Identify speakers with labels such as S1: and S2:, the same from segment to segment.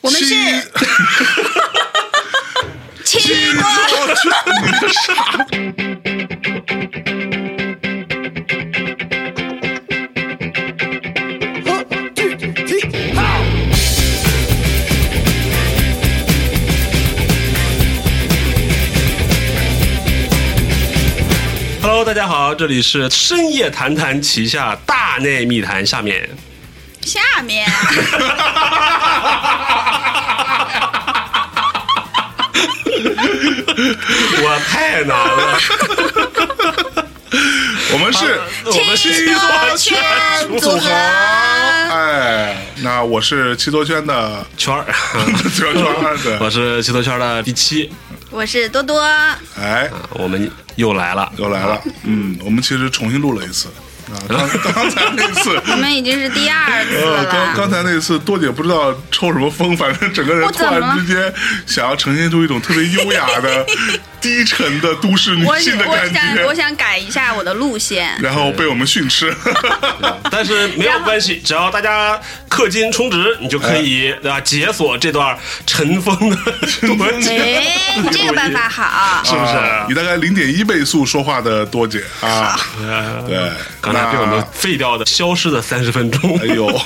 S1: 我们是 七瓜。
S2: Hello，大家好，这里是深夜谈谈旗下大内密谈，下面
S1: 下面
S2: 我太难了，
S3: 我们是
S2: 我们是
S1: 七多
S2: 圈
S1: 圈
S2: 组
S1: 组
S2: 合
S1: 合
S3: 哎，那我是七多圈的呃
S2: 圈儿，
S3: 圈圈二
S2: 我
S3: 哥，
S2: 是七多圈的第七，
S1: 我是多多，
S3: 哎，
S2: 我们又来了，
S3: 又来了。嗯，我们其实重新录了一次啊，刚刚才那 次。
S1: 我们已经是第二次
S3: 呃，刚
S1: 了。
S3: 刚才那次，多姐不知道抽什么风，反正整个人
S1: 我
S3: 突
S1: 怎么
S3: 然
S1: 了
S3: 之间想要呈现出一种特别优雅 的、低沉的都市女
S1: 我
S3: 性的
S1: 我
S3: 感
S1: 想我
S3: 觉，
S1: 想改一下我的 路线，
S3: 然后被我们训 斥。
S2: 但是没有关系，只要大家氪金充值，你就可以对吧？解锁这段尘封的 多久？
S1: 哎，这个办法好。
S2: 是不是
S3: 啊以大概零点一倍速说话的多姐 啊，对，
S2: 刚才被我们废掉的、消失的三十分钟
S3: 那，哎呦，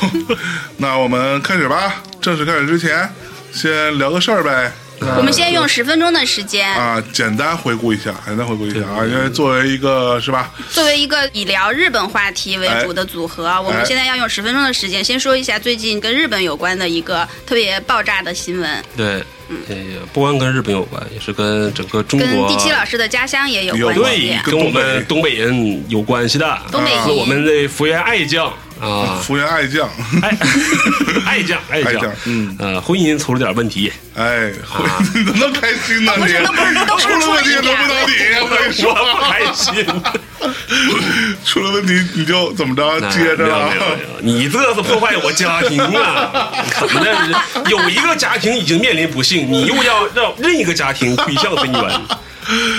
S3: 那我们开始吧。正式开始之前，先聊个事儿呗。
S1: 我们先用十分钟的时间，
S3: 啊，简单回顾一下，简单回顾一下啊，因为作为一个是吧，
S1: 作为一个以聊日本话题为主的组合，
S3: 哎
S1: 我们现在要用十分钟的时间，先说一下最近跟日本有关的一个特别爆炸的新闻，
S2: 对，呃，不光跟日本有关，也是跟整个中
S1: 跟
S2: 国
S1: 第七老师的家乡也有
S3: 有
S1: 关
S3: 关
S1: 系
S2: 对，。跟我们东北人有关系的，
S1: 东北
S3: 啊
S2: 是我们的福原爱将 啊，
S3: 福原爱将，
S2: 爱
S1: 哎
S2: 爱将爱
S3: 爱
S2: 将
S3: 将，嗯，
S2: 呃，婚姻出了点问题，
S3: 哎，
S2: 啊
S3: 你怎么能开心呢？
S1: 啊不
S3: 你
S1: 是都不是都是啊
S3: 出了问题
S1: 出了一
S3: 轮
S1: 点
S3: 不到你，我跟你
S2: 说
S3: 说，
S2: 不开 心，
S3: 出了问题你就怎么着 接着啊了。，
S2: 了没有没有你这是破坏我家庭啊！ 怎么的？有一个家庭已经面临不幸，你又要让另一个家庭推向深渊，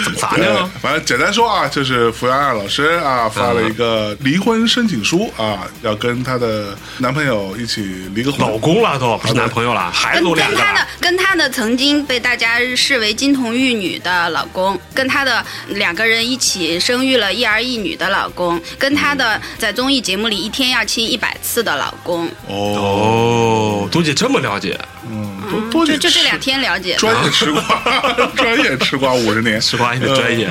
S2: 怎么咋
S3: 对
S2: 呢？，
S3: 反正简单说啊，就是福原爱老师啊发了一个离婚申请书啊，要跟她的男朋友一起离个婚。
S2: 老公了都不是男朋友了，孩子
S1: 跟
S2: 都
S1: 跟
S2: 两个
S1: 她
S2: 了
S1: 的。跟她的曾经被大家视为金童玉女的老公，跟她的两个人一起生育了一儿一女的老公，跟她的在综艺节目里一天要亲一百次的老公，
S3: 哦，
S2: 哦，多姐这么了解，
S3: 嗯，多多
S1: 就
S3: 姐
S1: 就这
S3: 吃
S1: 两天了解的。
S3: 专业吃瓜， 专业吃瓜五十年，嗯
S2: 吃瓜也得专业。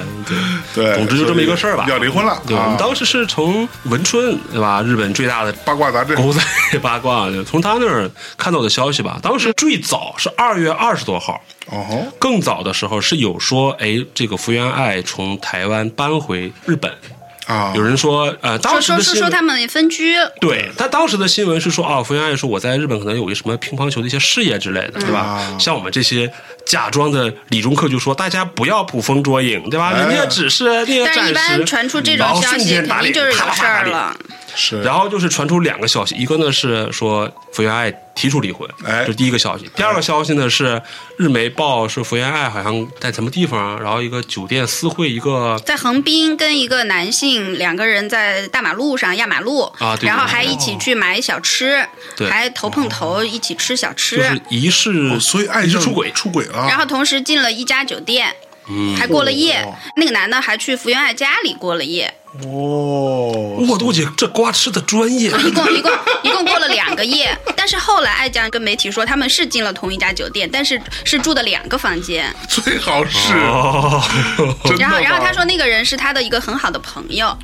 S3: 对，
S2: 总之就这么一个事儿吧
S3: 所以哎要离婚了
S2: 对，我
S3: 啊
S2: 们！当时是从文春对吧，日本最大的
S3: 八卦杂志，
S2: 狗仔八卦，啊就从他那儿看到的消息吧。当时最早是二月二十多号，
S3: 哦吼，
S2: 更早的时候是有说，哎，这个福原爱从台湾搬回日本，
S3: 啊，
S2: 有人说，呃，当
S1: 说
S2: 时
S1: 说
S2: 的
S1: 说
S2: 新
S1: 说
S2: 闻
S1: 他。们分居，
S3: 嗯
S2: 对他当时的新闻是说啊，福原爱说我在日本可能有一什么乒乓球的一些事业之类的，对吧？
S3: 啊
S2: 像我们这些假装的理中客就说，大家不要捕风捉影，对吧？
S3: 哎
S2: 人家只是那个
S1: 但
S2: 暂
S1: 是
S2: 时，
S1: 一般传出这种
S2: 然后
S1: 消
S2: 瞬
S1: 息，
S2: 间打
S1: 肯定
S2: 脸
S1: 就是
S2: 啪
S1: 有
S2: 啪
S1: 事
S2: 啪打
S1: 儿
S2: 脸
S1: 了。
S3: 是，
S2: 然后就是传出两个消息，一个呢是说福原爱提出离婚，
S3: 哎
S2: 这是第一个消息。第二个消息呢是日媒报是福原爱好像在什么地方，啊然后一个酒店私会一
S3: 哎
S2: 个
S1: 在横滨跟一个男性两个人在大马路上压马路
S2: 啊对
S1: 然后
S2: 对
S1: 还一起去买小吃，
S2: 对
S1: 还头碰头一起吃小吃，
S2: 就是疑似，
S3: 哦所以爱
S2: 疑似
S3: 就
S2: 出轨。
S3: 出轨了，
S1: 然后同时进了一家酒店，还过了夜。
S3: 哦
S1: 那个男的还去福原爱家里过了夜，
S3: 哦，
S2: 哇，杜姐这瓜吃的专业，
S1: 一共一共一共过了两个夜。但是后来爱酱跟媒体说，他们是进了同一家酒店，但是是住的两个房间。
S3: 最好是，
S2: 哦，
S3: 真的
S1: 然后
S3: 吗
S1: 然后他说，那个人是他的一个很好的朋友，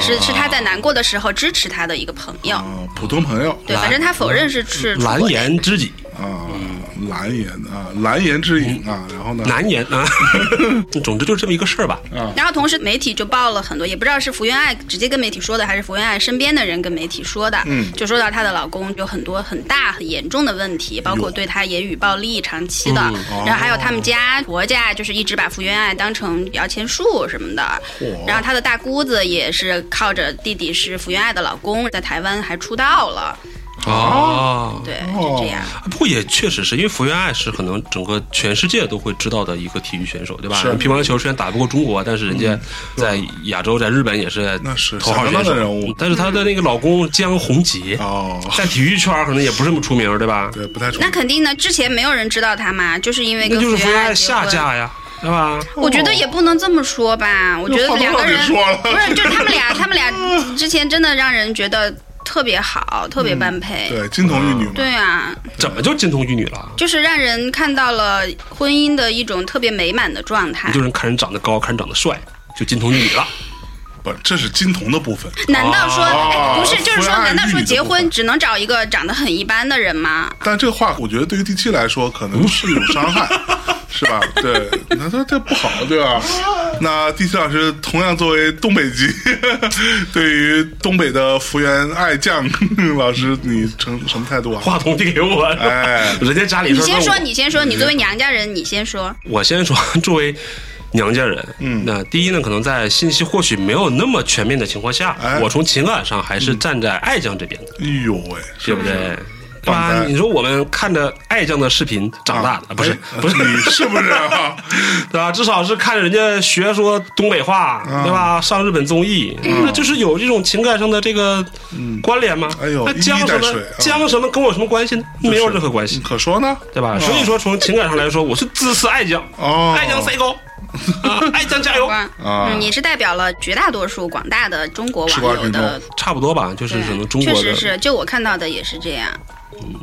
S1: 是是他在难过的时候支持他的一个朋友。
S3: 啊，普通朋友
S1: 对，反正他否认是是出轨
S2: 蓝颜知己，
S3: 啊，蓝颜啊，蓝颜之影啊，然后呢，
S2: 难言 啊。总之就是这么一个事儿吧。
S3: 嗯
S1: 然后同时媒体就报了很多，也不知道是福原爱直接跟媒体说的，还是福原爱身边的人跟媒体说的。嗯，就说到她的老公有很多很大很严重的问题，包括对她言语暴力长期的，
S2: 嗯
S1: 然后还有他们家婆家就是一直把福原爱当成摇钱树什么的。然后她的大姑子也是靠着弟弟是福原爱的老公，在台湾还出道了。
S2: 啊。
S1: 对，
S3: 哦
S1: 是这样。
S2: 不过也确实是因为福原爱是可能整个全世界都会知道的一个体育选手，对吧？
S3: 是嗯
S2: 乒乓球虽然打不过中国，但是人家在亚洲，在日本也是
S3: 那是
S2: 头号选
S3: 响当当
S2: 手
S3: 的人物
S2: 但是她的那个老公江宏杰，
S3: 哦，
S2: 在体育圈可能也不是那么出名，对吧？
S3: 对，不太出
S1: 那肯定呢，之前没有人知道他嘛，就是因为
S2: 那
S1: 跟
S2: 就是
S1: 福
S2: 福
S1: 原
S2: 原
S1: 爱
S2: 爱
S1: 结
S2: 下
S1: 婚。
S2: 嫁呀，对吧？
S1: 我觉得也不能这么说吧，我觉得两个人
S3: 话都让你说了
S1: 不是，就是他 们俩，他们俩之前真的让人觉得特别好，特别般配。
S3: 嗯对金童玉女嘛，
S1: 对啊，
S2: 怎么就金童玉女了？
S1: 就是让人看到了婚姻的一种特别美满的状态
S2: 你。就是看人长得高，看人长得帅，就金童玉女了。
S3: 不，这是金童的部分。
S1: 难道说，
S3: 哦
S1: 哎，不是，就是
S3: 不
S1: 说，
S3: 按
S1: 难道
S3: 玉
S1: 说
S3: 女的
S1: 结
S3: 部分
S1: 婚只能找一个长得很一般的人吗？
S3: 但这话，我觉得对于第七来说，可能是有伤 害，是吧？对，那他这不好，对吧？那第七老师同样作为东北籍， 对于东北的福原爱酱 老师，你成什么态度啊？
S2: 话筒递给我，
S3: 哎
S2: 人家家里
S1: 你
S2: 事儿
S1: 先
S2: 问
S1: 说，
S2: 我
S1: 你先
S3: 嗯
S1: 说，你作为娘家人，你先
S3: 哦
S1: 说。
S2: 我先说， 作为娘家人，嗯，那第一呢，可能在信息获取没有那么全面的情况下，
S3: 哎
S2: 我从情感上还是站在爱酱这边的，
S3: 哎呦喂，
S2: 对
S3: 是
S2: 不
S3: 不
S2: 对
S3: 是？？
S2: 对
S3: 榜
S2: 吧？
S3: 单
S2: 你说我们看着爱酱的视频长大的，不是
S3: 哎
S2: 不 是，
S3: 你是不是啊？
S2: 对吧？至少是看人家学说东北话，
S3: 啊
S2: 对吧？上日本综艺，
S3: 嗯
S2: 那就是有这种情感上的这个关联吗？
S3: 哎呦
S2: 那江
S3: 一衣
S2: 什
S3: 带
S2: 么
S3: 水啊
S2: 江什么跟我有什么关系呢？ 没有任何关系，
S3: 可说呢，
S2: 对吧？所以说从情感上来说，我是支持爱酱，
S3: 哦
S2: 爱酱 say go，啊，爱酱加油。
S1: 哇
S3: 啊
S1: 嗯，你是代表了绝大多数广大的中国
S3: 吃瓜
S1: 网友
S3: 群众
S1: 的，
S2: 差不多吧，就是
S1: 对
S2: 可能中
S1: 确
S2: 国
S1: 实
S2: 的，
S1: 是，就我看到的也是这样。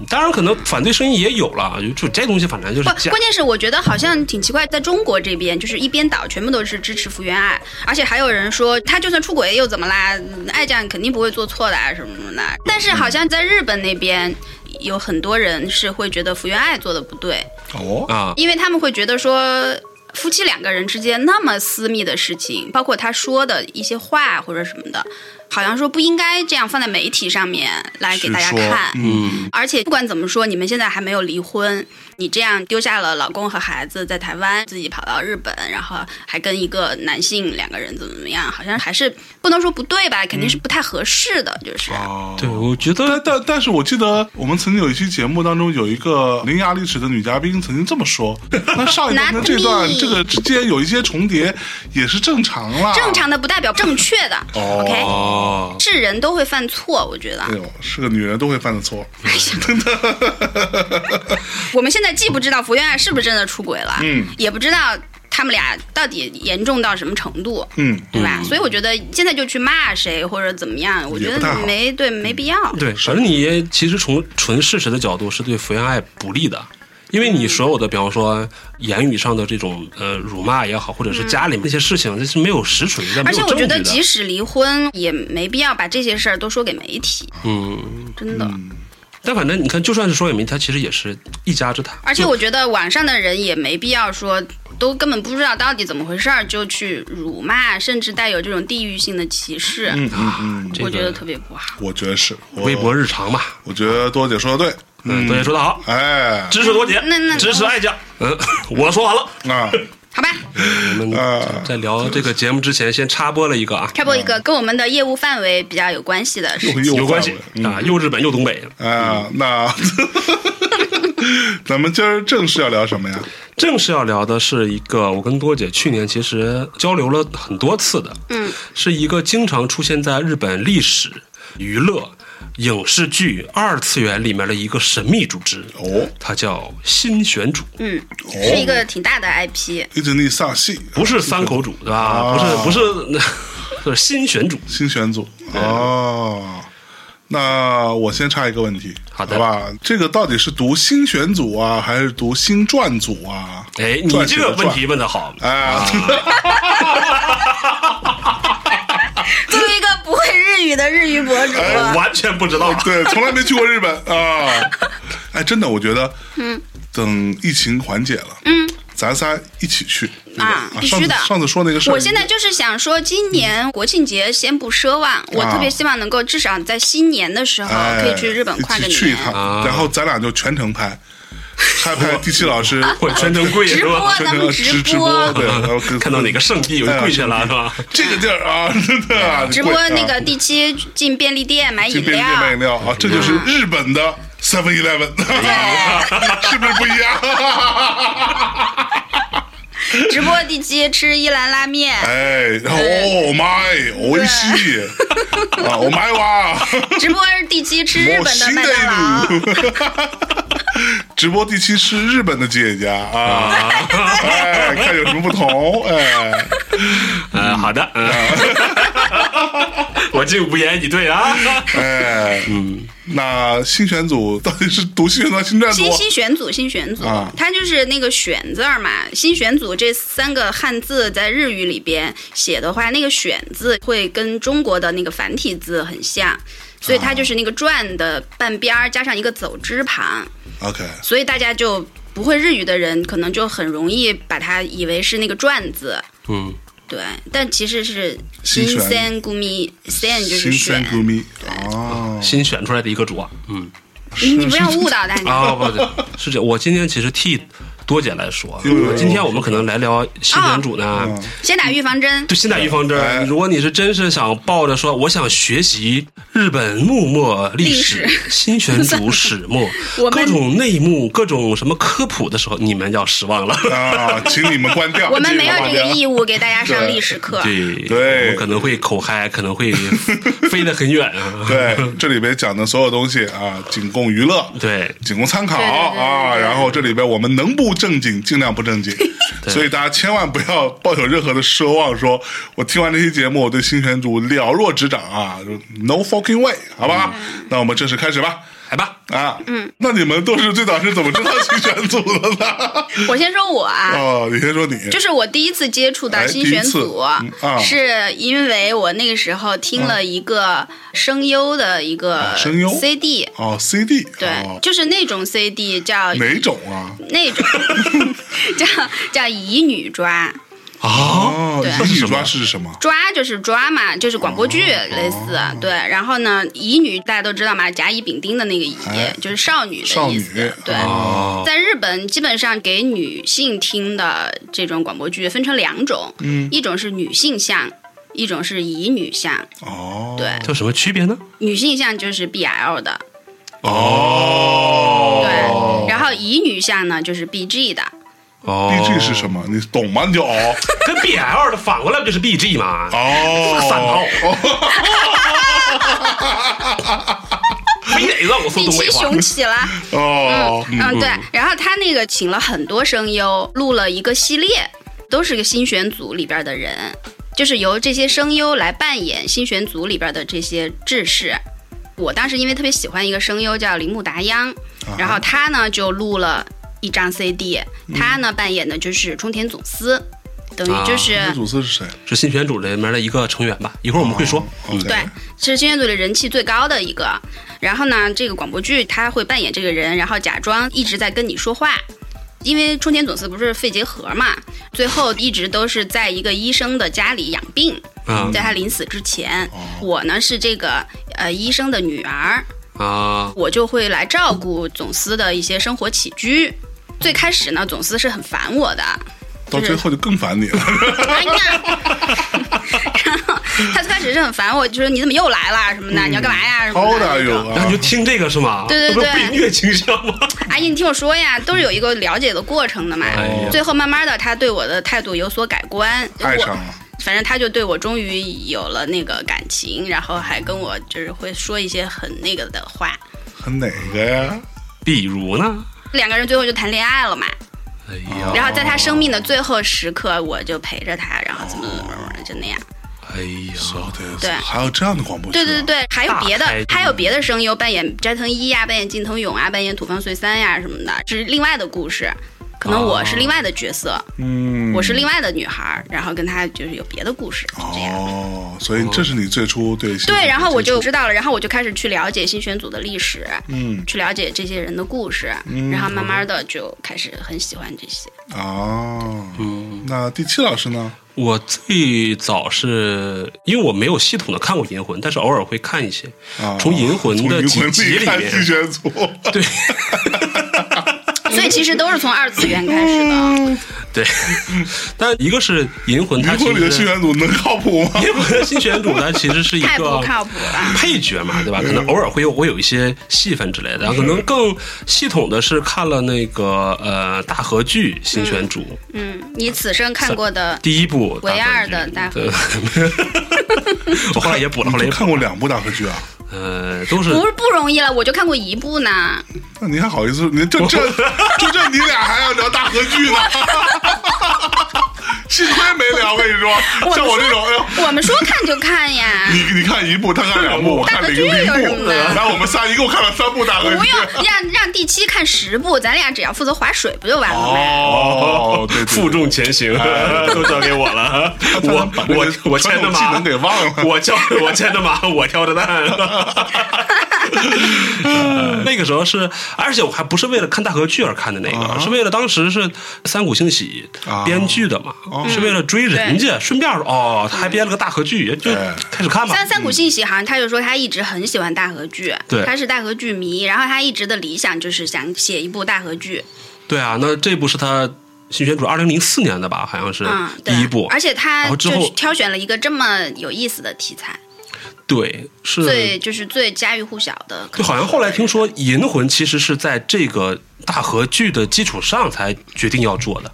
S2: 当然可能反对声音也有了，就就这东西反正就是
S1: 不，
S2: 假
S1: 关键是我觉得好像挺奇怪，在中国这边就是一边倒，全部都是支持福原爱，而且还有人说他就算出轨又怎么啦，嗯爱酱肯定不会做错的啊什么什么的。但是好像在日本那边。有很多人是会觉得福原爱做的不对，
S3: 哦，
S2: 啊，
S1: 因为他们会觉得说夫妻两个人之间那么私密的事情，包括他说的一些话或者什么的，好像说不应该这样放在媒体上面来给大家
S3: 是说
S1: 看。
S2: 嗯，
S1: 而且不管怎么说，你们现在还没有离婚，你这样丢下了老公和孩子在台湾，自己跑到日本，然后还跟一个男性两个人怎么怎么样，好像还是不能说不对吧，肯定是不太合适的，就是。
S3: 哦，
S2: 对，我觉
S3: 但
S2: 得
S3: 但但是我记得我们曾经有一期节目当中有一个伶牙俐齿的女嘉宾曾经这么说， 那上一段跟这段
S1: Not me
S3: 这个之间有一些重叠也是正常啦，
S1: 正。常的不代表正确的、
S3: 哦
S1: o k
S2: 哦，
S1: 是人都会犯错，我觉得
S3: 哎。呦，是个女人都会犯的错，
S1: 我们现在既不知道福原爱是不是真的出轨了，
S3: 嗯，
S1: 也不知道他们俩到底严重到什么程度，
S3: 嗯，
S1: 对吧？所以我觉得现在就去骂谁或者怎么样，我觉
S3: 也不太
S1: 得
S3: 好
S1: 没对没必要。
S2: 嗯对，反正你也其实从纯事实的角度是对福原爱不利的。因为你所有的，比方说言语上的这种呃辱骂也好，或者是家里面那些事情，这是没有实锤的，没
S1: 嗯而且
S2: 有
S1: 我
S2: 证
S1: 觉
S2: 据
S1: 得，即
S2: 的。
S1: 使离婚，也没必要把这些事儿都说给媒体，
S2: 嗯，
S1: 真的。
S2: 但反正你看，就算是说给媒体，它其实也是一家之谈。
S1: 而且我觉得网上的人也没必要说，都根本不知道到底怎么回事儿就去辱骂，甚至带有这种地域性的歧视，
S3: 嗯嗯嗯，
S2: 这
S1: 我
S2: 个
S1: 觉得特别不好。
S3: 我觉得是我
S2: 微博，日常嘛，
S3: 我觉得多姐说的对，
S2: 嗯，多姐说的好，
S3: 哎，
S2: 支持多姐
S1: 那那，
S2: 支持爱酱。嗯，我说完了。
S3: 啊，
S1: 好吧，
S2: 我
S3: 啊
S2: 们嗯在聊这个节目之前，先插播了一个啊，
S1: 开播一个跟我们的业务范围比较有关系的事
S3: 又
S1: 情。
S3: 又
S2: 有关系
S3: 犯了嗯
S2: 啊，又日本又东北。
S3: 啊，那 咱们今儿正式要聊什么呀？
S2: 正式要聊的是一个，我跟多姐去年其实交流了很多次的，
S1: 嗯，
S2: 是一个经常出现在日本历史、娱乐、影视剧二次元里面的一个神秘组织，
S3: 哦，
S2: 它叫新选组，
S1: 嗯，是一个挺大的 IP。
S3: 一直逆萨系
S2: 不是三口组，对吧？
S3: 啊
S2: 不是不是，是 新选组。
S3: 新选组哦。那我先插一个问题，
S2: 好的
S3: 吧？这个到底是读新选组啊，还是读新传组啊？
S2: 哎，你
S3: 赚
S2: 这
S3: 钱
S2: 个
S3: 的赚
S2: 问题问的好，
S3: 啊，
S1: 作为一个不会日语的日语博主，
S2: 我完全不知道。
S3: 对，从来没去过日本 啊。哎，真的，我觉得，嗯，等疫情缓解了，嗯，咱仨一起去
S1: 啊必须
S3: 上次
S1: 的
S3: 上次说那个事儿，
S1: 我现在就是想说，
S3: 嗯
S1: 今年国庆节先不奢望，我特别希望能够至少在新年的时候
S3: 啊哎
S1: 哦可以去日本跨个
S3: 一起去一
S1: 年。
S3: 趟，
S2: 啊
S3: 然后咱俩就全程拍。害怕第七老师
S2: 会全程跪
S1: 直
S2: 是
S1: 播
S2: 吧？
S3: 全
S1: 咱
S3: 程
S1: 们
S3: 直
S1: 直
S3: 播，
S1: 播
S3: 对，然后跟
S2: 看到哪个圣地有人跪下了是吧？
S3: 这个地儿
S1: 哎
S3: 啊， 真的啊，
S1: 直播那个第七进便利店买
S3: 进
S1: 饮
S3: 便利
S1: 料，
S3: 店买饮料啊，这就是
S1: 嗯
S3: 日本的 Seven Eleven，是不是不一样？
S1: 直播第七吃一兰拉面，
S3: 哎，然后哦妈耶，我一西 啊，我买哇，
S1: 直播第七吃 日
S3: 我
S1: 本的
S3: 新
S1: 麦当劳。
S3: 的 直播第七是日本的企业家 啊，哎，看有什么不同，哎，
S2: 嗯，好的，嗯，我敬无言以对啊。
S3: 哎，嗯，那新选组到底是读新选组还是新战组
S1: 新新选组，新选组
S3: 啊，
S1: 它就是那个“选”字儿嘛。新选组这三个汉字在日语里边写的话，那个“选”字会跟中国的那个繁体字很像，所以它就是那个“转”的半边儿加上一个走之旁，
S3: ？OK，
S1: 所以大家就不会日语的人可能就很容易把它以为是那个“转”字，
S2: 嗯，
S1: 对，但其实是
S3: 新
S1: 新
S3: 选
S1: 鲜咕咪，sen 就是
S3: 新选
S1: 选。
S3: 组迷哦，
S2: 新选出来的一个主啊，嗯
S1: 你你不要误导大家。
S2: 啊，不是是这，我今天其实替多姐来说，啊
S3: 呦呦呦
S2: 今天我们可能来聊新选组呢，
S1: 先打预防针
S2: 对，，先打预防
S3: 哎
S2: 针。如果你是真是想抱着说我想学习日本幕末历史、新选组始末
S1: 我们、
S2: 各种内幕、各种什么科普的时候，你们要失望了。
S3: 啊，请你们关掉，
S1: 我们没有这个
S3: 务。
S1: 义务给大家上历史课。
S2: 对
S3: 对
S2: 我们可能会口嗨，可能会飞得很远啊。
S3: 对，这里边讲的所有东西啊，仅供娱乐，
S2: 对
S3: 仅供参考
S1: 对对对对
S3: 啊。然后这里边我们能不正经尽量不正经，所以大家千万不要抱有任何的奢望，说我听完这期节目，我对新选组了若指掌啊就，no fucking way，好吧？
S1: 嗯
S3: 那我们正式开始吧。
S2: 来吧，
S3: 啊，嗯，那你们都是最早是怎么知道新选组的呢？
S1: 我先说我啊，
S3: 哦，你先说你，
S1: 就是我第一次接触到
S3: 哎
S1: 新选组
S3: 第一次嗯啊，嗯
S1: 是因为我那个时候听了一个声优的一个
S3: 啊声优
S1: CD，
S3: 哦，CD，
S1: 对
S3: 哦，
S1: 就是那种 CD 叫
S3: 哪种啊？
S1: 那 种叫叫乙女抓。
S2: 啊，
S3: 哦，
S1: 对
S3: 英语抓是什么？
S1: 抓就是抓嘛，就是广播剧
S3: 哦
S1: 类似，对。然后呢，乙女大家都知道嘛，甲乙丙丁的那个乙，
S3: 哎
S1: 就是少女的
S3: 少
S1: 意
S3: 女
S1: 思。对，
S2: 哦
S1: 在日本基本上给女性听的这种广播剧分成两种，一种是女性向，一种是乙女向。
S3: 哦，
S1: 对，
S2: 有什么区别呢？
S1: 女性向就是 BL 的，
S3: 哦，
S1: 对。然后乙女向呢就是 BG 的，
S2: 哦
S3: BG 是什么？你懂吗？你就 哦
S2: 跟 BL 的反过来不就是 BG 吗？
S3: 哦，
S2: 反套，非得让我说
S1: 第
S2: 东
S1: 七
S2: 北话
S1: 雄起了。
S3: 哦，
S1: 嗯，对。然后他那个请了很多声优，录了一个系列，都是个新选组里边的人，就是由这些声优来扮演新选组里边的这些志士。我当时因为特别喜欢一个声优叫铃木达央，然后他呢就录了一张 CD，他呢扮演的就是冲田总司，等于就是。
S3: 女主司是谁？哦
S2: 是新选组里面的一个成员吧？一会儿我们会说。
S3: OK
S1: 对，是新选组里人气最高的一个。然后呢，这个广播剧他会扮演这个人，然后假装一直在跟你说话。因为冲田总司不是肺结核嘛，最后一直都是在一个医生的家里养病，
S2: 嗯
S1: 在他临死之前
S3: 哦，
S1: 我呢是这个呃医生的女儿，
S2: 啊，
S1: 我就会来照顾总司的一些生活起居。最开始呢，总司是很烦我的，
S3: 到最后就更烦你了。
S1: 哎呀，然后他最开始是很烦我，就说你怎么又来了什么的，你要干嘛呀什
S3: How
S1: 么
S3: old
S1: 的。
S3: are
S1: 那
S3: you？
S1: 种
S2: 然
S3: 啊
S2: 后你就听这个是吗？
S1: 对对
S2: 这不是
S1: 对
S2: 被虐倾向吗？
S1: 阿姨，你听我说呀，都是有一个了解的过程的嘛。
S2: 哎呀
S1: 最后慢慢的，他对我的态度有所改观，
S3: 爱上
S1: 我
S3: 了。
S1: 反正他就对我终于有了那个感情，然后还跟我就是会说一些很那个的话。
S3: 很哪个呀？
S2: 比如呢？
S1: 两个人最后就谈恋爱了嘛。
S2: 哎呀，
S1: 然后在他生命的最后时刻，我就陪着他，然后怎么怎么怎么就那样。
S2: 哎呀，
S1: 对
S3: 还有这样的广播剧？
S1: 对对，对，还有别的
S2: 大开，
S1: 还有别的声优扮演斋藤一呀，扮演近藤勇啊，扮演土方岁三呀、什么的，是另外的故事。可能我是另外的角色。
S3: 嗯，
S1: 我是另外的女孩儿，然后跟她就是有别的故事，就这样。
S3: 哦，所以这是你最初对新
S1: 对，
S3: 选
S1: 然
S3: 组
S1: 后我
S3: 接触
S1: 就知道了，然后我就开始去了解新选组的历史，
S3: 嗯
S1: 去了解这些人的故事，然后慢慢的就开始很喜欢这些。
S3: 哦，
S2: 嗯
S3: 那第七老师呢？
S2: 我最早是因为我没有系统的看过《银魂》，但是偶尔会看一些
S3: 啊，
S2: 哦从《银魂》
S3: 从
S2: 的
S3: 银
S2: 几
S3: 魂
S2: 集
S3: 里
S2: 里
S3: 看
S2: 面，
S3: 新选组，
S2: 对，
S1: 所以其实都是从二次元开始的。
S2: 对，但一个是银魂，它
S3: 银
S2: 其
S3: 魂里的
S2: 实
S3: 新选组能靠谱吗？
S2: 银魂的新选主呢，其实是一
S1: 太
S2: 个
S1: 不靠谱了
S2: 配角嘛，对吧？
S3: 嗯
S2: 可能偶尔会有会有一些戏份之类的，然后可能更系统的是看了那个呃大和剧新选主
S1: 嗯，你此生看过的
S2: 第一部大合剧
S1: 唯二的大合
S2: 对， 我后来也补了，后来
S3: 你
S2: 也补
S3: 看过两部大合剧啊？
S2: 呃都是
S1: 不是不容易了，我就看过一部呢。
S3: 那您还好意思？您这这就这你俩还要聊大合剧呢？ 幸亏没聊，我跟你说，
S1: 我们
S3: 像我这种，哎呦。
S1: 我们说看就看呀，
S3: 你你看一部，他看两部，我看
S1: 大合
S3: 零
S1: 剧
S3: 零
S1: 有什么
S3: 部，
S1: 的
S3: 然后我们仨一共看了三部大合
S1: 不
S3: 剧。
S1: 用让让第七看十部，咱俩只要负责划水不就完了吗？
S3: 哦，对，对对
S4: 负重前行，
S3: 啊
S4: 都交给我 了。我
S3: 把那个
S4: 我我牵的
S3: 传统技
S4: 马
S3: 能给忘了
S4: 我叫我牵的马，我挑的 担。
S2: 那个时候是，而且我还不是为了看大合剧而看的那个，
S4: 啊
S2: 是为了当时是三谷幸喜
S3: 啊
S2: 编剧的嘛，
S4: 哦
S2: 是为了追人家，顺便说哦，他还编了个大合剧，就
S3: 哎
S2: 开始看吧。
S1: 三三谷幸喜嗯好像他就说他一直很喜欢大合剧，
S2: 对
S1: 他是大合剧迷，然后他一直的理想就是想写一部大合剧，
S2: 对啊，那这部是他新选主二零零四年的吧，好像是
S1: 嗯，对
S2: 第一部，
S1: 而且
S2: 然
S1: 他
S2: 后之
S1: 就
S2: 后
S1: 是挑选了一个这么有意思的题材，
S2: 对是
S1: 最就是最家喻户晓的，可
S2: 就
S1: 能
S2: 好像后来听说《银魂》其实是在这个大合剧的基础上才决定要做的。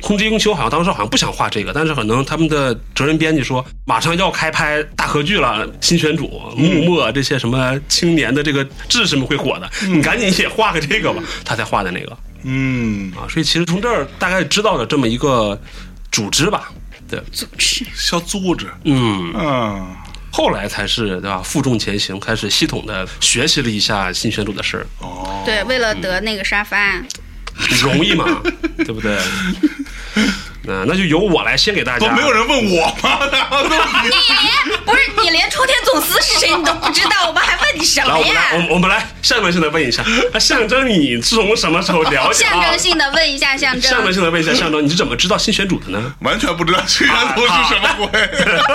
S2: 空之英雄好像当时好像不想画这个，但是可能他们的责任编辑说马上要开拍大合剧了，新选主、幕末啊这些什么青年的这个志士们会火的，你赶紧也画个这个吧，他才画的那个
S3: 嗯，
S2: 啊。所以其实从这儿大概知道了这么一个组织吧，对，
S1: 组织
S3: 小组织，
S2: 嗯，
S3: 嗯，
S2: 后来才是对吧？负重前行，开始系统的学习了一下新选主的事儿，
S3: 哦，
S1: 对，为了得那个沙发，
S2: 容易嘛，对不对？那那就由我来先给大
S3: 都
S2: 家，
S3: 没有人问我吗？ 然后都你
S1: 你哎不是你连冲天总司是谁你都不知道，我们还问你什
S2: 来，
S1: 么
S2: 我们来，我
S1: 呀？
S2: 们我们来，下面性的问一下，那象征你是从什么时候了解
S1: 象
S2: 啊
S1: 征？性的问一下象
S2: 象征
S1: 征，
S2: 性的问一下，象征你是怎么知道新选主的呢？
S3: 完全不知道这源头是什么
S4: 啊
S3: 鬼。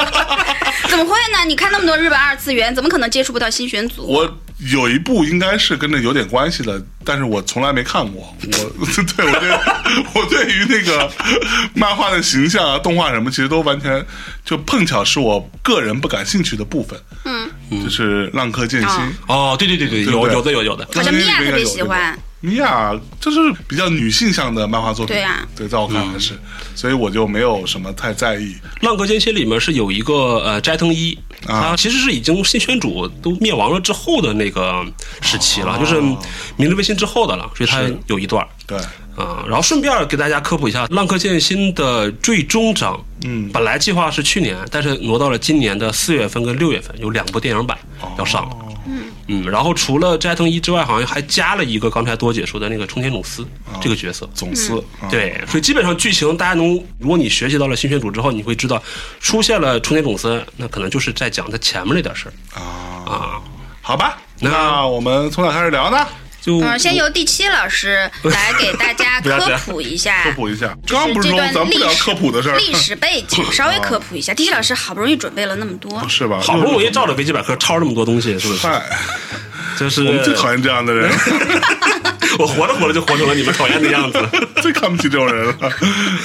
S1: 怎么会呢？你看那么多日本二次元，怎么可能接触不到新选组？
S3: 我有一部应该是跟这有点关系的，但是我从来没看过。我 对我对我对于那个漫画的形象啊、动画什么，其实都完全就碰巧是我个人不感兴趣的部分。嗯，就是浪客剑心。
S1: 哦
S2: 哦，对对对对，
S3: 对不
S2: 有
S3: 对
S2: 有的有有的，
S1: 好像米娅特别喜欢。
S3: 米娅就是比较女性向的漫画作品，
S1: 对啊
S3: 对，在我看来是，所以我就没有什么太在意。
S2: 《浪客剑心》里面是有一个呃斋藤一，
S3: 啊
S2: 他其实是已经新选主都灭亡了之后的那个时期了，就是明治维新之后的了，所以他有一段儿。
S3: 对，
S2: 啊、然后顺便给大家科普一下，《浪客剑心》的最终章，
S3: 嗯
S2: 本来计划是去年，但是挪到了今年的四月份跟六月份，有两部电影版
S3: 哦
S2: 要上了。嗯，然后除了斋藤一之外，好像还加了一个刚才多姐说的那个冲田总司、这个角色。
S3: 啊总司、啊
S2: 对，所以基本上剧情大家能，如果你学习到了新选组之后，你会知道出现了冲田总司，那可能就是在讲他前面那点事儿
S3: 啊，
S2: 啊。
S3: 好吧，
S2: 那
S3: 那我们从哪开始聊呢？
S2: 就
S1: 嗯，先由第七老师来给大 家
S2: 不要这
S1: 科
S2: 样
S1: 普一下，
S3: 科普一下，
S1: 就
S3: 刚刚
S1: 是
S3: 不
S1: 这
S3: 是说
S1: 段
S3: 咱不
S1: 历
S3: 聊
S1: 史
S3: 科普的事儿，
S1: 历史背景 稍微科普一下。第一老师好不容易准备了那么多，
S3: 是吧？
S2: 啊好不容易照着维基百科抄这么多东西，是不是？
S3: 嗨，
S2: 就是
S3: 我们最讨厌这样的 人，
S2: 我活着活着就活成了你们讨厌的样子
S3: 最看不起这种人了。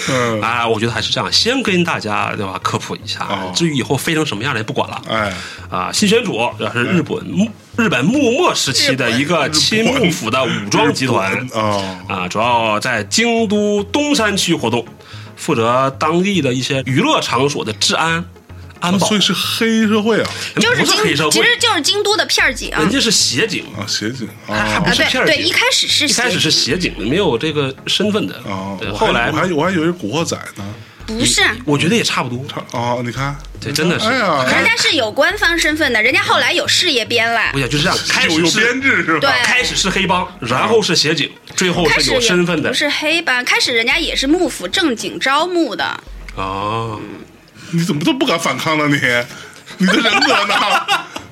S3: 嗯，
S2: 啊！我觉得还是这样，先跟大家对吧科普一下，
S3: 哦
S2: 至于以后飞成什么样的也不管了。
S3: 哎，
S2: 啊，新选主这是日本幕日本幕末时期的一个亲幕府的武装集团
S3: 嗯哦，
S2: 啊，主要在京都东山区活动，负责当地的一些娱乐场所的治安安保
S3: 啊
S2: 哎
S3: 所，以是黑社会啊，
S1: 就是
S2: 不是黑社
S1: 京，
S2: 会
S1: 其，实就是京都的片儿警。
S2: 人家是协警，
S3: 啊，协警
S2: 还
S3: 啊
S2: 不。
S1: 啊，
S2: 是
S1: 对
S2: 片儿
S1: 对，
S2: 警
S1: 一开始是
S2: 一开始是协警，没有这个身份的
S3: 哦，，
S2: 对，
S3: 我还
S2: 后来
S3: 我还我还以为是古惑仔呢，
S1: 不是啊？
S2: 我觉得也差不多，
S3: 哦，你看，
S2: 对，真的是。
S3: 哎呀，
S1: 人家是有官方身份的，人家后来有事业编了
S2: 我。想就是这样，开
S3: 有
S2: 始
S3: 有
S2: 是啊
S3: 编制是吧？
S1: 对
S2: 开始是黑帮，然后是协警，最后
S1: 开
S2: 是
S1: 始
S2: 有
S1: 也
S2: 身份的
S1: 不。是黑帮，开始人家也是幕府正经招募的，
S2: 哦，
S3: 你怎么都不敢反抗呢？你，你的人格 呢？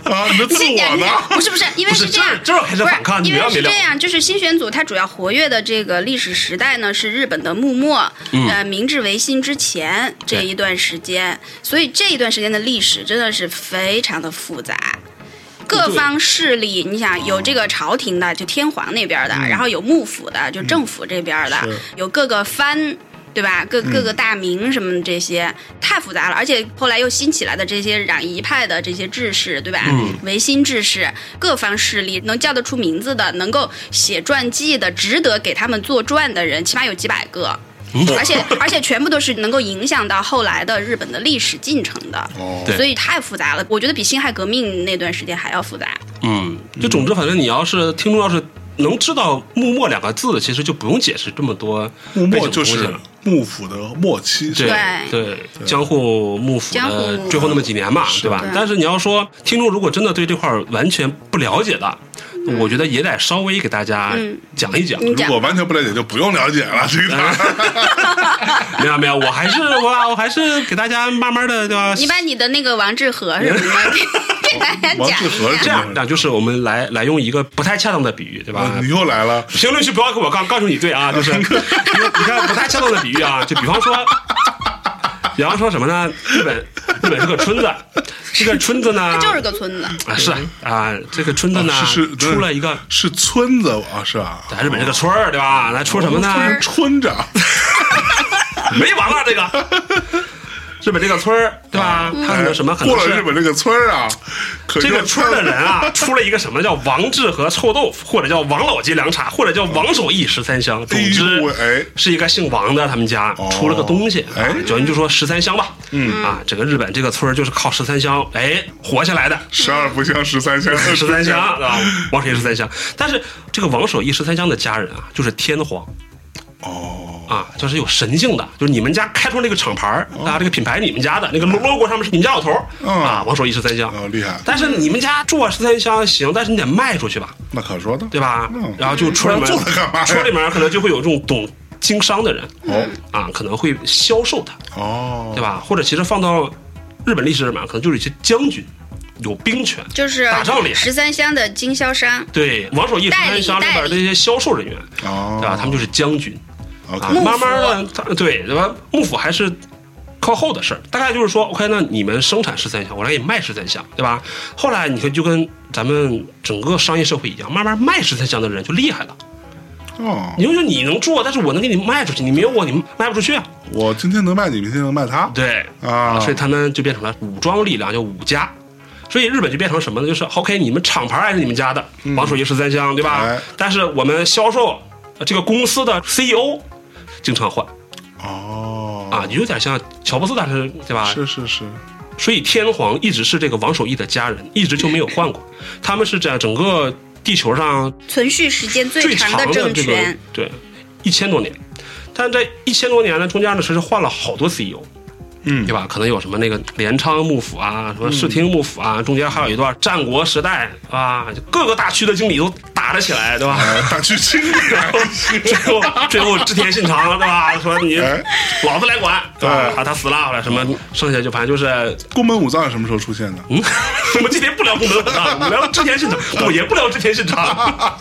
S3: 啊，你的自
S1: 这
S3: 我
S1: 点
S3: 呢？
S1: 不是不是，因为
S2: 不是
S1: 这样，
S2: 这儿这儿开始反抗
S1: 不是
S2: 你没
S1: 因为
S2: 完
S1: 是
S2: 没
S1: 这
S2: 了
S1: 样，就是新选组它主要活跃的这个历史时代呢是日本的幕末，
S2: 嗯
S1: 呃，明治维新之前这一段时间，所以这一段时间的历史真的是非常的复杂。各方势力，你想有这个朝廷的，就天皇那边的，然后有幕府的，就政府这边的，
S3: 是
S1: 有各个藩。对吧？各各个大名什么的这些、太复杂了，而且后来又新起来的这些攘夷派的这些志士，对吧？维新志士，各方势力能叫得出名字的，能够写传记的，值得给他们做传的人，起码有几百个。而且而且全部都是能够影响到后来的日本的历史进程的，
S3: 哦
S2: 对
S1: 所以太复杂了。我觉得比辛亥革命那段时间还要复杂。
S2: 嗯，就总之，反正你要是听众要是能知道“幕末”两个字，其实就不用解释这么多
S3: 幕
S2: 背景
S3: 末
S2: 东
S3: 就
S2: 西
S3: 是
S2: 了。
S3: 幕府的末期，是
S2: 对
S3: 吧
S2: 对，江户幕府
S1: 江
S2: 的
S1: 户
S2: 最后那么几年嘛，对吧
S1: 对？
S2: 但是你要说听众如果真的对这块儿完全不了解的，我觉得也得稍微给大家
S1: 嗯
S2: 讲一讲。
S1: 你
S3: 如
S1: 讲
S3: 果完全不了解，就不用了解了。这个
S2: 没有没有，我还是我我还是给大家慢慢的对吧？
S1: 你把你的那个王致和什 么的给给大家
S3: 王
S1: 讲
S3: 致和
S1: 一
S2: 这
S1: 下。
S2: 样，这样就是我们来来用一个不太恰当的比喻，对吧？
S3: 啊嗯你又来了，
S2: 评论区不要给我告告诉你对啊， 就是你看不太恰当的比喻啊，就比方说，比方说什么呢？日本日本是个村子， 这个村子呢
S1: 他就是个村子，
S2: 啊是啊，这个村子呢、
S3: 哦是是
S2: 出了一个
S3: 是村子啊，是吧？
S2: 在日本这个村儿
S3: 哦
S2: 对吧？那出什么呢？
S1: 哦村儿
S3: 村长，
S2: 没完了 这个。日本这个村儿，对吧？它可能什么可
S3: 嗯
S2: 能
S3: 哎过
S2: 是
S3: 了日本这个村儿啊，可
S2: 这个
S3: 就
S2: 村儿的 人啊，出了一个什么叫王致和臭豆腐，或者叫王老吉凉茶，或者叫王守义十三香。总
S3: 哎
S2: 之
S3: 呦喂，
S2: 是一个姓王的，他们家
S3: 哦
S2: 出了个东西，
S3: 哎
S2: 啊就你就说十三香吧。嗯啊，整个日本这个村儿就是靠十三香哎活下来的。
S3: 十二不香十三香，
S2: 十三香啊，王守义十三香，但是这个王守义十三香的家人啊，就是天皇
S3: 哦，
S2: 啊，就是有神性的，就是你们家开创这个厂牌儿啊，这个品牌你们家的那个 logo 上面是你们家老头儿
S3: 嗯
S2: 啊，王守义十三香
S3: 哦，厉害，
S2: 但是你们家做十三香行，但是你得卖出去吧，
S3: 那可说的，
S2: 对吧
S3: 嗯？
S2: 然后就村里面
S3: 不然做它干嘛呀
S2: 村里面可能就会有这种懂经商的人
S3: 哦
S2: 啊，可能会销售它，
S3: 哦，
S2: 对吧？或者其实放到日本历史里面，可能就是一些将军有兵权，
S1: 就是
S2: 打仗里
S1: 十三香的经销商，
S2: 对王守义十
S1: 代
S2: 三
S1: 理
S2: 香里边
S1: 代理
S2: 的一些销售人员，
S3: 哦，
S2: 对吧？他们就是将军啊，
S3: OK，
S1: 幕府
S2: 慢慢的，他对，对吧？幕府还是。靠后的事儿，大概就是说，OK，那你们生产十三香，我来给你卖十三香，对吧？后来你看，就跟咱们整个商业社会一样，慢慢卖十三香的人就厉害了。
S3: 哦，
S2: 你就说你能做，但是我能给你卖出去，你没有我，你卖不出去啊。
S3: 我今天能卖你，明天能卖他，
S2: 对
S3: 啊
S2: 所以他们就变成了武装力量，叫武家。所以日本就变成什么呢？就是 OK，你们厂牌还是你们家的，王守义十三香，对吧？
S3: 哎
S2: 但是我们销售呃这个公司的 CEO 经常换
S3: 哦，
S2: 啊，有点像乔布斯大师，对吧？
S3: 是是是，
S2: 所以天皇一直是这个王守义的家人，一直就没有换过。他们是在整个地球上
S1: 存续时间最
S2: 最
S1: 长
S2: 长的
S1: 政
S2: 这个
S1: 权，
S2: 对，一千多年。但是在一千多年呢，中间呢，其实换了好多 CEO，
S3: 嗯
S2: 对吧？可能有什么那个镰仓幕府啊，什么室町幕府啊，中间还有一段战国时代啊，就各个大区的经理都打了起来，对吧？
S3: 呃大区经理啊，
S2: 最后 最后织田信长，对吧？说你
S3: 哎
S2: 老子来管，对吧？
S3: 对
S2: 啊，他死了，或者什么，剩下就反正就是
S3: 宫本武藏是什么时候出现的？
S2: 嗯， 我们今天不聊功德文啊，我们聊织田信长，我也不聊织田信长。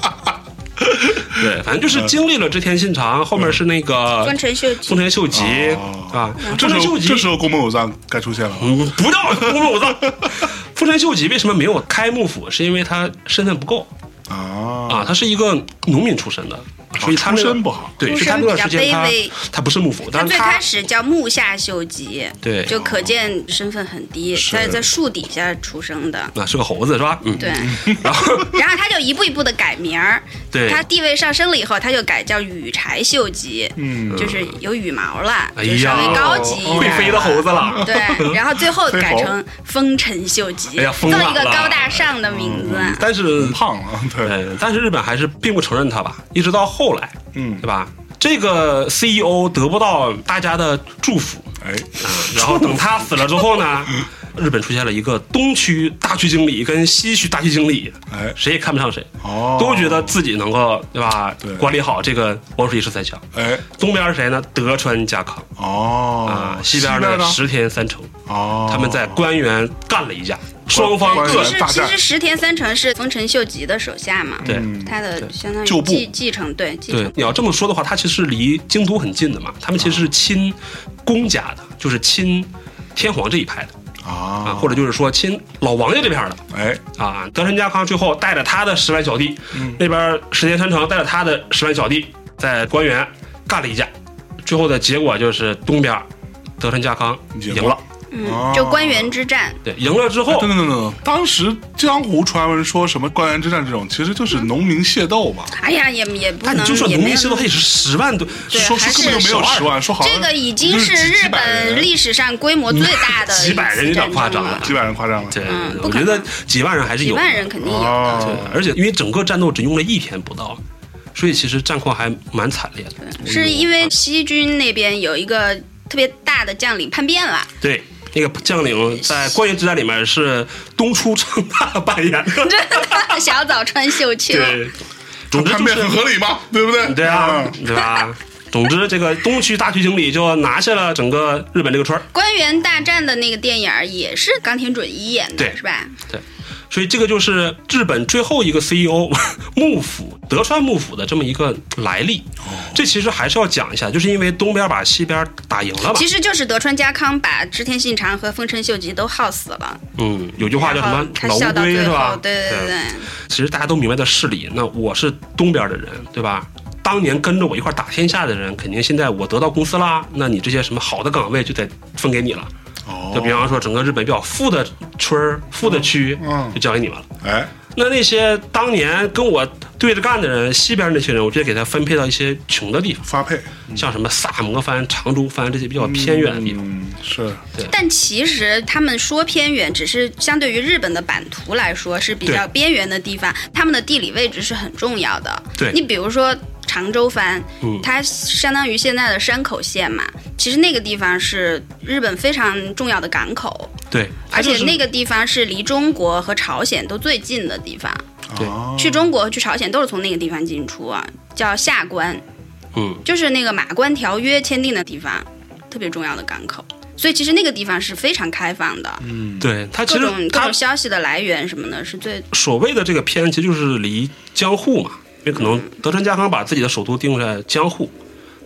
S2: 对，反正
S3: 嗯
S2: 就是经历了织田信长，后面是那个
S1: 嗯丰臣秀
S2: 丰
S1: 吉。嗯
S2: 臣秀吉
S3: 哦
S2: 啊，
S3: 这时
S2: 丰臣秀
S3: 候这
S2: 吉
S3: 时候宫本武藏该出现了，
S2: 嗯不要功德武藏。丰臣秀吉为什么没有开幕府？是因为他身份不够啊，
S3: 啊
S2: 他是一个农民出身的，所以他那
S3: 出
S2: 个
S3: 身不好
S2: 对，
S1: 出
S2: 是他
S1: 身
S2: 那段
S1: 比
S2: 时
S1: 较
S2: 间他
S1: 卑微
S2: 他不是幕府，
S1: 他
S2: 但是
S1: 最
S2: 他
S1: 开始叫木下秀吉，
S2: 对
S1: 就可见身份很低，
S3: 是
S1: 他是在树底下出生的，
S2: 啊是个猴子是吧？嗯，
S1: 对。
S2: 然 后
S1: 然后他就一步一步的改名儿，
S2: 对
S1: 他地位上升了以后，他就改叫羽柴秀吉，
S3: 嗯
S1: 就是有羽毛了，
S2: 哎
S1: 就稍
S2: 呀
S1: 微高级一点，
S2: 会飞的猴子 了。
S1: 对，然后最后
S3: 飞
S1: 改
S3: 猴
S1: 成丰臣秀吉，
S2: 哎呀
S1: 这
S2: 疯
S1: 么一个
S2: 了嗯
S1: 高大上的名字。
S2: 但是
S3: 胖了，对，
S2: 对，但是日本还是并不承认他吧，一直到后来，
S3: 嗯
S2: 对吧？这个 CEO 得不到大家的祝福
S3: 哎，
S2: 啊，然后等他死了之后呢，日本出现了一个东区大区经理跟西区大区经理，
S3: 哎
S2: 谁也看不上谁，
S3: 哦
S2: 都觉得自己能够对吧
S3: 对
S2: 管理好这个王守义十三强。
S3: 哎，
S2: 东边是谁呢？德川家康
S3: 哦
S2: 啊，西边呢
S3: 呢？
S2: 石田三成，
S3: 哦，
S2: 他们在官员干了一架，双方
S3: 官
S2: 各
S3: 官
S1: 是
S3: 大
S1: 其
S3: 战
S1: 实石田三成是丰臣秀吉的手下嘛，
S2: 对。
S3: 嗯
S1: 他的相当
S3: 旧
S1: 于
S3: 部
S1: 继继承对继
S2: 对
S1: 承，。
S2: 你要这么说的话，它其实离京都很近的嘛，他们其实是亲公家的，就是亲天皇这一派的。啊，
S3: 啊，
S2: 或者就是说亲老王家这片儿的，
S3: 哎，
S2: 啊，德川家康最后带着他的十万小弟，
S3: 嗯
S2: 那边石田三成带着他的十万小弟在官员干了一架，最后的结果就是东边德川家康
S3: 赢
S2: 赢了，
S3: 哦
S1: 嗯，就官员之战，
S2: 对，赢了
S1: 啊
S2: 之后
S3: 等等等等，当时江湖传闻说什么官员之战这种，其实就是农民械斗嘛，
S1: 哎呀，也也不
S2: 那你
S1: 能
S2: 就说
S1: 也
S2: 农民
S1: 没有
S2: 械斗，他也是十万多，
S1: 对
S3: 说说
S1: 还
S3: 根本
S1: 是
S3: 就没有
S2: 小
S3: 十万，说好像
S1: 这个已经是
S3: 就是几
S1: 日
S3: 几百
S1: 本
S3: 人
S1: 历史上规模最大的
S2: 嗯几百人有
S1: 一次
S2: 点
S1: 战
S2: 夸张
S1: 争
S2: 了
S1: 了，
S3: 几百人夸张了，
S2: 对，
S1: 嗯
S2: 我
S1: 不可
S2: 觉
S1: 能
S2: 得几万人还是
S1: 几
S2: 有的，
S1: 万人肯定有的。
S2: 对
S3: 哦，，
S2: 而且因为整个战斗只用了一天不到，所以其实战况还蛮惨烈的，
S1: 是因为西军那边有一个特别大的将领叛变了，
S2: 对。那个将领在官员之战里面是东出昌大 扮演的，
S1: 小早川秀秋。
S2: 对，总之
S3: 叛
S2: 就
S3: 变很
S2: 是
S3: 合理嘛，对不对？
S2: 对啊
S3: 嗯，，
S2: 对吧？总之，这个东区大区经理就拿下了整个日本这个村儿，
S1: 官员大战的那个电影儿也是冈田准一演
S2: 对
S1: 的，是吧？
S2: 所以这个就是日本最后一个 CEO 幕府德川幕府的这么一个来历。这其实还是要讲一下，就是因为东边把西边打赢了嘛
S1: 其。实就是德川家康把织田信长和丰臣秀吉都耗死了，
S2: 嗯，有句话叫什
S1: 然后
S2: 么“
S1: 他
S2: 老
S1: 笑
S2: 乌
S1: 到
S2: 龟”
S1: 最
S2: 是吧
S1: 后，？对对对
S2: 嗯
S1: 对，
S2: 其实大家都明白的事理，那我是东边的人，对吧？当年跟着我一块儿打天下的人，肯定现在我得到公司啦，那你这些什么好的岗位就得分给你了。就比
S3: 哦，
S2: 方说整个日本比较富的村儿、富的区，
S3: 嗯
S2: 就交给你们了。
S3: 哎，
S2: 那那些当年跟我对着干的人，西边那些人，我直接给他分配到一些穷的地方，
S3: 发配，
S2: 像什么萨摩藩、长州藩这些比较偏远的地方。
S3: 嗯嗯，是
S1: 但其实他们说偏远，只是相对于日本的版图来说是比较边缘的地方，他们的地理位置是很重要的。
S2: 对
S1: 你比如说常州藩，
S2: 嗯
S1: 它相当于现在的山口县嘛，其实那个地方是日本非常重要的港口，
S2: 对，
S1: 而且那
S2: 个
S1: 个地方是离中国和朝鲜都最近的地方，
S2: 对
S3: 啊，
S1: 去中国和去朝鲜都是从那个地方进出啊，叫下关。
S2: 嗯，
S1: 就是那个马关条约签订的地方，特别重要的港口。所以其实那个地方是非常开放的，
S2: 对他嗯其
S1: 各
S2: 实
S1: 种各
S2: 他
S1: 种消息的来源什么的，是最
S2: 所谓的这个偏，其实就是离江户嘛，因为可能德川家康把自己的首都定在江户，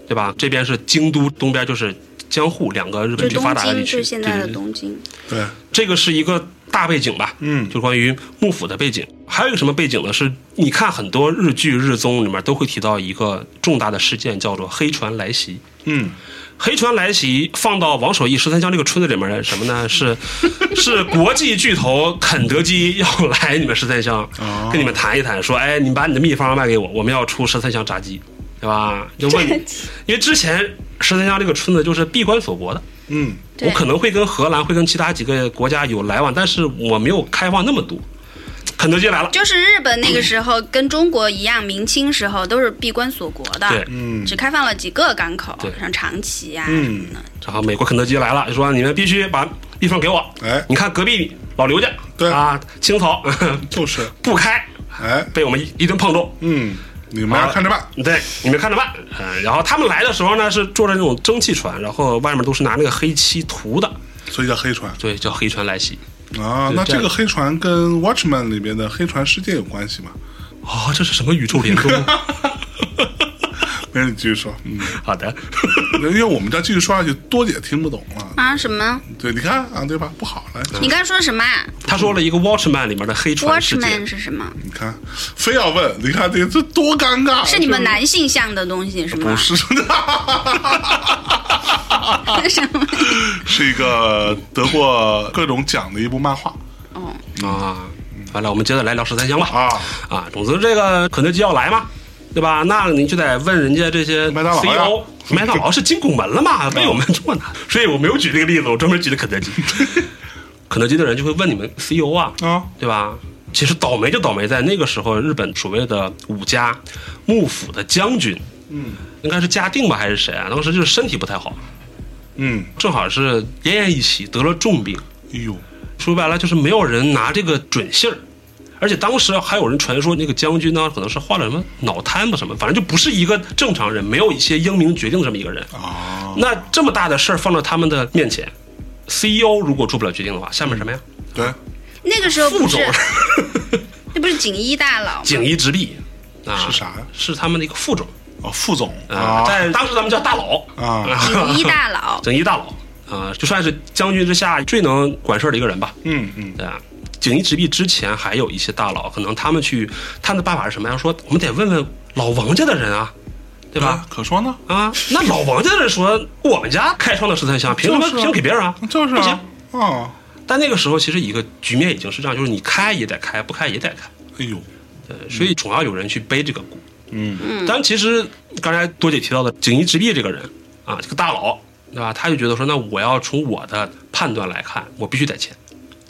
S2: 对吧？这边是京都，东边就是江户，两个日
S1: 就
S2: 本最
S1: 东
S2: 发达的
S1: 京，
S2: 地
S1: 就
S2: 区。
S1: 是现在
S2: 对
S1: 的
S2: 对对
S1: 东京。
S3: 对，
S2: 这个是一个大背景吧，
S3: 嗯
S2: 就关于幕府的背景。还有一个什么背景呢？是你看很多日剧、日综里面都会提到一个重大的事件，叫做黑船来袭。
S3: 嗯，
S2: 黑船来袭放到王守义十三香这个村子里面是什么呢？是 是国际巨头肯德基要来你们十三香
S3: 哦，
S2: 跟你们谈一谈，说，哎，你们把你的秘方卖给我，我们要出十三香炸鸡，对吧？就问，因为之前十三香这个村子就是闭关锁国的，
S3: 嗯，
S1: 对
S2: 我可能会跟荷兰、会跟其他几个国家有来往，但是我没有开放那么多。肯德基来了，
S1: 就是日本那个时候跟中国一样，明清时候都是闭关锁国的，
S2: 对
S3: 嗯
S1: 只开放了几个港口
S2: 对，
S1: 像长崎呀、什
S3: 嗯
S1: 么的。
S2: 然后美国肯德基来了，就说你们必须把地方给我。
S3: 哎
S2: 你看隔壁老刘家，
S3: 对
S2: 啊，青草
S3: 就是，
S2: 不开，
S3: 哎，
S2: 被我们一一顿碰撞。
S3: 嗯，你们俩看着办，
S2: 对，你们看着办。嗯，然后他们来的时候呢，是坐着那种蒸汽船，然后外面都是拿那个黑漆涂的，
S3: 所以叫黑船
S2: 所以叫黑船来袭。
S3: 啊。
S2: 对
S3: 那
S2: 这
S3: 这
S2: 样
S3: 个黑船跟 Watchman 里边的黑船事件有关系吗？
S2: 哦，这是什么宇宙联动？
S3: 没事，你继续说，嗯，
S2: 好的，
S3: 因为我们这样继续说下去，多姐听不懂了。
S1: 啊，什么？
S3: 对，你看啊，对吧？不好了，
S1: 你刚才说什么啊
S2: 他说了一个 Watchman 里面的黑船事件
S1: ？Watchman 是什么？
S3: 你看，非要问，你看这这多尴尬。啊
S2: 啊
S1: 是你们男性向的东西是吗
S3: 不？是
S1: 什么？
S3: 是一个得过各种奖的一部漫画
S1: 哦，
S2: 啊。完了，我们接着来聊十三香吧。
S3: 啊，
S2: 啊，总之这个肯德基要来嘛，对吧？那你就得问人家这些
S3: 麦当劳呀
S2: CEO。麦当劳是进拱门了嘛？被我们做呢，所以我没有举这个例子，我专门举的肯德基。 肯德基的人就会问你们 CEO 啊，
S3: 啊
S2: 对吧？其实倒霉就倒霉在那个时候，日本所谓的武家幕府的将军，
S3: 嗯，
S2: 应该是嘉定吧还是谁啊？当时就是身体不太好，
S3: 嗯，
S2: 正好是奄奄一息，得了重病。
S3: 哎呦，
S2: 说白了就是没有人拿这个准信儿，而且当时还有人传说那个将军呢，可能是患了什么脑瘫吧什么，反正就不是一个正常人，没有一些英明决定这么一个人。
S3: 啊，
S2: 那这么大的事儿放到他们的面前，CEO 如果做不了决定的话，下面什么呀？
S3: 对，
S1: 那个时候
S2: 副
S1: 嗯不
S2: 总
S1: 是，那不是锦衣大佬吗？
S2: 锦衣直弼啊
S3: 是啥呀
S2: 是他们的一个副总
S3: 哦，副总
S2: 啊，
S3: 啊
S2: 在当时咱们叫大佬
S3: 啊
S1: 锦衣大 佬，
S2: 锦衣大佬。啊、就算是将军之下最能管事儿的一个人吧。
S3: 嗯嗯，
S2: 对啊，锦衣之弊之前还有一些大佬，可能他们去，他们的办法是什么呀？说我们得问问老王家的人啊，对吧
S3: 啊？，可说呢，
S2: 啊，那老王家的人说我们家开创的十三香，凭什么
S3: 就是啊
S2: 凭什么给别人啊？
S3: 就是
S2: 不行
S3: 啊。，啊，
S2: 但那个时候其实一个局面已经是这样，就是你开也得开，不开也得开。
S3: 哎呦，
S2: 对，所以总要有人去背这个锅。
S3: 嗯
S2: 但其实刚才多姐提到的锦衣之弊这个人啊，这个大佬，对吧？他就觉得说，那我要从我的判断来看，我必须得签，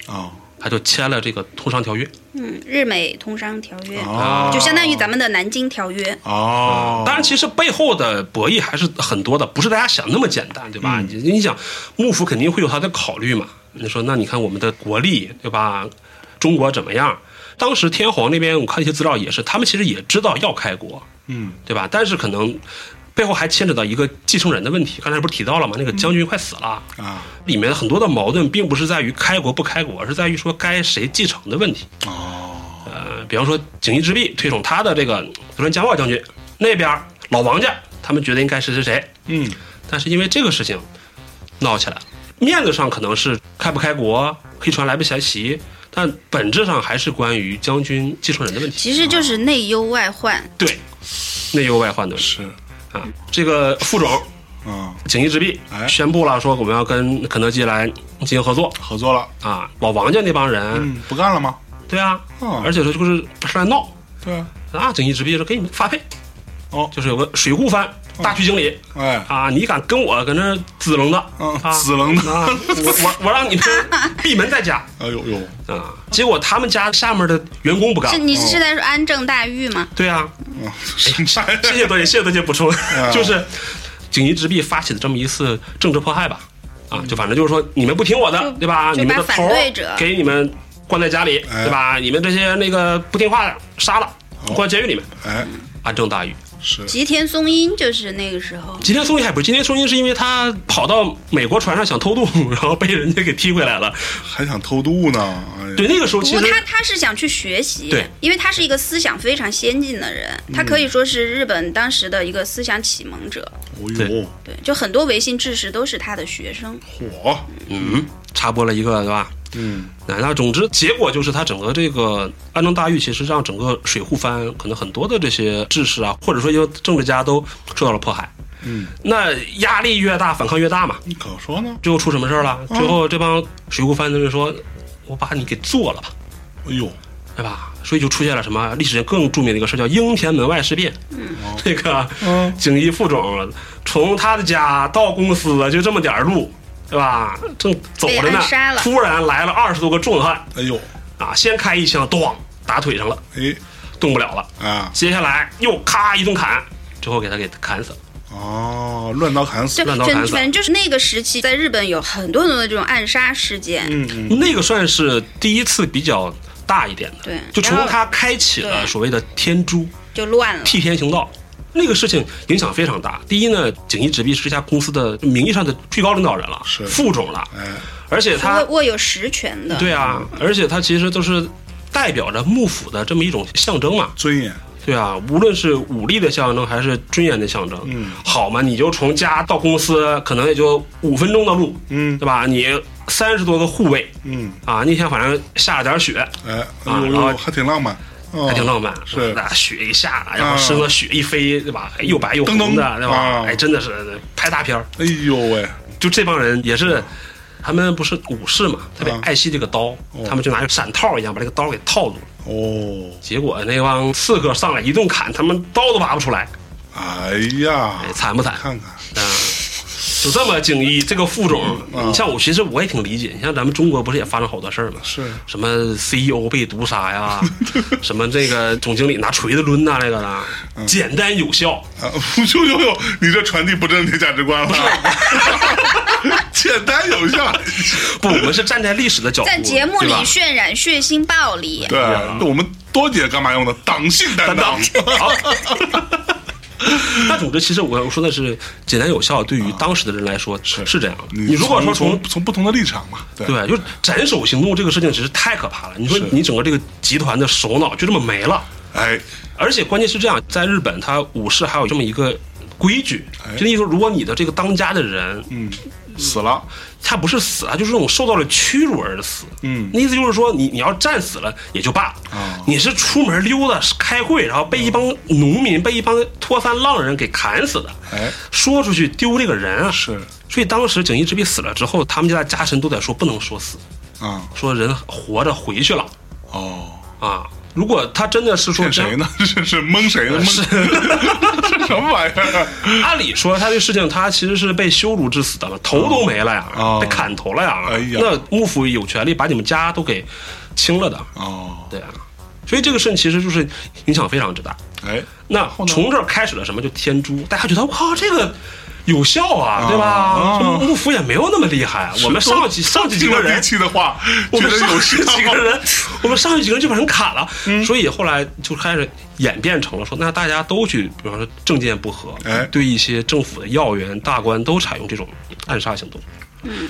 S3: 啊
S2: 他就签了这个通商条约。
S1: 嗯，日美通商条约，
S3: 啊，
S1: 就相当于咱们的南京条约。
S3: 哦，
S2: 当然，其实背后的博弈还是很多的，不是大家想那么简单，对吧？你你想，幕府肯定会有他的考虑嘛。你说，那你看我们的国力，对吧？中国怎么样？当时天皇那边，我看一些资料也是，他们其实也知道要开国，
S3: 嗯
S2: 对吧？但是可能背后还牵扯到一个继承人的问题。刚才不是提到了吗？那个将军快死了，
S3: 啊
S2: 里面很多的矛盾并不是在于开国不开国，而是在于说该谁继承的问题。
S3: 哦，
S2: 呃，比方说锦衣之弊推崇他的这个德川家茂将军，那边儿老王家他们觉得应该谁谁谁，
S3: 嗯
S2: 但是因为这个事情闹起来了，面子上可能是开不开国，黑船来不来袭，但本质上还是关于将军继承人的问题，
S1: 其实就是内忧外患，
S2: 对，内忧外患的问题
S3: 是
S2: 啊。这个副总
S3: 啊，
S2: 锦衣之弊
S3: 哎
S2: 宣布了，说我们要跟肯德基来进行合作
S3: 合作了，
S2: 啊，老王家那帮人，
S3: 嗯，不干了吗？
S2: 对啊，
S3: 哦
S2: 而且说就是是来闹。
S3: 对啊，
S2: 啊，锦衣之弊说给你们发配，
S3: 哦
S2: 就是有个水户藩
S1: 哦
S2: 大区经理、
S3: 哎，
S2: 啊，你敢跟我搁那滋楞的，
S1: 哦
S3: 嗯
S2: 啊，，
S3: 死楞的，
S2: 啊，我我我 让你们闭门在家
S3: 哎呦呦，
S2: 啊，结果他们家下面的员工不干
S1: 是，你是在说安政大狱吗？
S2: 对啊，
S3: 啊什么玩意
S2: 谢
S3: 儿
S2: 谢多姐，谢谢多姐补充，
S1: 哦
S2: 就是锦衣之弊发起的这么一次政治迫害吧，啊，就反正就是说你们不听我的
S1: 就，
S2: 对吧？
S1: 就
S2: 你们的
S1: 把反
S2: 头儿
S1: 对者
S2: 给你们关在家里，
S3: 哎
S2: 对吧？你们这些那个不听话的杀了，
S1: 哦
S2: 关监狱里面，
S3: 哎，
S2: 安政大狱。
S3: 是
S1: 吉田松阴就是那个时候，
S2: 吉田松阴还不是吉田松阴，是因为他跑到美国船上想偷渡，然后被人家给踢回来了。
S3: 还想偷渡呢，哎呀
S2: 对，那个时候
S1: 嗯不
S2: 其
S1: 过
S2: 实
S1: 他他是想去学习，
S2: 对嗯
S1: 因为他是一个思想非常先进的人，他可以说是日本当时的一个思想启蒙者，
S3: 哎呦
S2: 对，
S1: 对，就很多维新志士都是他的学生。
S3: 火，
S2: 嗯，插播了一个对吧？
S3: 嗯
S2: 那那总之结果就是他整个这个安政大狱，其实让整个水户藩可能很多的这些志士啊，或者说一些政治家都受到了迫害。
S3: 嗯，
S2: 那压力越大，反抗越大嘛。
S3: 你可说呢？
S2: 最后出什么事儿了？
S3: 嗯
S2: 最后这帮水户藩的人说：“我把你给做了吧，
S3: 哎呦，
S2: 对吧？”所以就出现了什么历史上更著名的一个事儿，叫应天门外事变。
S3: 哦
S2: 这个
S3: 嗯
S2: 锦衣副总从他的家到公司就这么点儿路，对吧？正走着
S1: 被
S2: 呢
S1: 暗杀，了
S2: 突然来了二十多个壮汉
S3: 哎呦，
S2: 啊，先开一枪，咣，打腿上了，
S3: 哎
S2: 动不了了。
S3: 啊，
S2: 接下来又咔一顿砍，最后给他给砍死了。
S3: 哦，乱刀砍死
S1: 对，，
S2: 乱
S1: 反
S2: 刀砍死
S1: 反正就是那个时期，在日本有很多很多的这种暗杀事件，
S3: 嗯嗯，
S2: 那个算是第一次比较大一点的，
S1: 对
S2: 就从
S1: 然后
S2: 他开启了
S1: 对
S2: 所谓的天诛
S1: 就乱了。
S2: 替天行道。那个事情影响非常大。第一呢，锦衣直弼是这家公司的名义上的最高领导人了，
S3: 是
S2: 副总了，
S3: 哎，
S2: 而且他
S1: 握握有实权的，
S2: 对啊，而且它其实都是代表着幕府的这么一种象征嘛。
S3: 尊严，
S2: 对啊，无论是武力的象征还是尊严的象征，
S3: 嗯，
S2: 好嘛，你就从家到公司可能也就五分钟的路，
S3: 嗯
S2: 对吧？你三十多个护卫
S3: 嗯，
S2: 啊，那天反正下了点雪。
S3: 哎，
S2: 啊
S3: 哎呦
S2: 然后
S3: 呦，还挺浪漫，哦还
S2: 还挺浪漫，
S3: 嗯是
S2: 那雪一下，然后身上雪一飞，对吧？哎又白又
S3: 噔噔
S2: 红的，对吧
S3: 啊？
S2: 哎，真的是拍大片儿。
S3: 哎呦喂，
S2: 就这帮人也是，他们不是武士嘛，特别
S3: 啊
S2: 爱惜这个刀，他们就拿个闪套一样把这个刀给套住了。
S3: 哦，
S2: 结果那帮刺客上来一顿砍，他们刀都拔不出来，
S3: 哎呀
S2: 哎，，惨不惨？
S3: 看啊看，
S2: 嗯，就这么锦衣这个副总，
S3: 嗯
S2: 你像我其实我也挺理解，你像咱们中国不是也发生好多事儿吗？
S3: 是
S2: 什么 CEO 被毒杀呀， 什么这个总经理拿锤子抡呐，这个
S3: 嗯
S2: 的，简单有效。
S3: 啊，呦呦呦，你这传递不正确价值 观了， 简单有效，
S2: 不，我们是站在历史的角度，
S1: 在节目
S2: 对
S1: 里
S2: 吧
S1: 渲染血腥暴力，
S3: 对
S2: 啊，
S3: 我们多姐干嘛用的？党性担当，
S2: 好。啊 那总之，其实我说的是简单有效，对于当时的人来说是是这样的。你如果说从
S3: 啊从从不同的立场嘛，对
S2: 对，就是斩首行动这个事情其实太可怕了。你说
S3: 是
S2: 你整个这个集团的首脑就这么没了，
S3: 哎，
S2: 而且关键是这样，在日本他武士还有这么一个规矩
S3: 哎，
S2: 就意思说，如果你的这个当家的人，
S3: 嗯，死了，
S2: 他不是死了，就是那种受到了屈辱而死。
S3: 嗯
S2: 那意思就是说，你你要战死了也就罢，
S3: 啊
S2: 你是出门溜达开会，然后被一帮农民、被一帮拖三浪人给砍死的，
S3: 哎，
S2: 说出去丢这个人啊。
S3: 是
S2: 所以当时锦衣之弊死了之后，他们家的家臣都在说不能说死，
S3: 啊，
S2: 说人活着回去了
S3: 哦，
S2: 啊。如果他真的是说
S3: 骗谁呢？这 是蒙谁呢？蒙
S2: 呃是
S3: 这什么玩意儿？
S2: 按理说他这事情他其实是被羞辱致死的了，头都没了呀，
S3: 哦
S2: 被砍头了呀。
S3: 哎呀
S2: 那幕府有权利把你们家都给清了的，
S3: 哦，
S2: 对啊。所以这个事情其实就是影响非常之大。
S3: 哎，
S2: 那从这儿开始了什么就天诛，大家觉得我靠这个有效啊，对
S3: 啊
S2: 吧？这幕府也没有那么厉害，啊我们上几上几几
S3: 听
S2: 个
S3: 了这
S2: 人。
S3: 期的话，
S2: 我
S3: 觉
S2: 们
S3: 得
S2: 上
S3: 有
S2: 去
S3: 事嗯
S2: 几个人，我们上去几个人就把人砍了，所以后来就开始演变成了说，那大家都去，比方说政见不合，
S3: 哎
S2: 对一些政府的要员、大官都采用这种暗杀行动，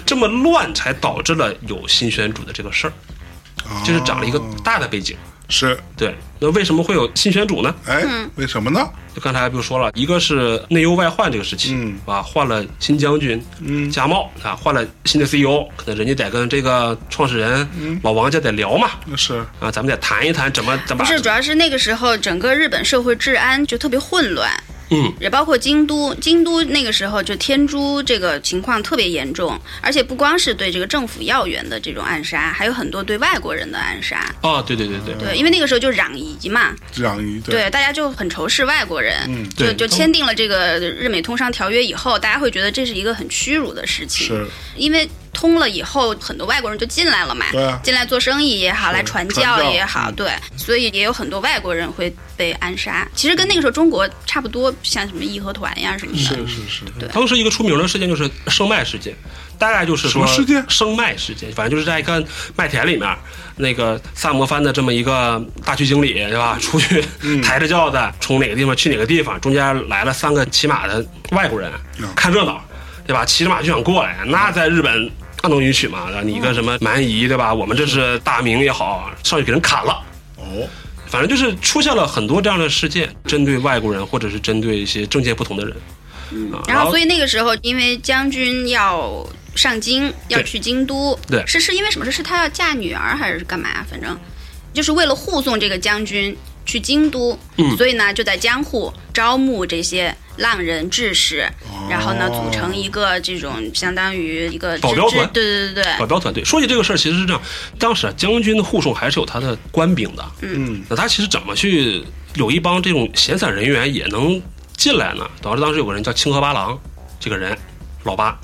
S2: 这么乱才导致了有新选主的这个事儿，这是长了一个大的背景。
S3: 哦是
S2: 对，那为什么会有新选主呢？
S3: 哎，为什么呢？
S2: 就刚才不说了，一个是内忧外患这个时期，
S3: 嗯
S2: 啊，换了新将军，
S3: 嗯
S2: 贾茂啊，换了新的 CEO，可能人家得跟这个创始人、
S3: 嗯
S2: 老王家得聊嘛，
S3: 那是
S2: 啊，咱们得谈一谈怎么怎么
S1: 不是，主要是那个时候整个日本社会治安就特别混乱，
S2: 嗯，
S1: 也包括京都，京都那个时候就天诛这个情况特别严重，而且不光是对这个政府要员的这种暗杀，还有很多对外国人的暗杀。
S2: 哦，对对对对，
S1: 对，因为那个时候就攘夷嘛，
S3: 攘夷对
S1: 对，大家就很仇视外国人，
S3: 嗯
S1: 就
S2: 对
S1: 就签订了这个日美通商条约以后，大家会觉得这是一个很屈辱的事情，
S3: 是
S1: 因为通了以后，很多外国人就进来了嘛，
S3: 对啊
S1: 进来做生意也好，来传
S3: 传教
S1: 也好，
S3: 嗯
S1: 对，所以也有很多外国人会被暗杀。其实跟那个时候中国差不多，像什么义和团呀什么的，
S3: 是是是，
S2: 当时一个出名的事件就是生麦事件，大概就是说
S3: 什么事件
S2: 生麦事件，反正就是在一个麦田里面，那个萨摩藩的这么一个大区经理是吧， 出去
S3: 嗯
S2: 抬着轿子从哪个地方去哪个地方，中间来了三个骑马的外国人
S3: 嗯
S2: 看热闹，对吧？骑着马就想过来，那在日本。那能允许吗？你一个什么蛮夷对吧？我们这是大明也好，上去给人砍了，
S3: 哦，
S2: 反正就是出现了很多这样的事件，针对外国人或者是针对一些政见不同的人。啊
S1: 嗯然后所以那个时候，因为将军要上京，要
S2: 对
S1: 去京都，
S2: 对
S1: 是是因为什么事？是他要嫁女儿还是干嘛？啊反正就是为了护送这个将军去京都，
S2: 嗯
S1: 所以呢就在江户招募这些浪人志士，
S2: 哦
S1: 然后呢组成一个这种相当于一个
S2: 保
S1: 志
S2: 镖
S1: 志
S2: 团
S1: 对对对对
S2: 保。镖团队。说起这个事儿，其实是这样，当时啊，将军的护送还是有他的官兵的。
S3: 嗯，
S2: 那他其实怎么去有一帮这种闲散人员也能进来呢？导致当时有个人叫清河八郎，这个人老八，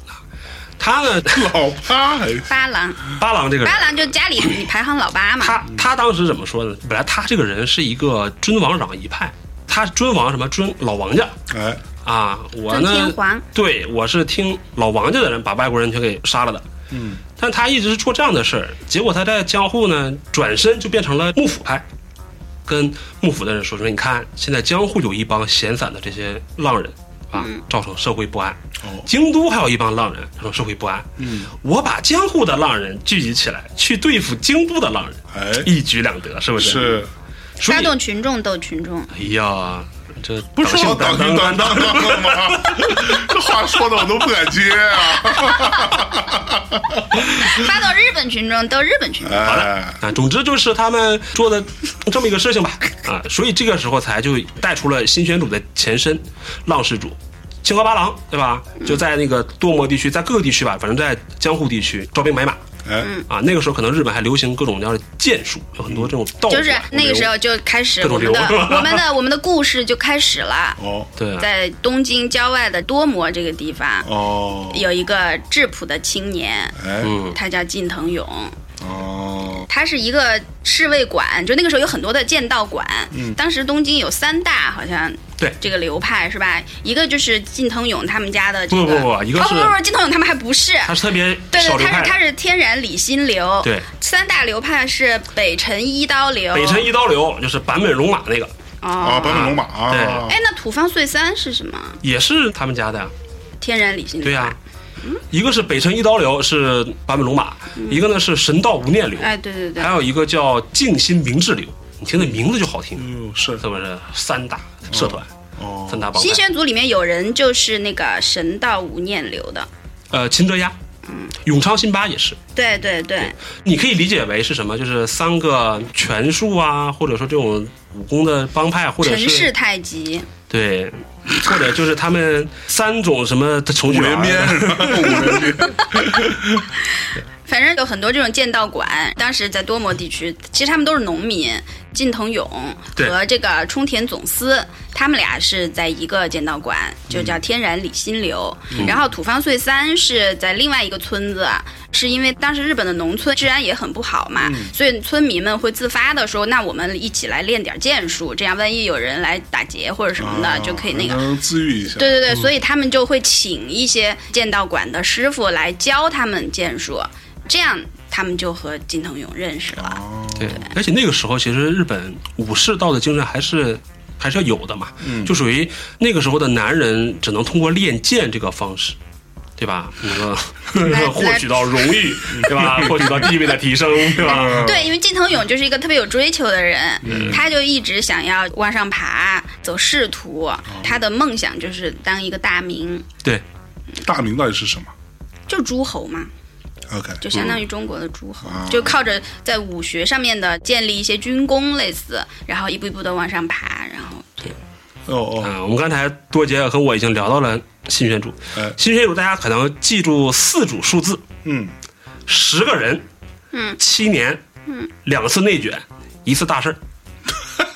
S2: 他呢
S3: 老八哎还
S1: 八郎，
S2: 八郎这个人
S1: 八。郎就 家里你排行老八嘛，
S2: 他他当时怎么说呢？本来他这个人是一个尊王攘夷派，他尊王什么尊老王家
S3: 哎
S2: 啊，我
S1: 尊天
S2: 呢，
S1: 皇，
S2: 对我是听老王家的人把外国人全给杀了的，
S3: 嗯
S2: 但他一直是做这样的事儿，结果他在江户呢，转身就变成了幕府派，跟幕府的人说说，你看现在江户有一帮闲散的这些浪人啊，造成社会不安；
S3: 嗯哦
S2: 京都还有一帮浪人造成社会不安。
S3: 嗯
S2: 我把江户的浪人聚集起来，去对付京都的浪人，
S3: 哎
S2: 一举两得，是不是？
S3: 是，
S2: 所以
S1: 发，动群众斗群众，
S2: 哎呀，这
S3: 不是
S2: 党
S3: 说
S2: 性
S3: 党
S2: 担
S3: 当
S2: 当
S3: 担当的吗？这话说的我都不敢接啊！
S1: 发动日本群众斗日本群众，
S3: 哎，
S2: 啊，总之就是他们做的这么一个事情吧，啊，所以这个时候才就带出了新选组的前身浪氏主清河八郎，对吧？就在那个多摩地区，在各个地区吧，反正在江户地区招兵买马
S3: 哎，
S2: 啊。那个时候可能日本还流行各种各样的剑术，有很多这种道术啊，
S1: 就是那个时候就开始
S2: 各
S1: 我
S2: 种
S1: 们的
S2: 流
S1: 我们的我们的故事就开始了，
S3: 哦
S2: 对啊，
S1: 在东京郊外的多摩这个地方，
S3: 哦，
S1: 有一个质朴的青年，
S3: 哎
S2: 嗯，
S1: 他叫近藤勇，
S3: 哦，
S1: 他是一个侍卫馆，就那个时候有很多的剑道馆，
S2: 嗯
S1: 当时东京有三大好像。
S2: 对
S1: 这个流派是吧？一个就是近藤勇他们家的这个，
S2: 不不不一个
S1: 哦
S2: 是
S1: 不不不，近藤勇他们还不是，
S2: 他是特别
S1: 对
S2: 少
S1: 对，
S2: 流
S1: 他
S2: 派
S1: 是他
S2: 的，
S1: 是天然理心流，
S2: 对，
S1: 三大流派是北辰一刀流，
S2: 北辰一刀流就是版本戎马那个，
S1: 哦
S3: 啊，，版本龙马啊
S2: 嗯对
S1: 哎，那土方岁三是什么？
S2: 也是他们家的呀。
S1: 天然理性流
S2: 对啊呀、
S1: 派嗯
S2: 一个是北辰一刀流是版本龙马，一个呢是神道无念流，
S1: 哎，对对对
S2: 还，有一个叫静心明治流。你听这名字就好听，
S3: 嗯是
S2: 是不是？三大社团，
S3: 哦
S2: 三大帮
S1: 新
S2: 派。
S1: 选组里面有人就是那个神道无念流的，
S2: 呃，秦泽鸭，永昌辛巴也是，
S1: 对对对，
S2: 你可以理解为是什么？就是三个拳术啊，或者说这种武功的帮派，或者
S1: 陈氏
S2: 是
S1: 太极，
S2: 对，或者就是他们三种什么的啊程序
S3: 五
S2: 员
S3: 连 鞭是吧？五连鞭，
S1: 反正有很多这种剑道馆。当时在多摩地区，其实他们都是农民。近藤勇
S2: 对
S1: 和这个冲田总司，他们俩是在一个剑道馆，就叫天然理心流。然后土方岁三是在另外一个村子，是因为当时日本的农村治安也很不好嘛，所以村民们会自发的说，那我们一起来练点剑术，这样万一有人来打劫或者什么的，
S3: 啊
S1: 就可以那个。
S3: 能自愈一下。
S1: 对对对，所以他们就会请一些剑道馆的师傅来教他们剑术，这样他们就和金藤勇认识了。
S3: 哦，
S2: 对，而且那个时候其实日本武士道的精神还是。还是要有的嘛，就属于那个时候的男人只能通过练剑这个方式，对吧？能
S1: 来
S2: 够 获取到荣誉，对吧？获取到地位的提升，对吧？
S1: 对，因为金藤勇就是一个特别有追求的人，他就一直想要往上爬，走仕途。他的梦想就是当一个大名，
S2: 对，
S3: 大名到底是什么
S1: 就诸侯嘛，
S3: ？OK，嗯
S1: 就相当于中国的诸侯
S3: 啊，
S1: 就靠着在武学上面的建立一些军功类似，然后一步一步的往上爬，然后
S3: 哦哦，
S2: 啊、我们刚才多杰和我已经聊到了新选组。
S3: 哎，
S2: 新选组大家可能记住四组数字：
S3: 嗯，
S2: 十个人，
S1: 嗯，
S2: 七年，嗯，两次内卷，一次大事儿，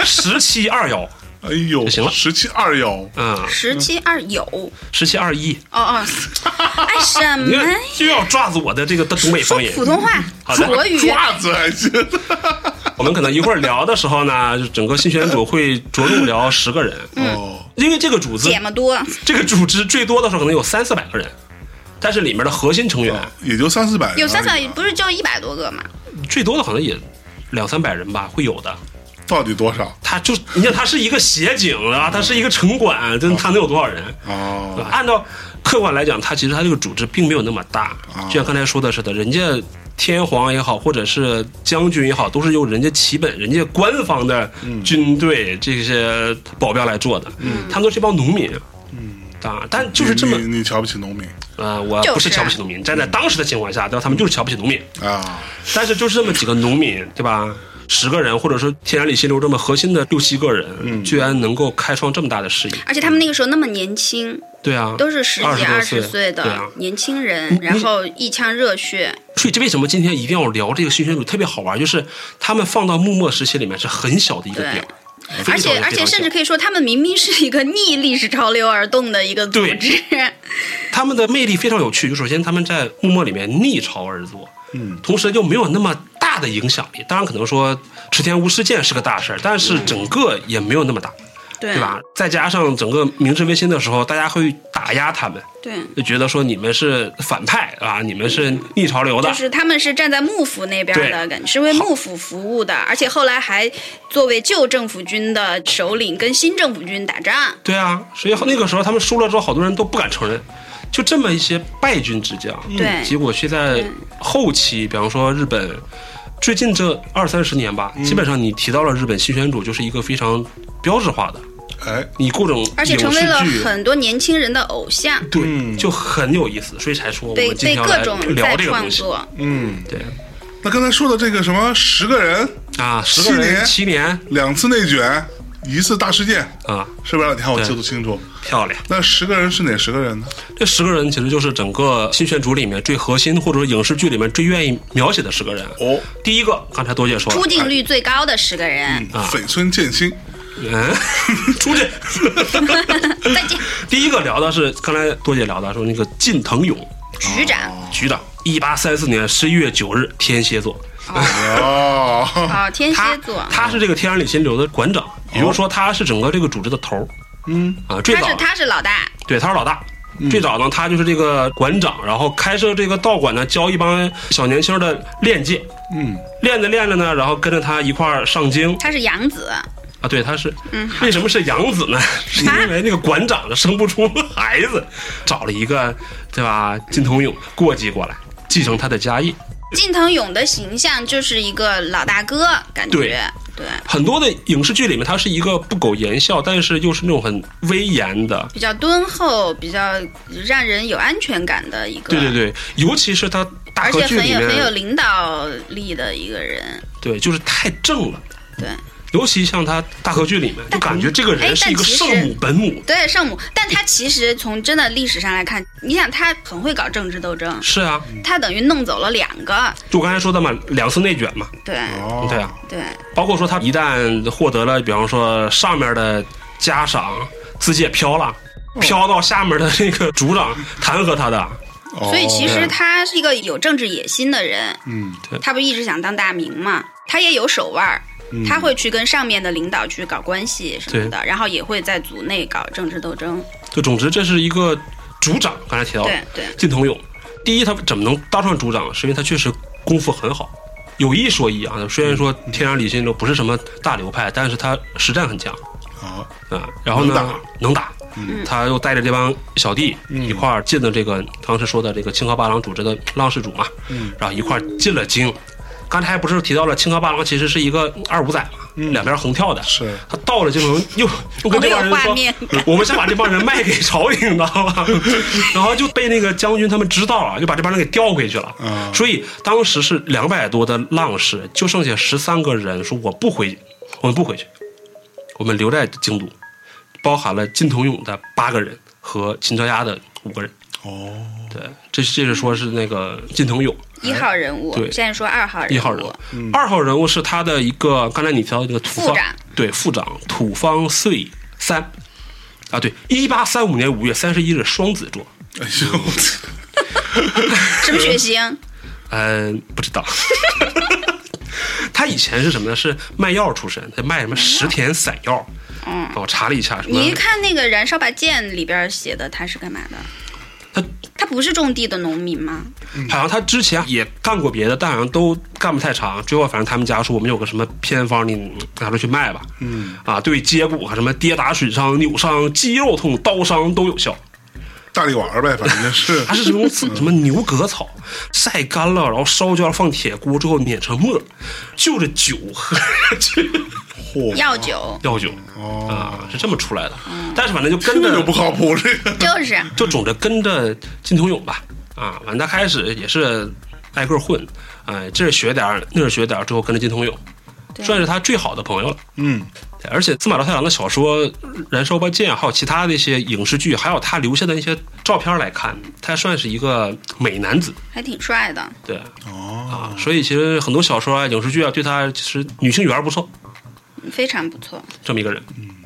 S2: 十七二幺，
S3: 哎呦，
S2: 就行了
S3: 十七二幺，
S2: 嗯，
S1: 十七二有，哦
S2: 十七二一，
S1: 哦，哎什
S2: 你
S1: 么
S2: 看
S1: 呀？
S2: 又要抓住我的这个东北
S1: 说
S2: 方言。嗯
S1: 普通话，
S2: 好的
S1: 国语。
S3: 爪子还行，
S2: 我们可能一会儿聊的时候呢，就整个新选组会着重聊十个人，
S3: 哦，
S2: 因为这个组织
S1: 嗯姐们多，
S2: 这个组织最多的时候可能有三四百个人，但是里面的核心成
S1: 哦
S2: 员
S3: 哦也就三四百，
S1: 有三百，不是就一百多个嘛？
S2: 最多的可能也两三百人吧，会有的。
S3: 到底多少？
S2: 他就你想，他是一个协警啊，他是一个城管，就是他能有多少人？对
S3: 哦，
S2: 吧按照客观来讲，他其实他这个组织并没有那么大
S3: 啊，
S2: 就像刚才说的似的，人家天皇也好，或者是将军也好，都是由人家旗本、人家官方的军队这些保镖来做的，他们都是一帮农民。啊，但就是这么
S3: 你，你你瞧不起农民
S2: 呃，我
S1: 就是
S2: 不是瞧不起农民，站在当时的情况下，对吧？他们就是瞧不起农民，
S3: 啊？
S2: 但是就是这么几个农民，对吧？十个人，或者说天然理心流这么核心的六七个人，居然能够开创这么大的事业，
S1: 而且他们那个时候那么年轻，
S2: 对啊，
S1: 都是十几
S2: 20多
S1: 二十
S2: 对
S1: 岁的
S2: 啊。
S1: 年轻人，然后一腔热血。
S2: 所以这为什么今天一定要聊这个新选组特别好玩，就是他们放到幕末时期里面是很小的一个点儿，非常
S1: 而且
S2: 非常
S1: 而且，
S2: 小
S1: 甚至可以说，他们明明是一个逆历史潮流而动的一个组
S2: 对
S1: 织，
S2: 他们的魅力非常有趣。就首先他们在幕末里面逆潮而作，嗯，同时又没有那么大的影响力。当然可能说池田屋事件是个大事儿，但是整个也没有那么大，
S1: 对
S2: 对吧？再加上整个明治维新的时候，大家会打压他们，
S1: 对，
S2: 就觉得说你们是反派啊，你们是逆潮流的
S1: 就，是他们是站在幕府那边的，
S2: 对
S1: 感觉是为幕府服务的，而且后来还作为旧政府军的首领跟新政府军打仗。
S2: 对啊，所以那个时候他们输了之后，好多人都不敢承认。就这么一些败军之将，
S1: 对嗯
S2: 结果却在后期，比方说日本，最近这二三十年吧，基本上你提到了日本新选组，就是一个非常标志化的，
S3: 哎，
S2: 你各种
S1: 而且
S2: 影
S1: 成为
S2: 视
S1: 了
S2: 剧，
S1: 很多年轻人的偶像，
S2: 对，嗯就很有意思，所以才说我
S1: 被
S2: 们今
S1: 被
S2: 天要
S1: 各
S2: 来
S1: 种
S2: 聊
S1: 再
S2: 这个
S1: 创
S2: 东西，
S1: 作，
S3: 嗯，
S2: 对
S3: 那刚才说的这个什么十个人
S2: 啊，十个人七年
S3: 两次内卷，一次大事件，
S2: 啊，
S3: 是不是？你看我
S2: 对
S3: 记不清楚。
S2: 漂亮。
S3: 那十个人是哪十个人呢？
S2: 这十个人其实就是整个新选组里面最核心，或者说影视剧里面最愿意描写的十个人。
S3: 哦，
S2: 第一个，刚才多姐说了
S1: 出镜率最高的十个人。
S2: 啊
S3: 绯村剑 心，
S2: 嗯， 出去。嗯
S1: 再见，
S2: 第一个聊的是刚才多姐聊的说那个近藤勇
S1: 局长
S2: 局长，一八三四年十一月九日，天蝎座。
S3: 哦，
S1: 哦，天蝎
S2: 他
S1: 座，
S2: 他是这个天然理心流的馆长，也就是说他是整个这个组织的头儿。嗯啊，最
S1: 他
S2: 早
S1: 是他是老大，
S2: 对他是老大。最早呢，他就是这个馆长，然后开设这个道馆呢，教一帮小年轻的练剑。
S3: 嗯，
S2: 练着练着呢，然后跟着他一块儿上京
S1: 他是养子，
S2: 啊。对，他是，
S1: 嗯
S2: 为什么是养子呢？ 是
S1: 啊
S2: 因为那个馆长生不出孩子，找了一个对吧金童勇过继过来，继承他的家业。
S1: 近藤勇的形象就是一个老大哥感
S2: 对
S1: 觉，对，
S2: 很多的影视剧里面，它是一个不苟言笑，但是又是那种很威严的。
S1: 比较敦厚，比较让人有安全感的一个，
S2: 对对，对，尤其是他大
S1: 而
S2: 合
S1: 且
S2: 剧
S1: 很
S2: 里
S1: 有很有
S2: 面，
S1: 领导力的一个人，
S2: 对，就是太正了。
S1: 对。
S2: 尤其像他大合剧里面，就感觉这个
S1: 哎
S2: 人是
S1: 但
S2: 一个
S1: 其实
S2: 圣母本母，
S1: 对圣母，但他其实从真的历史上来看，你想他很会搞政治斗争，
S2: 是啊，
S1: 他等于弄走了两个，
S2: 就我刚才说的嘛，两次内卷嘛，
S1: 对
S3: 哦，
S2: 对啊，
S1: 对
S2: 包括说他一旦获得了，比方说上面的嘉赏，自己也飘了，飘到下面的那个组长弹劾他的，
S3: 哦
S1: 所以其实他是一个有政治野心的人，
S3: 嗯，
S1: 他不一直想当大名嘛，他也有手腕儿。
S2: 嗯
S1: 他会去跟上面的领导去搞关系什么的，然后也会在组内搞政治斗争。
S2: 就总之这是一个组长，刚才提到的
S1: 对对，
S2: 金童勇，第一他怎么能当上组长，是因为他确实功夫很好。有一说一啊，虽然说天然理心流不是什么大流派，但是他实战很强
S3: 好，
S2: 啊。然后呢，能打，嗯
S1: 嗯
S2: 他又带着这帮小弟一块儿进了这个当时说的这个清河八郎组织的浪氏组嘛，然后一块儿进了京。刚才不是提到了清河八郎其实是一个二五仔嘛，两边横跳的，
S3: 是
S2: 他到了京城又又跟这帮人
S1: 好有画
S2: 说
S1: 面，
S2: 我们想把这帮人卖给朝廷， 你知道吗？然后就被那个将军他们知道了，就把这帮人给调回去了。
S3: 啊
S2: 所以当时是两百多的浪士，就剩下十三个人说我不回，我们不回去，我们留在京都，包含了金童勇的八个人和秦朝鸭的五个人。
S3: 哦，
S2: 对，这是这是说是那个金童勇
S1: 一号人物，
S2: 对
S1: 现在说二号人物，嗯
S2: 一号人物，二号人物是他的一个刚才你提到的那个土
S1: 副
S2: 方
S1: 长，
S2: 对副长土方岁三。啊，对，一八三五年五月三十一日，双子座，
S3: 哎呦，
S1: 是不是血腥？
S2: 嗯，不知道。 他以前是什么呢？是卖药出身，他卖什么石田散药。啊
S1: 嗯，
S2: 我查了一下，什么
S1: 你一看那个《燃烧吧剑》里边写的他是干嘛的？
S2: 他
S1: 他不是种地的农民吗？
S2: 好像他之前也干过别的，但好像都干不太长。最后反正他们家说我们有个什么偏方，你拿出去卖吧。嗯，啊，对接骨啊，什么跌打损伤、扭伤、肌肉痛、刀伤都有效。啊
S3: 大力丸儿呗，反正是
S2: 它是什么什么牛革草，晒干了，然后烧焦了放铁锅，最后碾成沫，就着酒喝 下去，
S3: 嚯，
S1: 药酒
S2: 药酒
S3: 哦，
S2: 啊，是这么出来的。但是反正就跟
S3: 这
S2: 着
S3: 就不靠谱，这个
S1: 就是啊
S2: 就总着跟着金童勇吧，啊，完他开始也是挨个混，哎、这儿学点儿，那儿学点儿，最后跟着金童勇，
S1: 对
S2: 算是他最好的朋友了。
S3: 嗯，
S2: 对而且司马辽太郎的小说《燃烧吧剑》，啊还有其他的一些影视剧，还有他留下的一些照片来看，他算是一个美男子，
S1: 还挺帅的。
S2: 对
S3: 哦，
S2: 啊，所以其实很多小说啊、影视剧啊，对他其实女性缘不错，
S1: 非常不错，
S2: 这么一个人。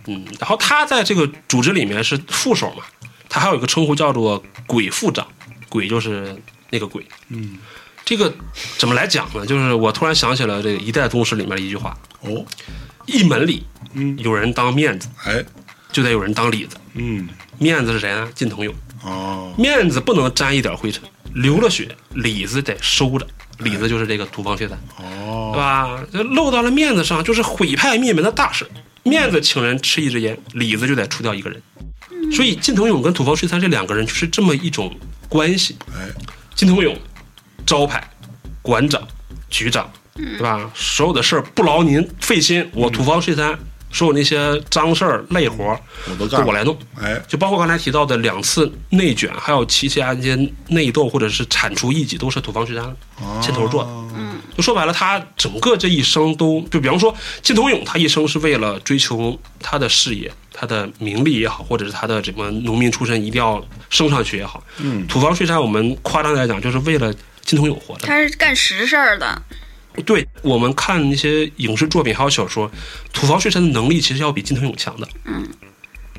S2: 嗯，然后他在这个组织里面是副手嘛，他还有一个称呼叫做“鬼副长”，鬼就是那个鬼。
S3: 嗯，
S2: 这个怎么来讲呢？就是我突然想起了这个《一代宗师》里面的一句话
S3: 哦，：“
S2: 一门里
S3: 嗯，
S2: 有人当面子，
S3: 哎，
S2: 就得有人当里子。
S3: 嗯，
S2: 面子是谁呢？金童勇。
S3: 哦，
S2: 面子不能沾一点灰尘，流了血，里子得收着。里子就是这个土方岁三。”对
S3: 哦，
S2: 吧？这露到了面子上，就是毁派灭门的大事。面子请人吃一支烟，里子就得除掉一个人。所以金童勇跟土方岁三这两个人就是这么一种关系。
S3: 哎，
S2: 金童勇，招牌，馆长、局长，对吧？所有的事儿不劳您费心，我土方岁三，所有那些脏事儿、累活儿
S3: 我都嗯
S2: 都
S3: 干了
S2: 我来弄。
S3: 哎，
S2: 就包括刚才提到的两次内卷，还有其他一些内斗或者是铲除异己，都是土方岁三
S3: 哦
S2: 牵头做的。就说白了，他整个这一生都，就比方说金童勇，他一生是为了追求他的事业、他的名利也好，或者是他的什么农民出身一定要升上去也好。嗯，土方岁三，我们夸张来讲，就是为了金童勇活的。
S1: 他是干实事儿的，
S2: 对我们看那些影视作品还有小说，土方岁三的能力其实要比金童勇强的。嗯，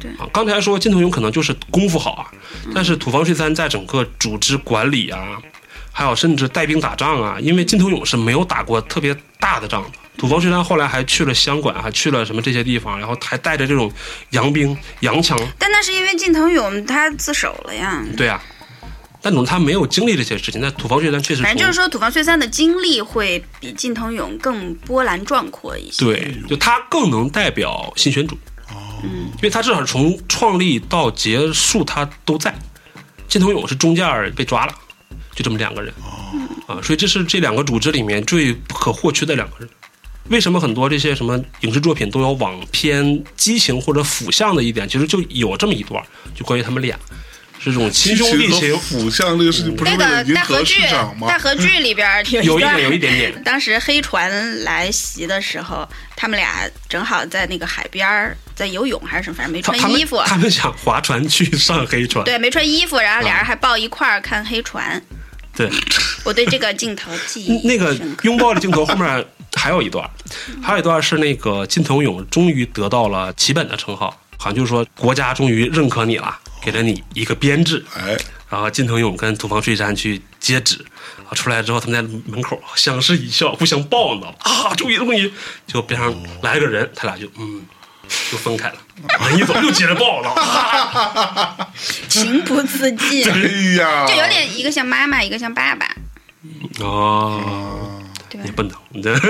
S1: 对嗯
S2: 啊，刚才说金童勇可能就是功夫好啊，但是土方岁三在整个组织管理啊，还有甚至带兵打仗啊，因为金童勇是没有打过特别大的仗的。土方岁三后来还去了湘馆，还去了什么这些地方，然后还带着这种洋兵、洋枪，
S1: 但那是因为靳腾勇他自首了呀。
S2: 对啊。但总之他没有经历这些事情，但土方岁三确实
S1: 反正就
S2: 从
S1: 是说，土方岁三的经历会比靳腾勇更波澜壮阔一些。
S2: 对，就他更能代表新选组。因为他至少从创立到结束，他都在。金童勇是中间儿被抓了，就这么两个人。啊，所以这是这两个组织里面最不可或缺的两个人。为什么很多这些什么影视作品都有往偏激情或者腐向的一点？其实就有这么一段，就关于他们俩是这种亲兄弟
S3: 和
S2: 情，
S1: 啊
S3: 腐向这个事情不是
S1: 那
S3: 为了
S1: 个
S3: 迎
S1: 大
S3: 合
S1: 合
S3: 市
S1: 剧
S3: 场，吗
S1: 大？合 剧里边儿有
S2: 有一
S1: 段
S2: 点，有一点点。
S1: 当时黑船来袭的时候，他们俩正好在那个海边儿在游泳还是什么，反正没
S2: 他他
S1: 穿
S2: 们
S1: 衣服。啊
S2: 他们想划船去上黑船，
S1: 对，没穿衣服，然后俩人还抱一块儿看黑船。
S2: 对，
S1: 我对这个镜头记忆
S2: 嗯 那个
S1: 深刻。
S2: 拥抱的镜头后面还有一段，还有一段是那个金腾勇终于得到了旗本的称号，好像就是说国家终于认可你了，给了你一个编制。
S3: 哎，
S2: 然后金腾勇跟土方岁三去接旨，啊，出来之后他们在门口相视一笑，互相抱呢，啊，终于终于，就边上来了个人，他俩就嗯。就分 开了，往一走又接着抱了，啊
S1: 情不 自禁，
S3: 哎呀，
S1: 就有点一个像妈妈，一个像爸爸，
S2: 哦，
S1: 对
S2: 你
S1: 吧？
S2: 笨的，你这。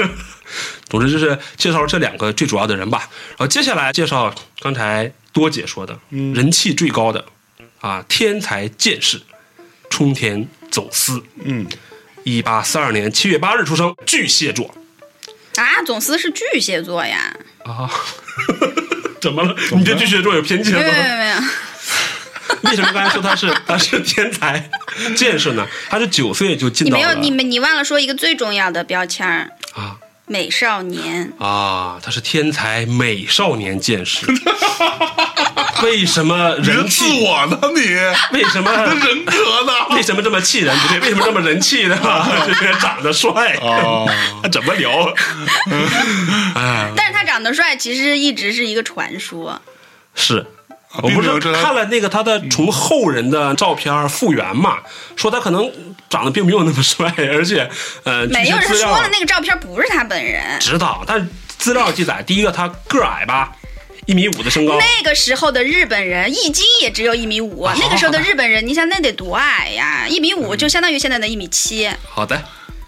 S2: 总之就是介绍这两个最主要的人吧，然后接下来介绍刚才多姐说的、
S1: 嗯
S2: 人气最高的啊，天才剑士冲田走司，
S3: 嗯，
S2: 一八四二年七月八日出生，巨蟹座
S1: 啊，总司是巨蟹 座呀，
S2: 啊。怎么了？你对巨蟹座有偏见
S1: 没有没
S2: 吗？
S1: 有没有，
S2: 为什么刚才说他是他是天才剑士呢？他是九岁就进
S1: 你
S2: 到
S1: 没有
S2: 了
S1: 你们你忘了说一个最重要的标签儿
S2: 啊
S1: ——美少年。
S2: 啊，他是天才美少年 剑士。为什么人
S3: 人自
S2: 气
S3: 我呢你，
S2: 为什么
S3: 人格
S2: 为
S3: 呢？
S2: 什么这么气人？不对，为什么这么人气呢？
S3: 啊
S2: 就是长得帅，
S3: 哦，
S2: 怎么聊？ 哎，
S1: 但是他长得帅，其实一直是一个传说。
S2: 是。我
S3: 啊并
S2: 不
S3: 没有
S2: 是
S3: 这他
S2: 看了那个他的从后人的照片复原嘛，说他可能长得并没有那么帅， 而且呃，
S1: 没有
S2: 据
S1: 人
S2: 资
S1: 说
S2: 料
S1: 了，那个照片不是他本人。
S2: 知道，但是资料记载，第一个他个儿矮吧，一米五的身高，
S1: 那个时候的日本人一斤也只有一米
S2: 啊
S1: 五，那个时候的日本人，你想那得多矮呀？一米五就相当于现在的一 米七。
S2: 好的，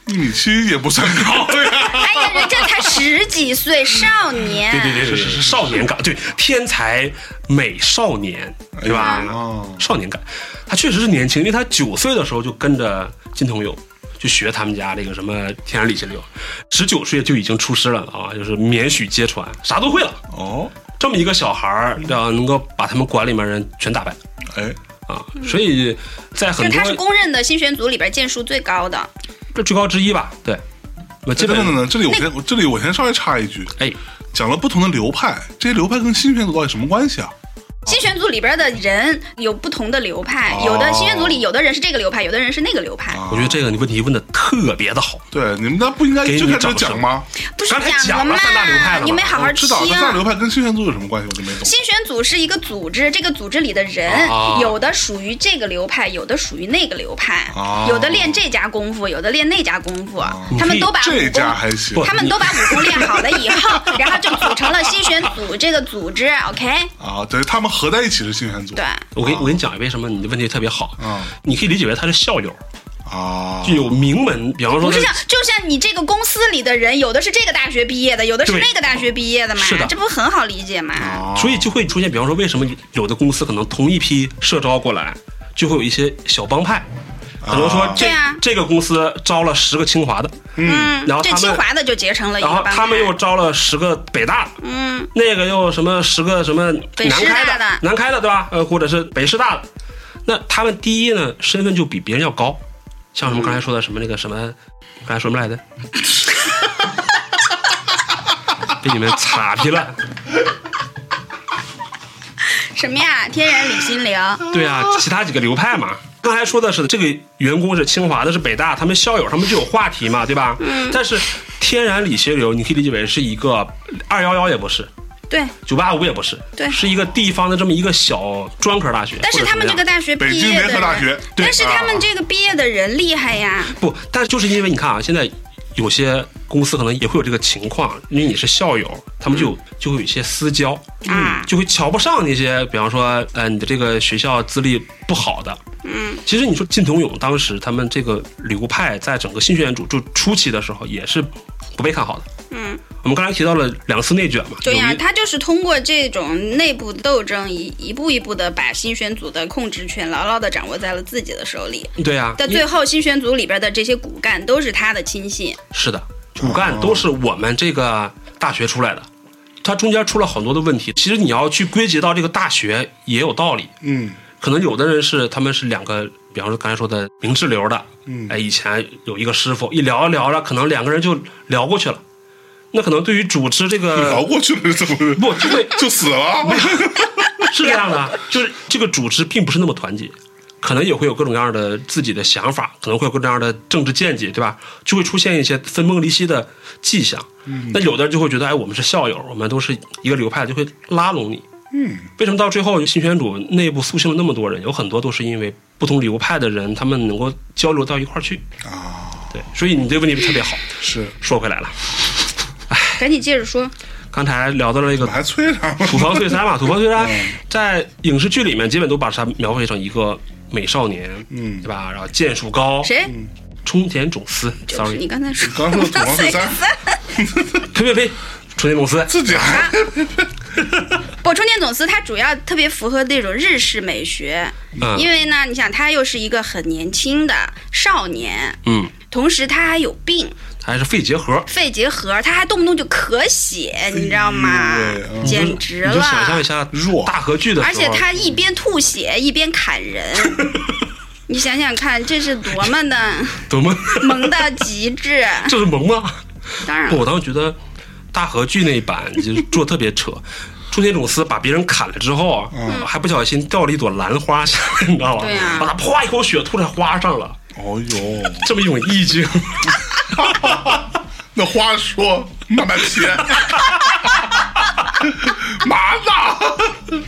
S3: 一米七也不算高呀。
S1: 哎呀，人家才十几岁，少年。
S2: 对对对对对，是少年 感，对天才美少年，对吧？
S1: 嗯
S3: 哦
S2: 少年感，他确实是年轻，因为他九岁的时候就跟着金童友就学他们家这个什么天然理气流，十九岁就已经出师了啊，就是免许接传，啥都会了。
S3: 哦，
S2: 这么一个小孩儿，要能够把他们馆里面人全打败
S3: 哎，
S2: 啊，所以在
S1: 嗯就
S2: 很
S1: 是他是
S2: 多
S1: 公认的新选组里边剑术最高的，
S2: 这最高之一吧，对，我基
S3: 等
S2: 本
S3: 等等等，这里我先，我这里我先稍微插一句，
S2: 哎，
S3: 讲了不同的流派，这些流派跟新选组到底什么关系啊？
S1: 新选组里边的人有不同的流派，
S2: 哦
S1: 有的新选组里有的人是这个流派，有的人是那个流派，
S2: 我觉得这个你问题问的特别的好，
S3: 对，你们那不应该
S2: 给
S3: 一
S2: 你
S3: 就开始
S2: 掌
S3: 讲
S2: 声
S3: 吗？
S1: 不是
S2: 刚才
S1: 讲
S2: 讲了
S1: 吗
S2: 三大流派了？嘛
S1: 你没好好
S3: 我知
S1: 听。
S3: 道，那大流派跟新选组有什么关系？我就没懂。
S1: 啊新选组是一个组织，这个组织里的人、
S2: 啊
S1: 有的属于这个流派，有的属于那个流派，
S3: 啊
S1: 有的练这家功夫，有的练那家功夫，他们
S2: 你
S1: 都把武
S3: 这家
S1: 功。
S3: 还行
S2: 不
S1: 他们都把武功练好了以后， 然后就组成了新选组这个组织，OK？
S3: 啊，对，他们合在一起是新选组。
S1: 对，
S2: 我给我给你讲为什么你的问题特别好
S3: 啊，
S2: 你可以理解为他是校友，
S3: 啊，
S2: 就有名门，比方说
S1: 不
S2: 他
S1: 是像就像你这个公司里的人，有的是这个大学毕业的，有的是
S2: 对
S1: 那个大学毕业的嘛
S2: 是的，啊
S1: 这不很好理解嘛？
S2: 所以就会出现，比方说，为什么有的公司可能同一批社招过来，就会有一些小帮派，可能说
S3: 啊
S2: 这、
S1: 对啊
S2: 这个公司招了十个清华的，
S1: 嗯，
S2: 然后
S1: 这
S2: 他们
S1: 清华的就结成了一个
S2: 然后
S1: 帮派，
S2: 他们又招了十个北大的，
S1: 嗯，
S2: 那个又什么十个什么
S1: 北
S2: 南
S1: 师
S2: 开
S1: 大的
S2: 南开的对吧？呃，或者是北师大的，那他们第一呢，身份就比别人要高，像什么刚才说的什么那个什么，刚才说什么来着？ 被你们 擦皮了。
S1: 什么呀？天然李心灵，
S2: 对啊，其他几个流派嘛。刚才说的是这个员工是清华的，是北大，他们校友他们就有话题嘛，对吧？嗯。但是天然理学流，你可以理解为是一个二幺幺也不是，
S1: 对，
S2: 九八五也不是，
S1: 对
S2: 是一个地方的这么一个小专科大学。
S1: 但是他们这个
S2: 或者
S1: 大学
S3: 北
S1: 毕
S3: 京
S1: 业的
S3: 联合
S1: 人，
S3: 大学对
S1: 但是他们
S3: 啊
S1: 这个毕业的人厉害呀，
S2: 怎么样不，但就是因为你看啊，现在有些公司可能也会有这个情况，因为你是校友，他们就有就会有一些私交，
S1: 嗯
S2: 嗯
S1: 啊
S2: 就会瞧不上那些，比方说，呃，你的这个学校资历不好的，
S1: 嗯，
S2: 其实你说靳同勇当时他们这个流派在整个新学院组就初期的时候也是不被看好的。
S1: 嗯，
S2: 我们刚才提到了两次内卷嘛，
S1: 对呀、
S2: 有一
S1: 他就是通过这种内部斗争一一步一步的把新选组的控制权牢牢的掌握在了自己的手里。
S2: 对呀、
S1: 到
S2: 你
S1: 最后，新选组里边的这些骨干都是他的亲信，
S2: 是的，骨干都是我们这个大学出来的，它中间出了很多的问题。其实你要去归结到这个大学也有道理，
S3: 嗯
S2: 可能有的人是他们是两个，比方说刚才说的明治流的，
S3: 嗯
S2: 哎，以前有一个师傅，一聊聊着，可能两个人就聊过去了。那可能对于主持这
S3: 熬
S2: 个
S3: 过去了是怎么回事？
S2: 呃不，就会
S3: 就死了？
S2: 是这样的，啊就是这个主持并不是那么团结，可能也会有各种各样的自己的想法，可能会有各种各样的政治见解，对吧？就会出现一些分崩离析的迹象。
S3: 嗯
S2: 那有的人就会觉得，哎，我们是校友，我们都是一个流派，就会拉拢你。
S3: 嗯，
S2: 为什么到最后新选组内部肃清了那么多人？有很多都是因为不同流派的人，他们能够交流到一块儿去。
S3: 啊，
S2: 对，所以你这个问题特别好。
S3: 是，
S2: 说回来了，
S1: 赶紧接着说，
S2: 刚才聊到了一个
S3: 我还催啥吗？
S2: 土方岁三嘛，土方岁三
S3: 嗯
S2: 在影视剧里面基本都把他描绘成一个美少年，
S3: 嗯
S2: 对吧？然后剑术高，
S1: 谁？
S2: 冲田种司
S1: 就是
S2: ，sorry，
S1: 你刚才说
S3: 刚 说土方岁三，
S2: 呸呸呸，冲田种司，
S3: 自己还
S1: 不，冲田总司他主要特别符合那种日式美学，
S2: 嗯
S1: 因为呢，你想他又是一个很年轻的少年，
S2: 嗯，
S1: 同时他还有病，
S2: 还是肺结核，
S1: 肺结核，他还动不动就咳血，你知道吗
S3: 哎呦喂嗯？
S1: 简直
S2: 你就想象一
S1: 了！
S2: 下
S3: 弱
S2: 大和剧的时
S1: 而
S2: 候，
S1: 且他一边吐血一边砍人， 你想想看，这是多么的
S2: 怎么
S1: 萌到极致！
S2: 这是萌吗？
S1: 当然
S2: 不，
S1: 了，
S2: 我当时觉得大和剧那一版就是做得特别扯。冲田种司把别人砍了之后，啊
S3: 嗯
S2: 还不小心掉了一朵兰花下来，你知道吧？
S1: 对啊
S2: 把他啪一口血吐在花上了，
S3: 哦呦，
S2: 这么一种意境。
S3: 那花说慢慢切，麻子，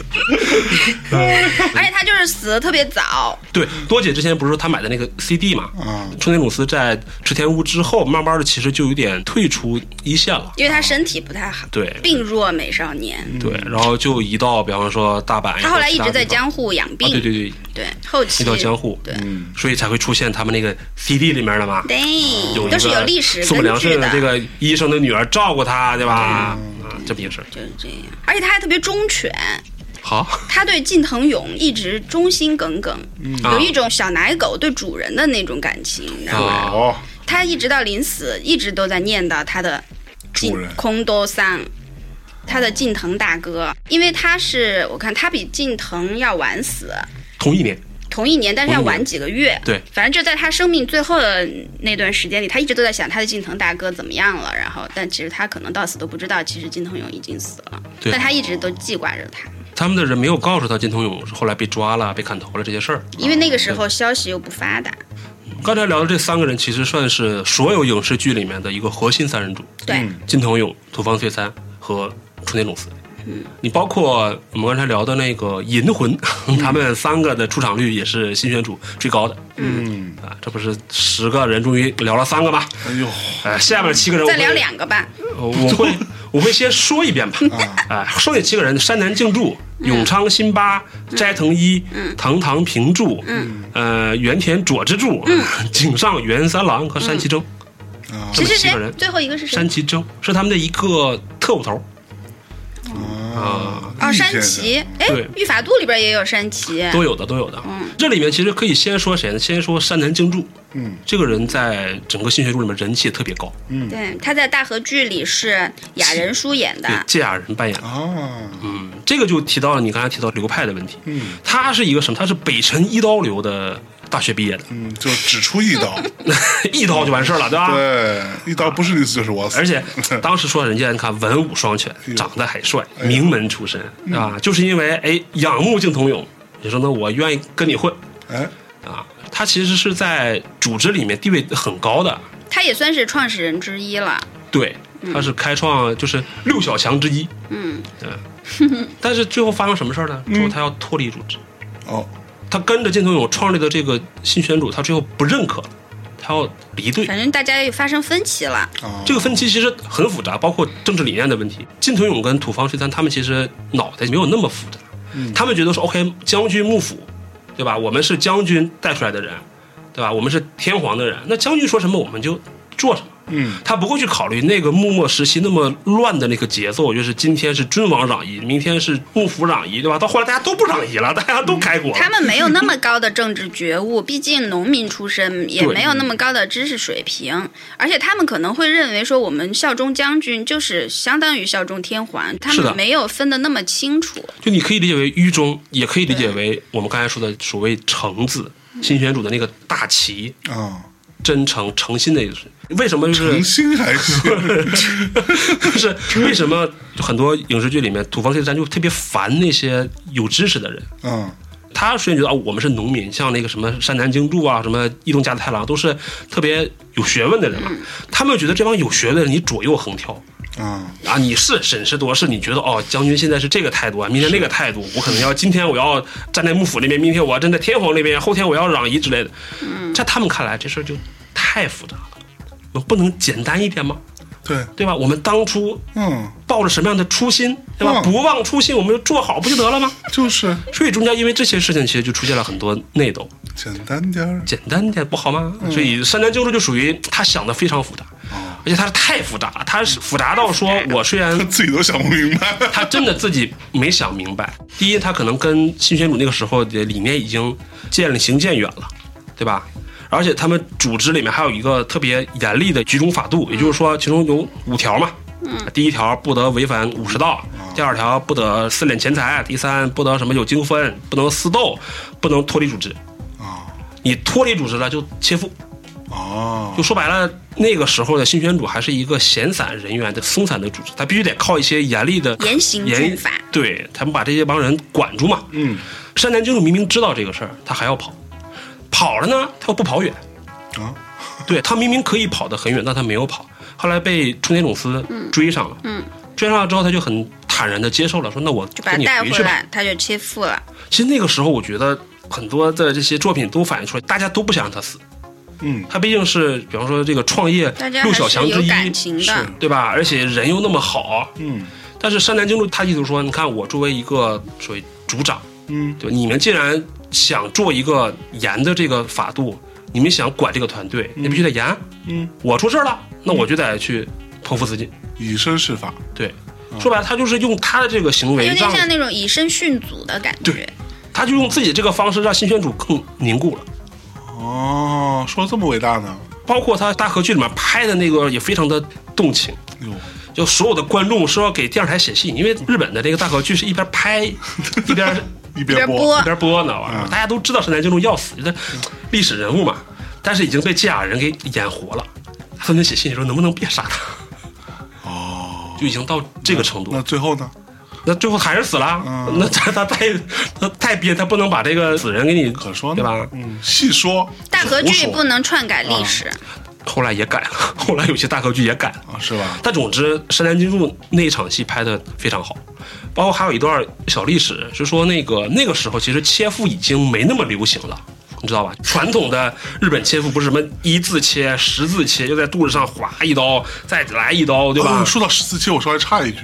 S1: 而且他就是死的特别早，
S2: 对，多姐之前不是说她买的那个 CD 嘛？
S3: 啊
S2: 冲田总司在池田屋之后，慢慢的其实就有点退出一线了。
S1: 因为他身体不太好，
S2: 对嗯
S1: 病弱美少年。
S2: 对，然后就移到比方说大阪呀，
S1: 他后来一直在
S2: 或者其他地方
S1: 江户养病，
S2: 啊，对对对，
S1: 对后期
S2: 移到江户，
S1: 对，
S2: 所以才会出现他们那个 CD 里面的嘛，有
S1: 对，
S2: 一
S1: 都
S2: 个
S1: 是有历史
S2: 宋本
S1: 根
S2: 良
S1: 据
S2: 顺
S1: 的
S2: 的，这个医生的女儿照顾他，对吧？啊，这不也是
S1: 就是这样。而且他还特别忠犬，
S2: 好？
S1: 他对近藤勇一直忠心耿耿，
S3: 嗯
S1: 有一种小奶狗对主人的那种感情，你知道吗？
S2: 啊啊，
S3: 哦，
S1: 他一直到临死，一直都在念叨他的近
S3: 主人
S1: 空多桑。他的近藤大哥，因为他是我看他比近藤要晚死，
S2: 同一年，
S1: 同一年，但是要晚几个月。
S2: 对
S1: 反正就在他生命最后的那段时间里，他一直都在想他的近藤大哥怎么样了。然后，但其实他可能到死都不知道，其实近藤勇已经死了。
S2: 对
S1: 但他一直都记挂着他，
S2: 他们的人没有告诉他金藤勇后来被抓了、被砍头了这些事儿。
S1: 因为那个时候消息又不发达。
S2: 刚才聊的这三个人，其实算是所有影视剧里面的一个核心三人组。
S1: 对，
S2: 金藤勇、土方岁三和冲田种司。
S1: 嗯
S2: 你包括我们刚才聊的那个银魂，
S1: 嗯
S2: 他们三个的出场率也是新选组最高的。
S3: 嗯，
S2: 啊，这不是十个人终于聊了三个吗？
S3: 哎呦，
S2: 呃，下面七个人我
S1: 再
S2: 会
S1: 聊，两个吧。
S2: 呃我会我会先说一遍吧。啊，剩下七个人：山南敬助、永昌辛巴、斋藤一、堂堂平助、呃原田佐之助、井上元三郎和山崎征。
S3: 啊
S2: 这
S1: 谁
S2: 么
S1: 是
S2: 七
S1: 谁
S2: 个人？，
S1: 最后一个是谁
S2: 山？崎征是他们的一个特务头。
S3: 啊
S1: 哦，山
S3: 遇见的
S1: 崎。哎
S2: 对，
S1: 御法度里边也有山崎。
S2: 都有的，都有的。这里面其实可以先说谁呢？先说山南京助，
S3: 嗯，
S2: 这个人在整个新学术里面人气也特别高，
S1: 对，他在大和剧里是雅人叔演的
S2: 对，。芥雅人扮演的。
S3: 啊，
S2: 嗯，这个就提到了你刚才提到流派的问题。
S3: 嗯
S2: 他是一个什么？他是北辰一刀流的大学毕业的，
S3: 嗯，就只出一刀，
S2: 一刀就完事儿了，对吧？
S3: 对，一刀不是你死就是我死，
S2: 啊 而且当时说人家你看文武双全，长得还帅，名门出身啊，就是因为哎仰慕敬藤勇，你说那我愿意跟你混
S3: 哎，
S2: 啊。他其实是在组织里面地位很高的，
S1: 他也算是创始人之一了。
S2: 对，他是开创就是六小强之一。
S1: 嗯，
S2: 对。 但是最后发生什么事儿呢？最后他要脱离组织，
S3: 哦，
S2: 他跟着金藤勇创立的这个新选组，他最后不认可了，他要离队。
S1: 反正大家也发生分歧了。
S3: 啊，
S2: 这个分歧其实很复杂，包括政治理念的问题。金藤勇跟土方岁三他们其实脑袋没有那么复杂，他们觉得说 OK，将军幕府，对吧？我们是将军带出来的人，对吧？我们是天皇的人，那将军说什么我们就做什么。
S3: 嗯，
S2: 他不会去考虑那个幕末时期那么乱的那个节奏，就是今天是君王攘夷，明天是幕府攘夷，对吧？到后来大家都不攘夷了，大家都开国了。
S1: 他们没有 那么高的政治觉悟，毕竟农民出身，也
S2: 对
S1: 没有那么高的知识水平，而且他们可能会认为说我们效忠将军就是相当于效忠天皇，他
S2: 是的
S1: 们没有分得那么清楚。
S2: 就你可以理解为愚忠，也可以理解为我们刚才说的所谓诚字，新选主的那个大旗，
S3: 啊，
S2: 真诚、诚心的意思。为什么就是
S3: 诚心还 行，
S2: 就是 为什么很多影视剧里面土方岁三就特别烦那些有知识的人？
S3: 啊，
S2: 他首先觉得啊、我们是农民，像那个什么山南京助啊，什么伊东家太郎，都是特别有学问的人嘛。他们觉得这帮有学问的人，你左右横挑
S3: 啊，
S2: 啊，你是审时度势，你觉得哦，将军现在是这个态度啊，明天那个态度，我可能要今天我要站在幕府那边，明天我要站在天皇那边，后天我要攘夷之类的。在他们看来，这事儿就太复杂了，我们不能简单一点吗？
S3: 对，
S2: 对吧？我们当初
S3: 嗯，
S2: 抱着什么样的初心，对
S3: 嗯
S2: 吧？不忘初心，我们就做好不就得了吗？
S3: 就是
S2: 所以中间因为这些事情，其实就出现了很多内斗，
S3: 简单点儿，
S2: 简单点不好吗？所以山南京助就属于他想的非常复杂，而且他是太复杂，他是哦复杂到说我虽然
S3: 自己都想不明白，
S2: 他真的自己没想明白。第一，他可能跟新选组那个时候的理念已经渐行渐远了，对吧？而且他们组织里面还有一个特别严厉的集中法度，也就是说，其中有五条嘛。嗯，第一条不得违反武士道，第二条不得私敛钱财，第三不得什么有纠纷，不能私斗，不能脱离组织。
S3: 啊，
S2: 你脱离组织了就切腹。
S3: 哦
S2: 就，说白了，那个时候的新选组还是一个闲散人员的松散的组织，他必须得靠一些严厉的
S1: 严刑峻法
S2: 对他们把这些帮人管住嘛。
S3: 嗯，
S2: 山南君主明明知道这个事儿，他还要跑，跑了呢，他又不跑远，
S3: 啊，
S2: 对他明明可以跑得很远，但他没有跑，后来被冲田总司追上了，嗯，追上了之后他就很坦然的接受了，说那我
S1: 就
S2: 跟
S1: 把他
S2: 你
S1: 带
S2: 回去
S1: 回
S2: 吧。
S1: 来，他就切腹了。
S2: 其实那个时候，我觉得很多的这些作品都反映出来，大家都不想让他死。
S3: 嗯，
S2: 他毕竟是，比方说这个创业
S1: 大家
S2: 六
S1: 还
S2: 小
S1: 是
S2: 强之
S1: 有
S2: 一，
S1: 感情
S3: 是
S1: 的，
S2: 对吧？而且人又那么好，
S3: 嗯，
S2: 但是山南京路他意思就是说，你看我作为一个属于组长，
S3: 嗯，
S2: 对吧，你们既然想做一个严的这个法度，你们想管这个团队，你必须得严。啊
S3: 嗯，
S2: 我出事儿了，那我就得去剖腹自尽。
S3: 以身试法，
S2: 对，
S3: 嗯
S2: 说白了，他就是用他的这个行为
S1: 有点
S2: 让，
S1: 像那种以身殉祖的感觉。
S2: 他就用自己这个方式让新选组更凝固了。
S3: 哦，说这么伟大呢，
S2: 包括他大合剧里面拍的那个也非常的动情，
S3: 哟，
S2: 就所有的观众是要给电视台写信，因为日本的这个大合剧是一边拍一边
S3: 一
S1: 一
S3: 边
S1: 边
S3: 播
S1: 播
S2: 一边播呢，玩意儿
S3: 嗯
S2: 大家都知道山田正中要死，这历史人物嘛，但是已经被芥雅人给演活了。他曾经写信说能不能别杀他，
S3: 哦，
S2: 就已经到这个程度
S3: 那。最后呢？
S2: 那最后还是死了，
S3: 嗯
S2: 那他他太他太憋，他不能把这个死人给你
S3: 可说呢，
S2: 对吧？
S3: 嗯，细说，
S1: 大合
S3: 胡
S1: 剧
S3: 说
S1: 不能篡改
S2: 啊
S1: 历史，
S2: 后来也改了， 后来有些大合剧也改了。
S3: 啊，是吧？
S2: 但总之，山田金柱那一场戏拍的非常好，包括还有一段小历史，是说那个那个时候其实切腹已经没那么流行了。你知道吧？传统的日本切腹不是什么一字切、十字切，就在肚子上划一刀，再来一刀，对吧
S3: 哦？说到十四期，我稍微插一句，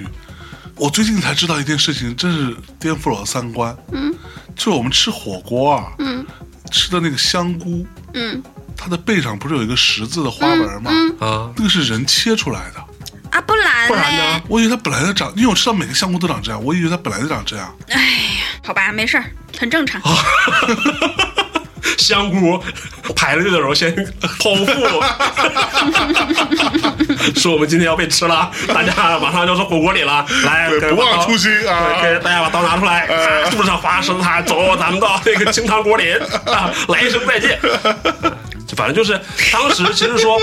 S3: 我最近才知道一件事情，真是颠覆了我的三观。嗯，就是我们吃火锅啊，嗯，吃的那个香菇，
S1: 嗯，
S3: 它的背上不是有一个十字的花纹吗？
S2: 啊，
S3: 那个是人切出来的。
S1: 啊，不然
S2: 不然呢
S1: 嘞？
S3: 我以为它本来就长，因为我吃到每个香菇都长这样，我以为它本来就长这样。
S1: 哎好吧，没事儿，很正常。
S2: 香菇排队的时候先剖腹， 说我们今天要被吃了，大家马上要是火锅里了，来，
S3: 对
S2: 给
S3: 不
S2: 我
S3: 忘
S2: 刀
S3: 初心啊哎
S2: 对给大家把刀拿出来，咔肚子上划绳它，走，咱们到那个清汤锅里啊，来一声再见。反正就是当时其实说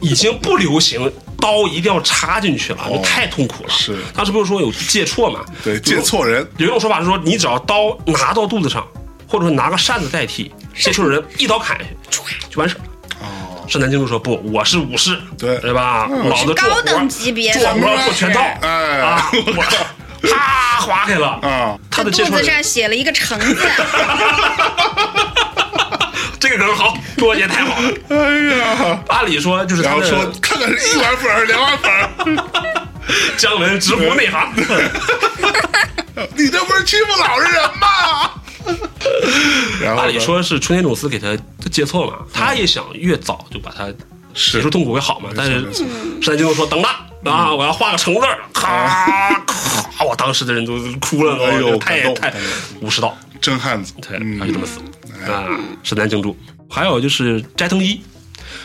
S2: 已经不流行。刀一定要插进去了，就太痛苦了。
S3: 哦是
S2: 当时不是说有借错嘛？
S3: 对，借错人，
S2: 有一种说法是说，你只要刀拿到肚子上，或者说拿个扇子代替，接触的人一刀砍下去，就完事儿了。
S3: 哦，
S2: 山南京就说不，我是武士，
S3: 对
S2: 对吧？老子
S1: 嗯
S2: 做
S1: 是
S2: 活
S1: 高等级别
S2: 做
S1: 的
S2: 活做全套，
S3: 哎
S2: 啊，我啪划开了
S3: 啊
S2: 他的接
S1: 肚
S2: 触
S1: 子
S2: 人，
S1: 上写了一个橙子，
S2: 这个梗好，多姐太好了。
S3: 哎呀，
S2: 按理说就是
S3: 然
S2: 他
S3: 后
S2: 的
S3: 说看看是一碗粉儿，两碗粉 儿，
S2: 姜文直呼内行，
S3: 你这不是欺负老实人吗？ 然后
S2: 按
S3: 呢嗯
S2: 理说是春田种司给他借错嘛，他也想越早就把他写出痛苦为好嘛。但是山鸡都说等等
S3: 嗯
S2: 啊，我要画个橙子儿，咔咔，我当时的人都哭了，
S3: 哎呦
S2: 太
S3: 感动
S2: 太武士道，
S3: 真汉子，
S2: 对，
S3: 嗯
S2: 然后就这么死啊，神南京柱。还有就是斋藤一，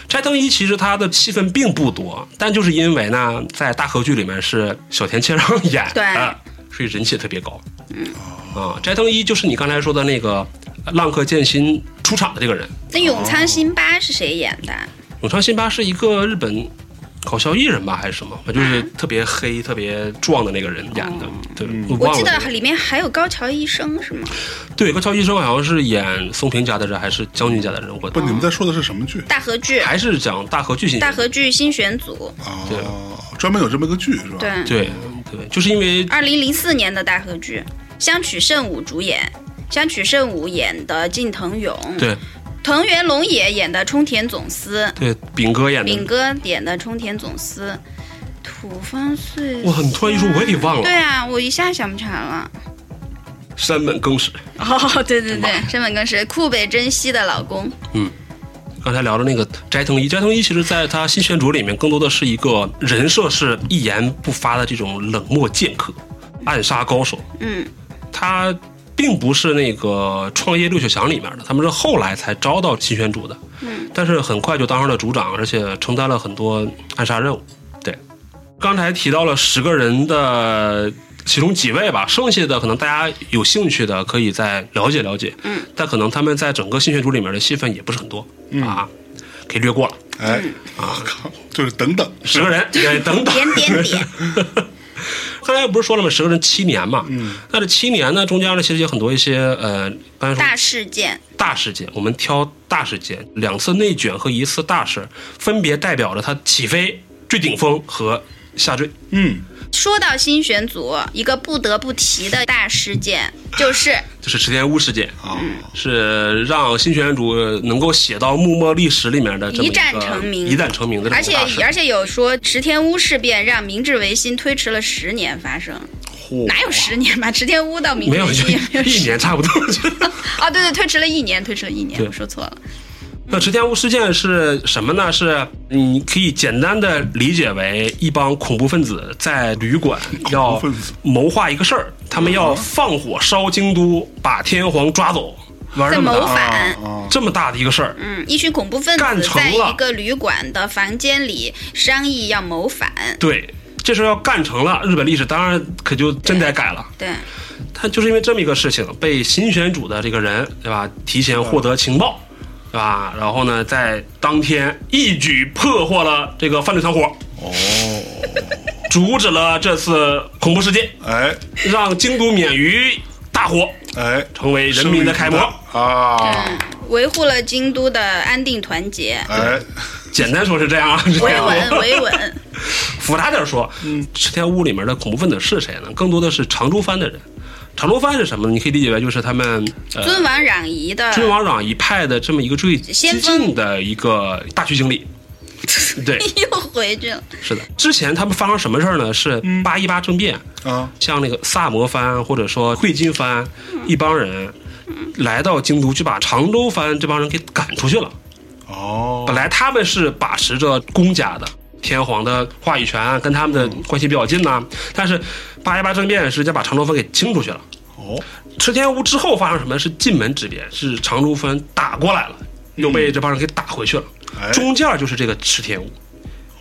S2: 斋藤一其实他的戏份并不多，但就是因为呢，在大河剧里面是小田切让演
S1: 对
S2: 的，所以人气也特别高。啊，斋藤一就是你刚才说的那个呃浪客剑心出场的这个人。
S1: 那永仓新八是谁演的？
S2: 永昌辛巴是一个日本搞笑艺人吧，还是什么？反正就是特别黑、特别壮的那个人演的。对，我
S1: 嗯我
S2: 忘
S1: 记
S2: 了
S1: 得
S2: 那个。
S1: 里面还有高桥医生是吗？
S2: 对，高桥医生好像是演松平家的人，还是将军家的人？我
S3: 不，你们在说的是什么剧
S1: 大和剧，
S2: 还是讲大河剧情。
S1: 大和剧新选组，
S3: 啊
S2: 对？
S3: 专门有这么个剧是吧？
S1: 对，，
S2: 啊对对，就是因为
S1: 二零零四年的大和剧，香取慎吾主演，香取慎吾演的近藤勇，
S2: 对
S1: 藤原龙也演的冲田总司，
S2: 对饼哥演
S1: 炳
S2: 的。
S1: 哥演的冲田总司，土方岁。
S2: 哇，你突然一说，我也给忘
S1: 对
S2: 了。
S1: 啊，我一下想不起来了。
S2: 山本耕史，
S1: 哦，对对对，山本耕是库北真希的老公，
S2: 刚才聊的那个斋藤一，斋藤一其实在他新选组里面，更多的是一个人设是一言不发的这种冷漠剑客、暗杀高手。
S1: 嗯，
S2: 他并不是那个创业六雪墙里面的，他们是后来才招到新选组的。嗯，但是很快就当上了组长，而且承担了很多暗杀任务。对，刚才提到了十个人的。其中几位吧，剩下的可能大家有兴趣的可以再了解了解。嗯，但可能他们在整个新选组里面的戏份也不是很多、啊，可以略过了。
S3: 哎，我靠，就是等等，
S2: 十个 人，对，等等，
S1: 点点点，
S2: 刚才不是说了吗？十个人七年嘛，嗯，那这七年呢，中间呢，其实有很多一些呃，刚才说
S1: 大事件，
S2: 大事件，我们挑大事件，两次内卷和一次大事，分别代表着它起飞、最顶峰和下坠。
S3: 嗯，
S1: 说到新选组，一个不得不提的大事件就是
S2: 就是池田屋事件啊，是让新选组能够写到幕末历史里面的这么
S1: 一
S2: 个
S1: 战成名
S2: 一战成名的这么
S1: 而
S2: 一个
S1: 且
S2: 大事。
S1: 而且有说池田屋事变让明治维新推迟了十年发生，哪有十年吧？池田屋到明
S2: 没
S1: 治
S2: 有
S1: 维
S2: 就
S1: 新也没有
S2: 一
S1: 十
S2: 年差不多。 我觉得
S1: 哦，对对，推迟了一年，推迟了一年，
S2: 对
S1: 我说错了。
S2: 那池田屋事件是什么呢？是你可以简单的理解为一帮恐怖分子在旅馆要
S3: 恐怖分子
S2: 谋划一个事儿，他们要放火烧京都，把天皇抓走。玩
S1: 在
S2: 这么大
S1: 谋反，
S3: 啊，
S2: 这么大的一个事儿，
S1: 嗯，一群恐怖分
S2: 干
S1: 子
S2: 成
S1: 在
S2: 了
S1: 一个旅馆的房间里商议要谋反，
S2: 对，这事儿要干成了，日本历史当然可就真得改了。
S1: 对，
S2: 他就是因为这么一个事情，被新选组的这个人，对吧？提前获得情报，对吧？然后呢，在当天一举破获了这个犯罪团伙，
S3: 哦，
S2: 阻止了这次恐怖事件，
S3: 哎
S2: 让京都免于大火，
S3: 哎，
S2: 成为人民的楷模。
S3: 啊
S1: 嗯，，维护了京都的安定团结，
S2: 啊
S3: 哎，
S2: 简单说是这样啊，是这
S1: 维
S2: 样
S1: 稳 维稳，
S2: 复杂点说，池田屋里面的恐怖分子是谁呢？更多的是常州藩的人。常州藩是什么呢？你可以理解为就是他们呃
S1: 尊王攘夷的
S2: 尊王攘夷派的这么一个最激
S1: 先锋
S2: 进的一个大区经 理。对，
S1: 又回去了，
S2: 是的。之前他们发生什么事儿呢？是八一八政变，
S3: 啊，
S2: 像那个萨摩藩或者说会津藩一帮人来到京都，就把常州藩这帮人给赶出去了。
S3: 哦，
S2: 本来他们是把持着公家的天皇的话语权啊，跟他们的关系比较近呐、但是八一八政变是直接把常州藩给清出去了。
S3: 哦，
S2: 池田屋之后发生什么？是进门之变，是常州藩打过来了，又被这帮人给打回去了。
S3: 哎，
S2: 中间儿就是这个池田屋。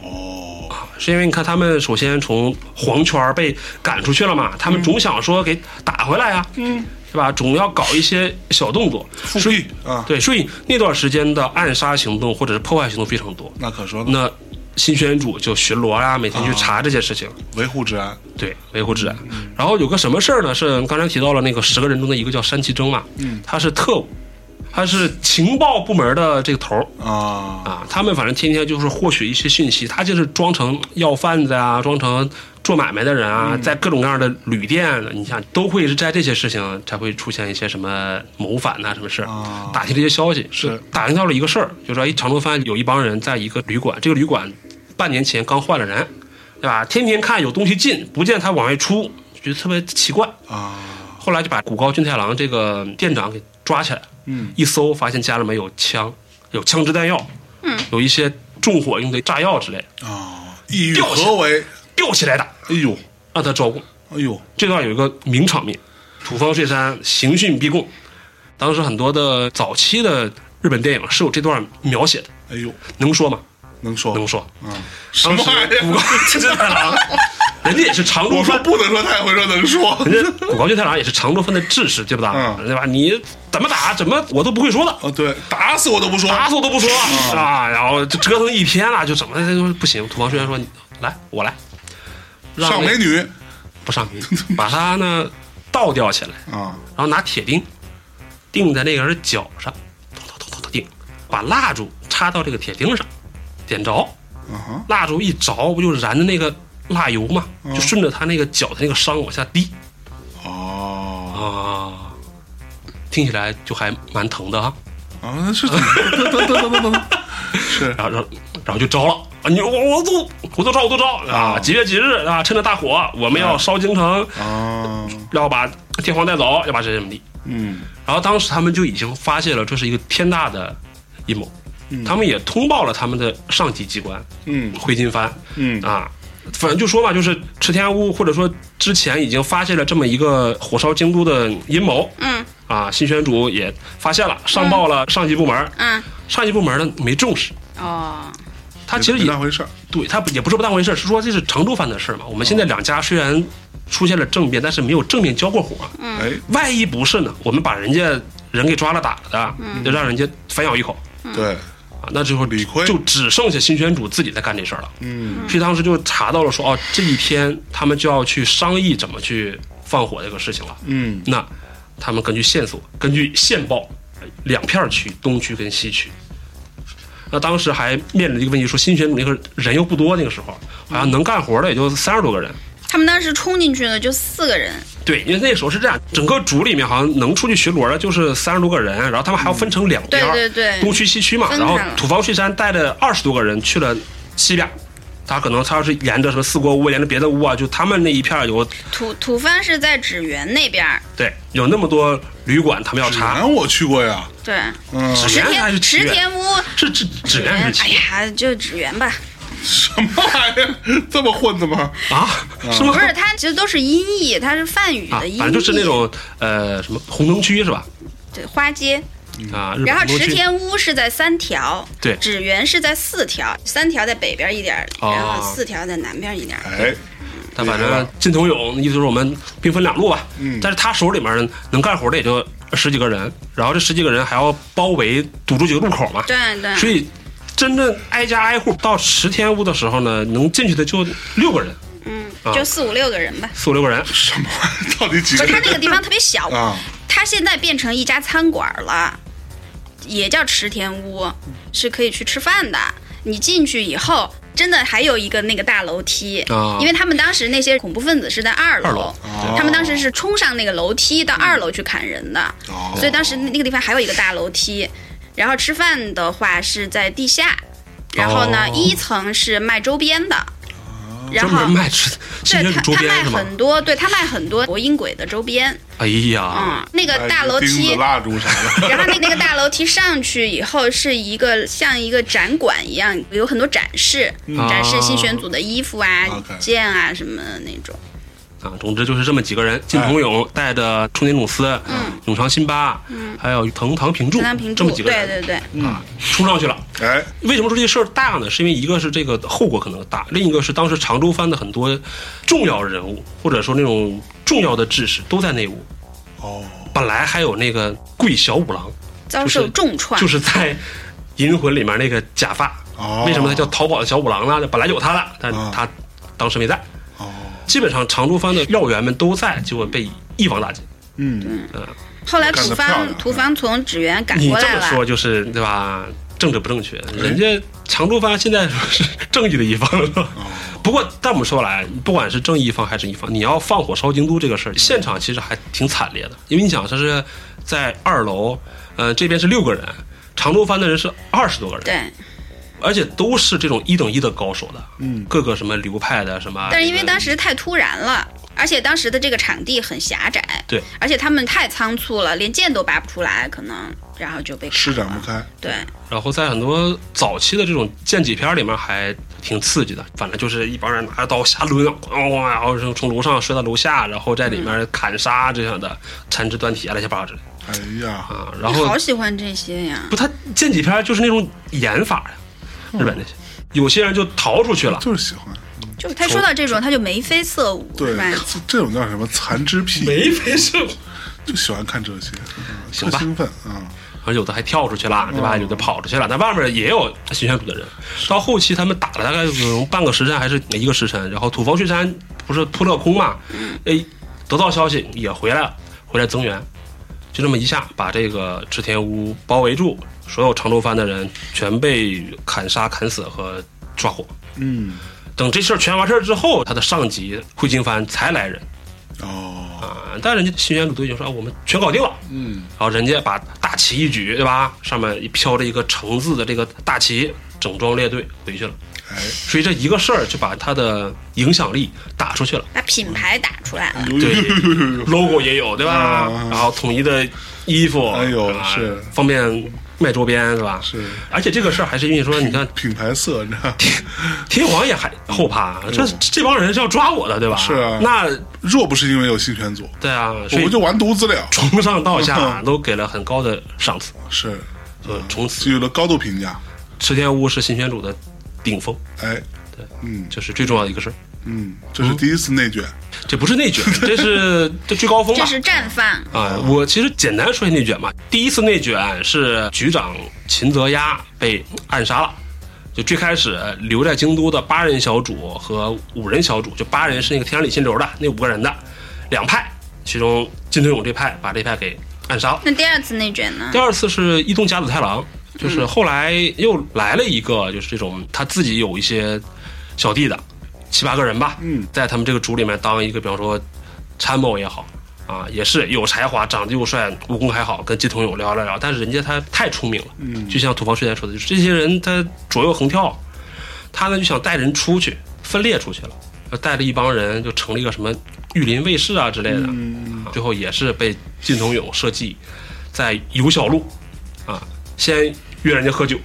S3: 哦，
S2: 是因为你看他们首先从黄圈儿被赶出去了嘛，他们总想说给打回来呀、嗯，是吧？总要搞一些小动作，
S3: 复辟啊，
S2: 对，所以那段时间的暗杀行动或者是破坏行动非常多。
S3: 那可说呢，
S2: 那新选组就巡逻啊，每天去查这些事情，
S3: 维护治安，
S2: 对，维护治安。然后有个什么事儿呢？是刚才提到了那个十个人中的一个叫山崎征嘛，嗯，他是特务，他是情报部门的这个头儿，
S3: 啊，
S2: 啊，他们反正天天就是获取一些讯息，他就是装成要贩子啊，装成做买卖的人
S3: 嗯
S2: 啊，在各种各样的旅店，啊你想都会是在这些事情才会出现一些什么谋反呐、什么事儿，
S3: 啊
S2: 打听这些消息，
S3: 是
S2: 打听到了一个事儿，就是说，哎，长头藩有一帮人在一个旅馆，这个旅馆半年前刚换了人，对吧？天天看有东西进，不见他往外出，觉得特别奇怪。
S3: 啊，
S2: 后来就把古高俊太郎这个店长给抓起来，
S3: 嗯，
S2: 一搜发现家里面有枪，有枪支弹药，嗯，有一些重火用的炸药之类的，
S3: 啊，以
S2: 吊起来
S3: 何为？
S2: 吊起来打，
S3: 哎呦，
S2: 让他招供。
S3: 哎呦，
S2: 这段有一个名场面，土方岁三刑讯逼供。当时很多的早期的日本电影是有这段描写的，
S3: 哎呦，
S2: 能说吗？
S3: 能说
S2: 能说。
S3: 啊？什么玩意
S2: 嗯古
S3: 儿？
S2: 高俊 太郎，人家也是长
S3: 我
S2: 州
S3: 说
S2: 藩，
S3: 不能说，他也会说能说。
S2: 人家古高俊太郎也是长州藩的志士，对不吧？
S3: 嗯
S2: 对吧？你怎么打，怎么我都不会说的。
S3: 哦，对，打死我都不说。
S2: 打死我都不说啊！然后就折腾一天了，就怎么就不行？土方虽然说你来，我来，让
S3: 上
S2: 那
S3: 美女
S2: 不上民，把他呢倒吊起来，
S3: 啊，
S2: 然后拿铁钉钉在那个人脚上，咚咚咚咚咚钉，把蜡烛插到这个铁钉上，点着，
S3: 啊哈，
S2: 蜡烛一着不就燃的那个蜡油嘛，就顺着他那个脚的那个伤往下滴
S3: 哦，
S2: 啊，听起来就还蛮疼的哈、
S3: 啊，那是怎么？等等等等等 等，是
S2: 然后然后然后就招了啊！你我我都我都招我都招啊！几月几日啊？趁着大火，我们要烧京城，
S3: 啊，
S2: 要把天皇带走，要把谁怎么地。
S3: 嗯
S2: 然后当时他们就已经发现了这是一个天大的阴谋，他们也通报了他们的上级机关
S3: 嗯
S2: 徽金藩
S3: 嗯
S2: 啊。反正就说嘛，就是池田屋或者说之前已经发现了这么一个火烧京都的阴谋
S1: 嗯
S2: 啊，新选主也发现了，上报了上级部门，
S1: 嗯，
S2: 上级部门呢没重视，
S1: 哦，
S2: 他其实
S3: 没
S2: 也
S3: 当回事儿。
S2: 对他不也不是不当回事儿，是说这是常州藩的事儿嘛。我们现在两家虽然出现了政变，但是没有正面交过火。
S1: 嗯
S3: 哎，
S2: 万一不是呢？我们把人家人给抓了打了的，就让人家反咬一口
S1: 嗯
S3: 对，
S2: 啊，那最后
S3: 理亏
S2: 就只剩下新选主自己在干这事儿了。
S3: 嗯
S2: 所以当时就查到了说，哦，这一天他们就要去商议怎么去放火这个事情了。
S3: 嗯
S2: 那他们根据线索，根据线报，呃两片儿区，东区跟西区。那当时还面临一个问题，说新选组那个人又不多，那个时候好像能干活的也就三十多个人。
S1: 他们当时冲进去的就四个人，
S2: 对，因为那时候是这样，整个组里面好像能出去巡逻的就是三十多个人，然后他们还要分成两边儿，
S1: 对对对
S2: 东区西区嘛。
S1: 分开
S2: 然
S1: 了
S2: 后土方岁山带着二十多个人去了西边儿，他可能他要是沿着什么四国屋，沿着别的屋啊，就他们那一片儿有
S1: 土土番是在纸园那边儿，
S2: 对有那么多旅馆，他们要
S3: 指
S2: 查
S3: 南我去过呀，
S1: 对，
S3: 嗯，
S2: 纸
S1: 池
S2: 原还是纸
S1: 田池
S2: 原？
S1: 田屋，
S2: 是纸纸原还是
S1: 哎
S2: 纸
S1: 呀，就纸园吧，
S3: 什么玩意儿？这么混的吗？
S2: 啊？是吗
S1: 不？是，它其实都是音译，它是梵语
S2: 啊
S1: 的音，译，
S2: 反正就是那种呃什么红灯区是吧？
S1: 对花街。
S2: 啊，日本
S1: 然后
S2: 红灯
S1: 池
S2: 区
S1: 田屋是在三条，
S2: 对
S1: 纸园是在四条，三条在北边一点儿，
S2: 哦
S1: 然后四条在南边一点儿。
S3: 哎，
S2: 他反正金童勇意思就是我们兵分两路吧。
S3: 嗯
S2: 但是他手里面能干活的也就十几个人，然后这十几个人还要包围堵住几个路口嘛。
S1: 对对，
S2: 所以真正挨家挨户到十天屋的时候呢，能进去的就六个人，
S1: 嗯
S2: 啊，
S1: 就四五六个人吧。
S2: 四五六个人。
S3: 什么玩意儿？到底几
S1: 就
S3: 个
S1: 它
S3: 人
S1: 那个地方特别小，
S2: 嗯
S3: 啊？
S1: 它现在变成一家餐馆了，也叫池田屋，是可以去吃饭的。你进去以后，真的还有一个那个大楼梯，
S2: 啊
S1: 因为他们当时那些恐怖分子是在二楼，
S2: 二楼哦
S1: 他们当时是冲上那个楼梯到二楼去砍人的，
S3: 哦
S1: 所以当时那个地方还有一个大楼梯。然后吃饭的话是在地下，然后呢，
S2: 哦
S1: 一层是卖周边的，然
S2: 专
S1: 后
S2: 门卖吃新
S1: 对
S2: 鲜
S1: 他
S2: 周
S1: 他卖
S2: 边是吗？
S1: 很多，对他卖很多国音轨的周边，
S2: 哎呀，
S1: 嗯，那个大楼
S3: 哎钉
S1: 梯
S3: 子、，蜡烛啥的。
S1: 然后那那个大楼梯上去以后，是一个像一个展馆一样，有很多展示，
S2: 嗯
S1: 展示新
S2: 哦
S1: 选组的衣服啊、
S3: OK
S1: 剑啊什么的那种。
S2: 啊，总之就是这么几个人，金童勇带着冲田总司、
S1: 嗯
S2: 永长辛八，还有藤堂平助
S1: 陈塘嗯平
S2: 这
S1: 柱，
S2: 么几个
S1: 对
S2: 人嗯
S1: 对对，
S2: 冲上去了。
S3: 哎，
S2: 为什么说这事儿大呢？是因为一个是这个后果可能大，另一个是当时常州藩的很多重要人物，或者说那种重要的志士都在内务。
S3: 哦，
S2: 本来还有那个桂小五郎，
S1: 遭
S2: 就是
S1: 受重创，
S2: 就是在《银魂》里面那个假发，
S3: 哦
S2: 为什么他叫淘宝的小五郎呢？本来有他的，但是
S3: 啊
S2: 他当时没在。
S3: 哦，
S2: 基本上常州藩的要员们都在，结果被一网打尽。
S3: 嗯，
S1: 后来
S3: 干得
S1: 土
S3: 漂亮
S1: 方
S3: 啊
S1: 土方从纸园赶
S2: 你
S1: 过
S2: 这
S1: 来
S2: 么
S1: 了，
S2: 说就是对吧？政治不正确，人家常州藩现在是正义的一方了。不过，但我们说来，不管是正义一方还是一方，你要放火烧京都这个事儿，现场其实还挺惨烈的，因为你想，这是在二楼，呃，这边是六个人，常州藩的人是二十多个人，
S1: 对，
S2: 而且都是这种一等一的高手的，嗯，各个什么流派的什么，
S1: 但是因为当时太突然了，而且当时的这个场地很狭窄，
S2: 对，
S1: 而且他们太仓促了，连箭都拔不出来，可能然后就被
S3: 施
S1: 砍
S3: 展
S1: 了
S3: 不开。
S1: 对，
S2: 然后在很多早期的这种剑戟片里面还挺刺激的，反正就是一帮人拿着刀瞎抡，咣咣，然后从楼上摔到楼下，然后在里面砍杀这样的，缠枝断体啊乱七八糟之类的
S3: 哎呀，
S2: 啊。然
S1: 你
S2: 后
S1: 好喜欢这些呀，
S2: 不，他剑戟片就是那种演法呀，日本那些，有些人就逃出去了，
S3: 就是喜欢。
S1: 就是他说到这种他就眉飞色舞，
S3: 对
S1: 是吧？，
S3: 这这种叫什么残肢癖，
S2: 眉飞色舞，
S3: 就喜欢看这些，嗯
S2: 行
S3: 特
S2: 吧
S3: 兴奋啊！
S2: 然后有的还跳出去了，对吧？有的跑出去了，但外面也有巡线组的人。到后期他们打了大概有半个时辰还是一个时辰，然后土方旭山不是扑了空嘛？哎，得到消息也回来了，回来增援，就这么一下把这个织田屋包围住，所有长州藩的人全被砍杀、砍死和抓获。
S3: 嗯，
S2: 等这事儿全完事儿之后，他的上级会津藩才来人
S3: 哦，
S2: 啊，但人家巡线组都已经说、啊我们全搞定了。
S3: 嗯，
S2: 然后人家把大旗一举，对吧？上面飘着一个橙字的这个大旗，整装列队回去了。
S3: 哎，
S2: 所以这一个事儿就把他的影响力打出去了，
S1: 把品牌打出来
S2: 嗯
S1: 了，
S3: 呦呦呦哎呦呦呦，
S2: ，logo 也有，对吧？
S3: 啊
S2: 然后统一的衣服，
S3: 哎呦
S2: 啊
S3: 是
S2: 方便卖周边，是吧？
S3: 是
S2: 而且这个事儿还是因为说，你看
S3: 品牌色，你知道，
S2: 天皇也还后怕，这这帮人是要抓我的，对吧？
S3: 嗯是啊
S2: 那
S3: 若不是因为有新选组，
S2: 对啊，
S3: 我
S2: 所以
S3: 们就完犊子了。
S2: 从上到 下
S3: 嗯
S2: 都给了很高的赏赐，
S3: 是，
S2: 呃，从此
S3: 就有了高度评价。
S2: 池田屋是新选组的顶峰，
S3: 哎，
S2: 对，
S3: 嗯
S2: 这是最重要的一个事儿。
S3: 嗯，这是第一次内卷，
S2: 这不是内卷，这 是这最高峰
S1: 这
S2: 吧？
S1: 是绽放，
S2: 啊，我其实简单说一下内卷嘛。第一次内卷是局长秦泽鸭被暗杀了，就最开始留在京都的八人小组和五人小组，就八人是那个天理心流的那五个人的两派，其中金村勇这派把这派给暗杀了。
S1: 那第二次内卷呢
S3: 啊
S2: 第？二次是伊东甲子太郎，
S3: 嗯
S2: 就是后来又来了一个，就是这种他自己有一些小弟的七八个人吧，
S3: 嗯，
S2: 在他们这个组里面当一个，比方说参谋也好。啊，也是有才华，长得又帅，武功还好，跟金童勇聊了聊。但是人家他太聪明了，
S3: 嗯
S2: 就像土方岁彦说的，就是这些人他左右横跳，他呢就想带人出去，分裂出去了，就带着一帮人就成立一个什么御林卫士啊之类的，
S3: 嗯，
S2: 最后也是被金童勇设计，在游小路啊，先约人家喝酒，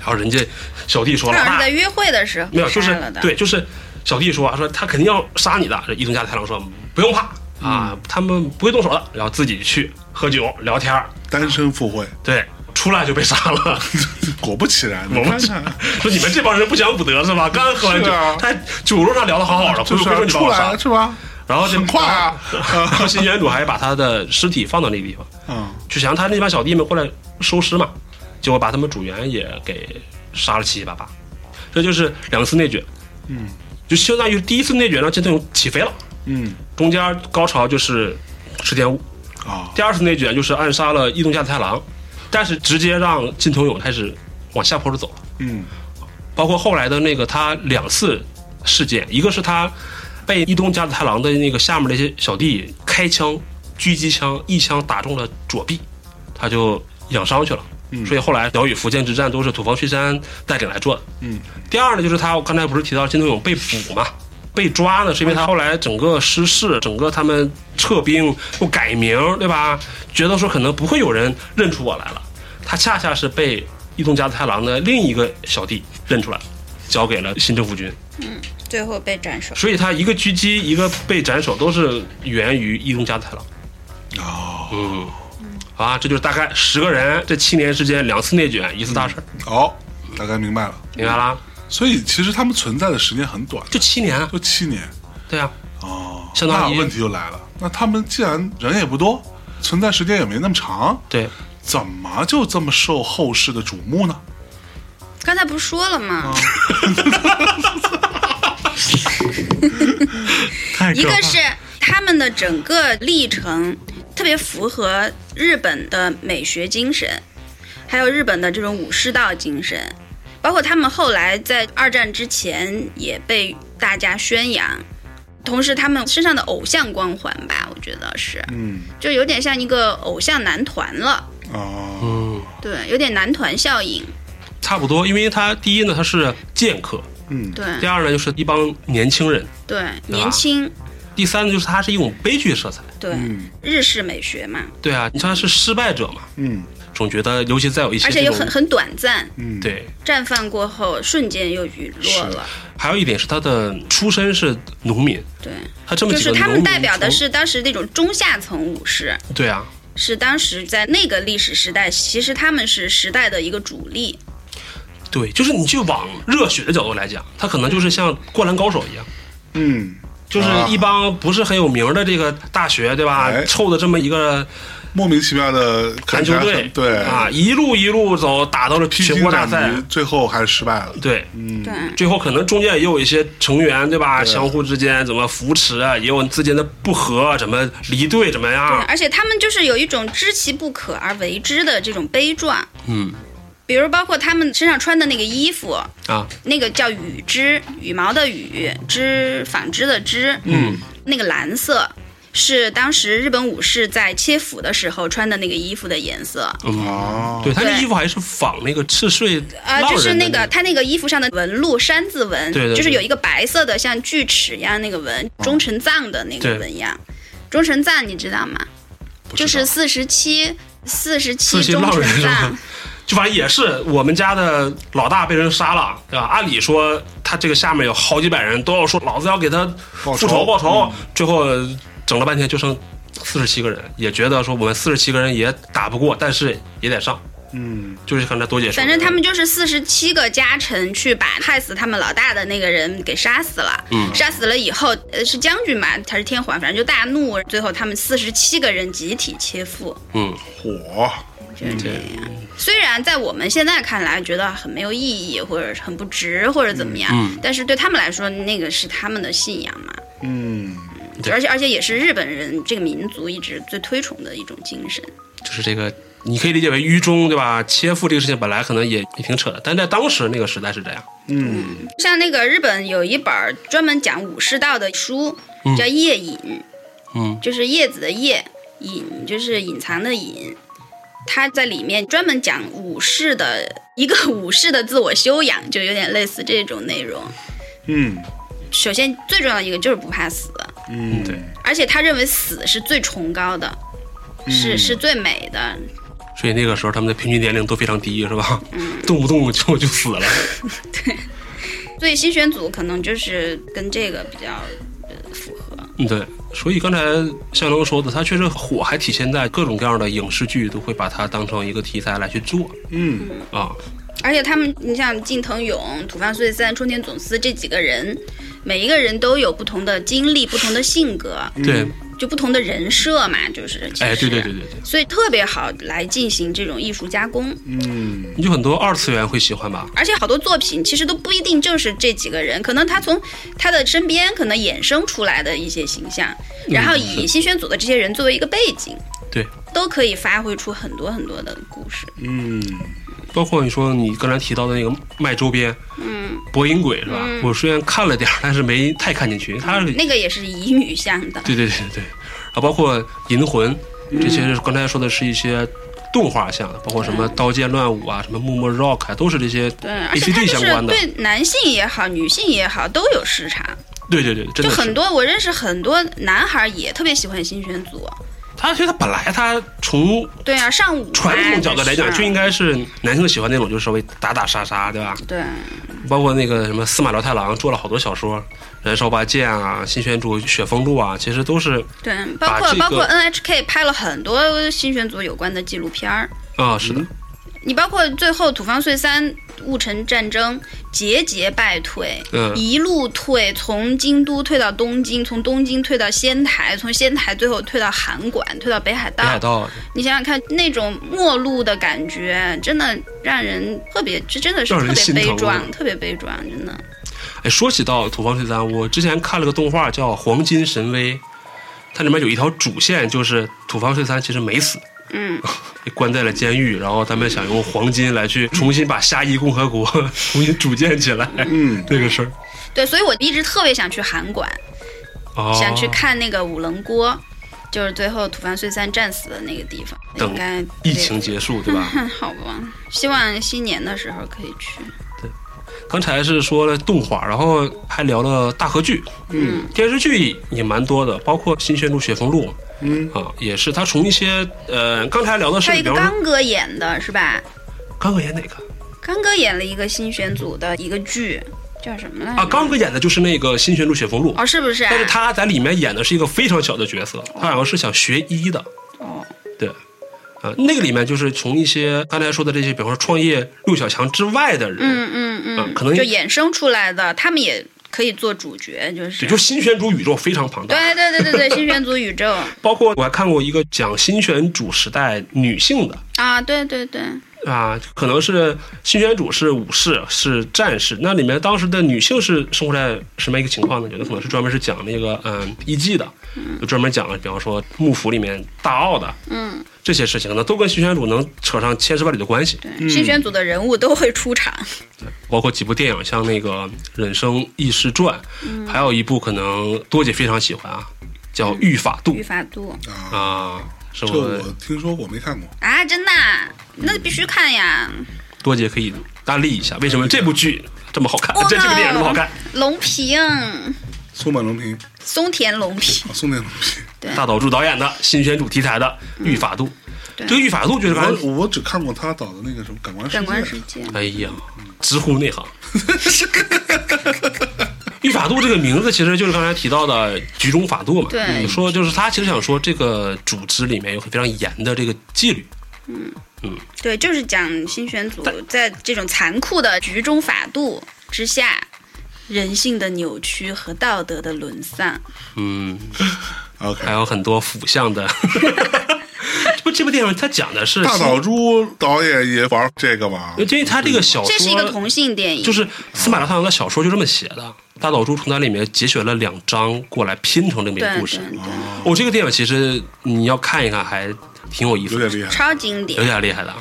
S2: 然后人家小弟说
S1: 他
S2: 老
S1: 好像
S2: 大
S1: 是在约会的时候
S2: 没有，就
S1: 杀
S2: 是
S1: 了的，
S2: 对，就是小弟说说他肯定要杀你的，这伊东家太郎说不用怕
S3: 嗯
S2: 啊，他们不会动手的，然后自己去喝酒聊天儿
S3: 单身赴会，
S2: 对，出来就被杀了。
S3: 果不其然，你看看，
S2: 说你们这帮人不讲武德是吧？刚喝完酒，
S3: 是啊
S2: 他酒桌上聊的好好的，
S3: 就
S2: 回
S3: 是
S2: 回说
S3: 啊出
S2: 你把我杀
S3: 来
S2: 了，
S3: 是吧？
S2: 然后这
S3: 很快啊，
S2: 然后新选组还把他的尸体放到那个地方。
S3: 嗯，
S2: 就想让他那帮小弟们过来收尸嘛，结果把他们组员也给杀了七七八八，这就是两次内卷，
S3: 嗯，
S2: 就相当于第一次内卷让金正勇起飞了，
S3: 嗯，
S2: 中间高潮就是池田屋，
S3: 啊，
S2: 第二次内卷就是暗杀了伊东家太郎，但是直接让金藤勇开始往下坡路走了，
S3: 嗯，
S2: 包括后来的那个他两次事件，一个是他被伊东家太郎的那个下面那些小弟开枪狙击枪一枪打中了左臂，他就养伤去了。
S3: 嗯
S2: 所以后来鸟羽伏见之战都是土方岁山带领来做的。
S3: 嗯，
S2: 第二呢，就是他我刚才不是提到金东勇被捕嘛，被抓呢，是因为他后来整个失势，整个他们撤兵又改名，对吧？觉得说可能不会有人认出我来了，他恰恰是被伊东家太郎的另一个小弟认出来了，交给了新政府军。
S1: 最后被斩首。
S2: 所以他一个狙击，一个被斩首，都是源于伊东家太郎。
S3: 哦，
S2: 嗯，啊，这就是大概十个人这七年时间两次内卷，一次大事儿，
S3: 好，大概明白了。
S2: 明白啦？
S3: 所以其实他们存在的时间很短，
S2: 就七年啊，
S3: 就七年
S2: 对啊，
S3: 哦。
S2: 相当于
S3: 那问题就来了，那他们既然人也不多，存在时间也没那么长，
S2: 对，
S3: 怎么就这么受后世的瞩目呢？
S1: 刚才不是说了吗？
S4: 太 可
S1: 一个
S4: 怕了。
S1: 是他们的整个历程特别符合日本的美学精神，还有日本的这种武士道精神，包括他们后来在二战之前也被大家宣扬。同时，他们身上的偶像光环吧，我觉得是，
S3: 嗯
S1: 就有点像一个偶像男团了，
S3: 啊，
S2: 嗯，
S1: 对，有点男团效应，
S2: 差不多，因为他第一呢，他是剑客；
S3: 嗯
S1: 对
S2: 第二呢，就是一帮年轻人，
S1: 对，
S2: 吧
S1: 年轻，
S2: 第三呢，就是它是一种悲剧色彩。
S1: 对，
S2: 嗯
S1: 日式美学嘛，
S2: 对啊，你像是失败者嘛，嗯，总觉得尤其再有一些
S1: 而
S2: 这
S1: 且又
S2: 种，
S1: 很很短暂，
S3: 嗯
S2: 对，
S1: 战犯过后瞬间又雨落了。
S2: 还有一点是他的出身是农民，
S1: 对，
S2: 他这么
S1: 就
S2: 几个
S1: 是他
S2: 农
S1: 们
S2: 民
S1: 代表的
S2: 从
S1: 是当时那种中下层武士，
S2: 对啊，
S1: 是当时在那个历史时代，其实他们是时代的一个主力。
S2: 对，就是你去往热血的角度来讲，他可能就是像灌篮高手一样，
S3: 嗯，
S2: 就是
S3: 啊
S2: 一帮不是很有名的这个大学，对吧？
S3: 哎
S2: 凑的这么一个
S3: 莫名其妙的
S2: 篮球队，
S3: 对
S2: 啊，，一路一路走，打到了
S3: 披
S2: 全
S3: 荆
S2: 国大
S3: 斩
S2: 赛，
S3: 棘，最后还是失败了。
S2: 对，
S1: 对，
S2: 最后可能中间也有一些成员，对吧？相互之间怎么扶持啊，也有之间的不和啊，怎么离队，怎么
S1: 对
S2: 样？啊
S1: 而且他们就是有一种知其不可而为之的这种悲壮。
S2: 嗯，
S1: 比如包括他们身上穿的那个衣服，
S2: 啊，
S1: 那个叫羽织，羽毛的羽，织纺织的织，嗯，那个蓝色。是当时日本武士在切腹的时候穿的那个衣服的颜色，
S3: 哦，
S2: 对，他这
S1: 对
S2: 衣服还是仿那个赤穗
S1: 啊，
S2: 浪
S1: 就是
S2: 人的
S1: 那个他那个衣服上的纹路山字纹，
S2: 对对
S1: 就是
S2: 对
S1: 有一个白色的像锯齿一样那个纹，忠臣藏的那个
S2: 对
S1: 纹样。忠臣藏你知道吗？就是四十七。四十七
S2: 47
S1: 忠
S2: 浪人
S1: 臣
S2: 是吧
S1: 藏，
S2: 就反正也是我们家的老大被人杀了，对吧？按理说他这个下面有好几百人都要说老子要给他复仇
S3: 报
S2: 报
S3: 仇
S2: 仇，
S1: 嗯
S2: 最后整了半天就剩四十七个人，也觉得说我们四十七个人也打不过，但是也得上，
S3: 嗯，
S2: 就是刚才多姐说的，
S1: 反正他们就是四十七个家臣去把害死他们老大的那个人给杀死了。
S2: 嗯
S1: 杀死了以后，呃，是将军嘛，还是天皇，反正就大怒，最后他们四十七个人集体切腹。
S2: 嗯，
S3: 火，
S1: 就是这样。虽然在我们现在看来觉得很没有意义，或者很不值，或者怎么样，但是对他们来说，那个是他们的信仰嘛，
S3: 嗯，
S2: 对
S1: 而且而且也是日本人这个民族一直最推崇的一种精神。
S2: 就是这个。你可以理解为愚忠，对吧？切腹这个事情本来可能也也挺扯的，但在当时那个时代是这样。
S3: 嗯
S1: 像那个日本有一本儿专门讲武士道的书，叫《夜隐》，
S2: 嗯，
S1: 就是叶子的叶，隐就是隐藏的隐。他在里面专门讲武士的一个武士的自我修养，就有点类似这种内容。
S3: 嗯，
S1: 首先最重要的一个就是不怕死，
S3: 嗯，
S2: 对，
S1: 而且他认为死是最崇高的，是是最美的。
S2: 嗯所以那个时候他们的平均年龄都非常低，是吧？动不动就就死了。
S1: 所以新选组可能就是跟这个比较呃符合。
S2: 嗯，对，所以刚才向龙说的，它确实火，还体现在各种各样的影视剧都会把它当成一个题材来去做
S3: 嗯，
S2: 啊。
S1: 而且他们，你像近藤勇、土方岁三、冲田总司这几个人，每一个人都有不同的经历、不同的性格，
S2: 对，
S1: 就不同的人设嘛，就是。其实
S2: 哎，对对对。对对，
S1: 所以特别好来进行这种艺术加工，
S3: 嗯，
S2: 你就很多二次元会喜欢吧？
S1: 而且好多作品其实都不一定就是这几个人，可能他从他的身边可能衍生出来的一些形象，
S2: 嗯
S1: 然后以新选组的这些人作为一个背景，
S2: 对，
S1: 都可以发挥出很多很多的故事。
S3: 嗯，
S2: 包括你说你刚才提到的那个卖周边，嗯，博音鬼是吧？我虽然看了点儿，但是没太看进去。它是
S1: 那个也是乙女向的，
S2: 对对对对对，啊，包括《银魂》这些，
S1: 嗯
S2: 刚才说的是一些动画像的，包括什么《刀剑乱舞》啊，什么《木木 Rock》啊，都是这些
S1: 对，而且
S2: A C
S1: 它就
S2: G 相
S1: 是
S2: 关的。
S1: 对男性也好，女性也好都有市场，
S2: 对对对，真
S1: 就
S2: 的是
S1: 很。多我认识很多男孩也特别喜欢新选组，
S2: 他其实他本来他从
S1: 对啊，上午啊
S2: 传统角度来讲，
S1: 这事儿
S2: 就应该是男性喜欢那种，就是稍微打打杀杀，对吧？
S1: 对。
S2: 包括那个什么司马辽太郎做了好多小说，《燃烧吧剑》啊，《新选组》《雪峰录》啊，其实都是
S1: 对，包
S2: 把
S1: 括、
S2: 这个
S1: 包括 NHK 拍了很多新选组有关的纪录片儿，
S2: 啊，是的，
S1: 你包括最后土方岁三戊辰战争节节败退，
S2: 嗯
S1: 一路退，从京都退到东京，从东京退到仙台，从仙台最后退到函馆，退到北海道。
S2: 北海道啊
S1: 你想想看，那种末路的感觉，真的让人特别，这真的是
S2: 让人
S1: 特别
S2: 心疼
S1: 悲
S2: 啊
S1: 壮，特别悲壮，真的。
S2: 哎，说起到土方岁三，我之前看了个动画叫《黄金神威》，它里面有一条主线就是土方岁三其实没死，
S1: 嗯，
S2: 被关在了监狱，然后他们想用黄金来去重新把虾夷共和国 重新组建起来，嗯，这个事儿，
S1: 对，所以我一直特别想去函馆，
S2: 哦，
S1: 想去看那个五棱郭，就是最后土方岁三战死的那个地方。
S2: 等
S1: 应该
S2: 疫情结束，对吧？
S1: 哼好吧，希望新年的时候可以去。
S2: 刚才是说了动画，然后还聊了大河剧，嗯，电视剧也蛮多的，包括《新宣路雪峰路》，嗯啊，也是他从一些呃，刚才聊的是
S1: 还有一
S2: 比
S1: 个
S2: 方说
S1: 刚哥演的是吧？
S2: 刚哥演哪个
S1: 刚哥演了一个新选组的一个剧，叫什么来着？
S2: 啊？刚哥演的就是那个《新宣路雪峰路》
S1: 哦，是不是、啊？
S2: 但是他在里面演的是一个非常小的角色，他好像是想学医的，
S1: 哦，
S2: 对，啊，那个里面就是从一些刚才说的这些，比方说创业六小强之外的人，
S1: 嗯嗯嗯，
S2: 啊可能
S1: 就衍生出来的，他们也可以做主角，就是
S2: 也就新选主宇宙非常庞大，
S1: 对对对对对，新选组宇宙
S2: 包括我还看过一个讲新选主时代女性的。
S1: 啊，对对对，
S2: 啊，可能是新选主是武士，是战士。那里面当时的女性是生活在什么一个情况呢？有的可能是专门是讲那个嗯艺妓的，就专门讲了，比方说幕府里面大奥的，
S1: 嗯，
S2: 这些事情呢，都跟新选主能扯上千丝万缕的关系。
S1: 对，新选组的人物都会出场，
S2: 包括几部电影，像那个《人生异事传》，
S1: 嗯
S2: 还有一部可能多姐非常喜欢啊，叫《御法度
S1: 御法度》
S2: 啊，是
S3: 这
S2: 我
S3: 我听说过，没看过。
S1: 啊，真的啊，那必须看呀！
S2: 多姐可以安利一下，为什么这部剧这么好看？
S1: 哦
S2: 这这部电影这么好看？
S1: 龙平，
S3: 松本龙平，
S1: 松田龙平，
S3: 啊，松本龙平。
S2: 大岛渚导演的新选主题材的《御法度》。
S1: 嗯对
S2: 这个《御法度》就是刚才，
S3: 我我只看过他导的那个什么《感官世
S1: 感官
S3: 界
S1: 世》，界，
S2: 哎呀，直呼内行。 御法度这个名字其实就是刚才提到的局中法度嘛，
S1: 对
S2: 嗯说就是他其实想说这个组织里面有非常严的这个纪律，
S1: 对，就是讲新选组在这种残酷的局中法度之下，人性的扭曲和道德的沦丧。
S2: 嗯，还
S3: 啊 OK，
S2: 有很多腐向的。 这不，这部电影它讲的是
S3: 大岛渚导演也玩这个吧？
S2: 因为他这个小说
S1: 这是一个同性电影，
S2: 就是司马辽太郎的小说就这么写的，大岛渚从它里面节选了两章过来拼成这么一
S1: 对
S2: 个故
S1: 对
S2: 事。
S1: 对，
S2: 哦，这个电影其实你要看一看，还挺有意思
S3: 有
S2: 的，
S3: 点厉害。
S1: 超经
S2: 有
S1: 典。
S2: 点厉害的啊。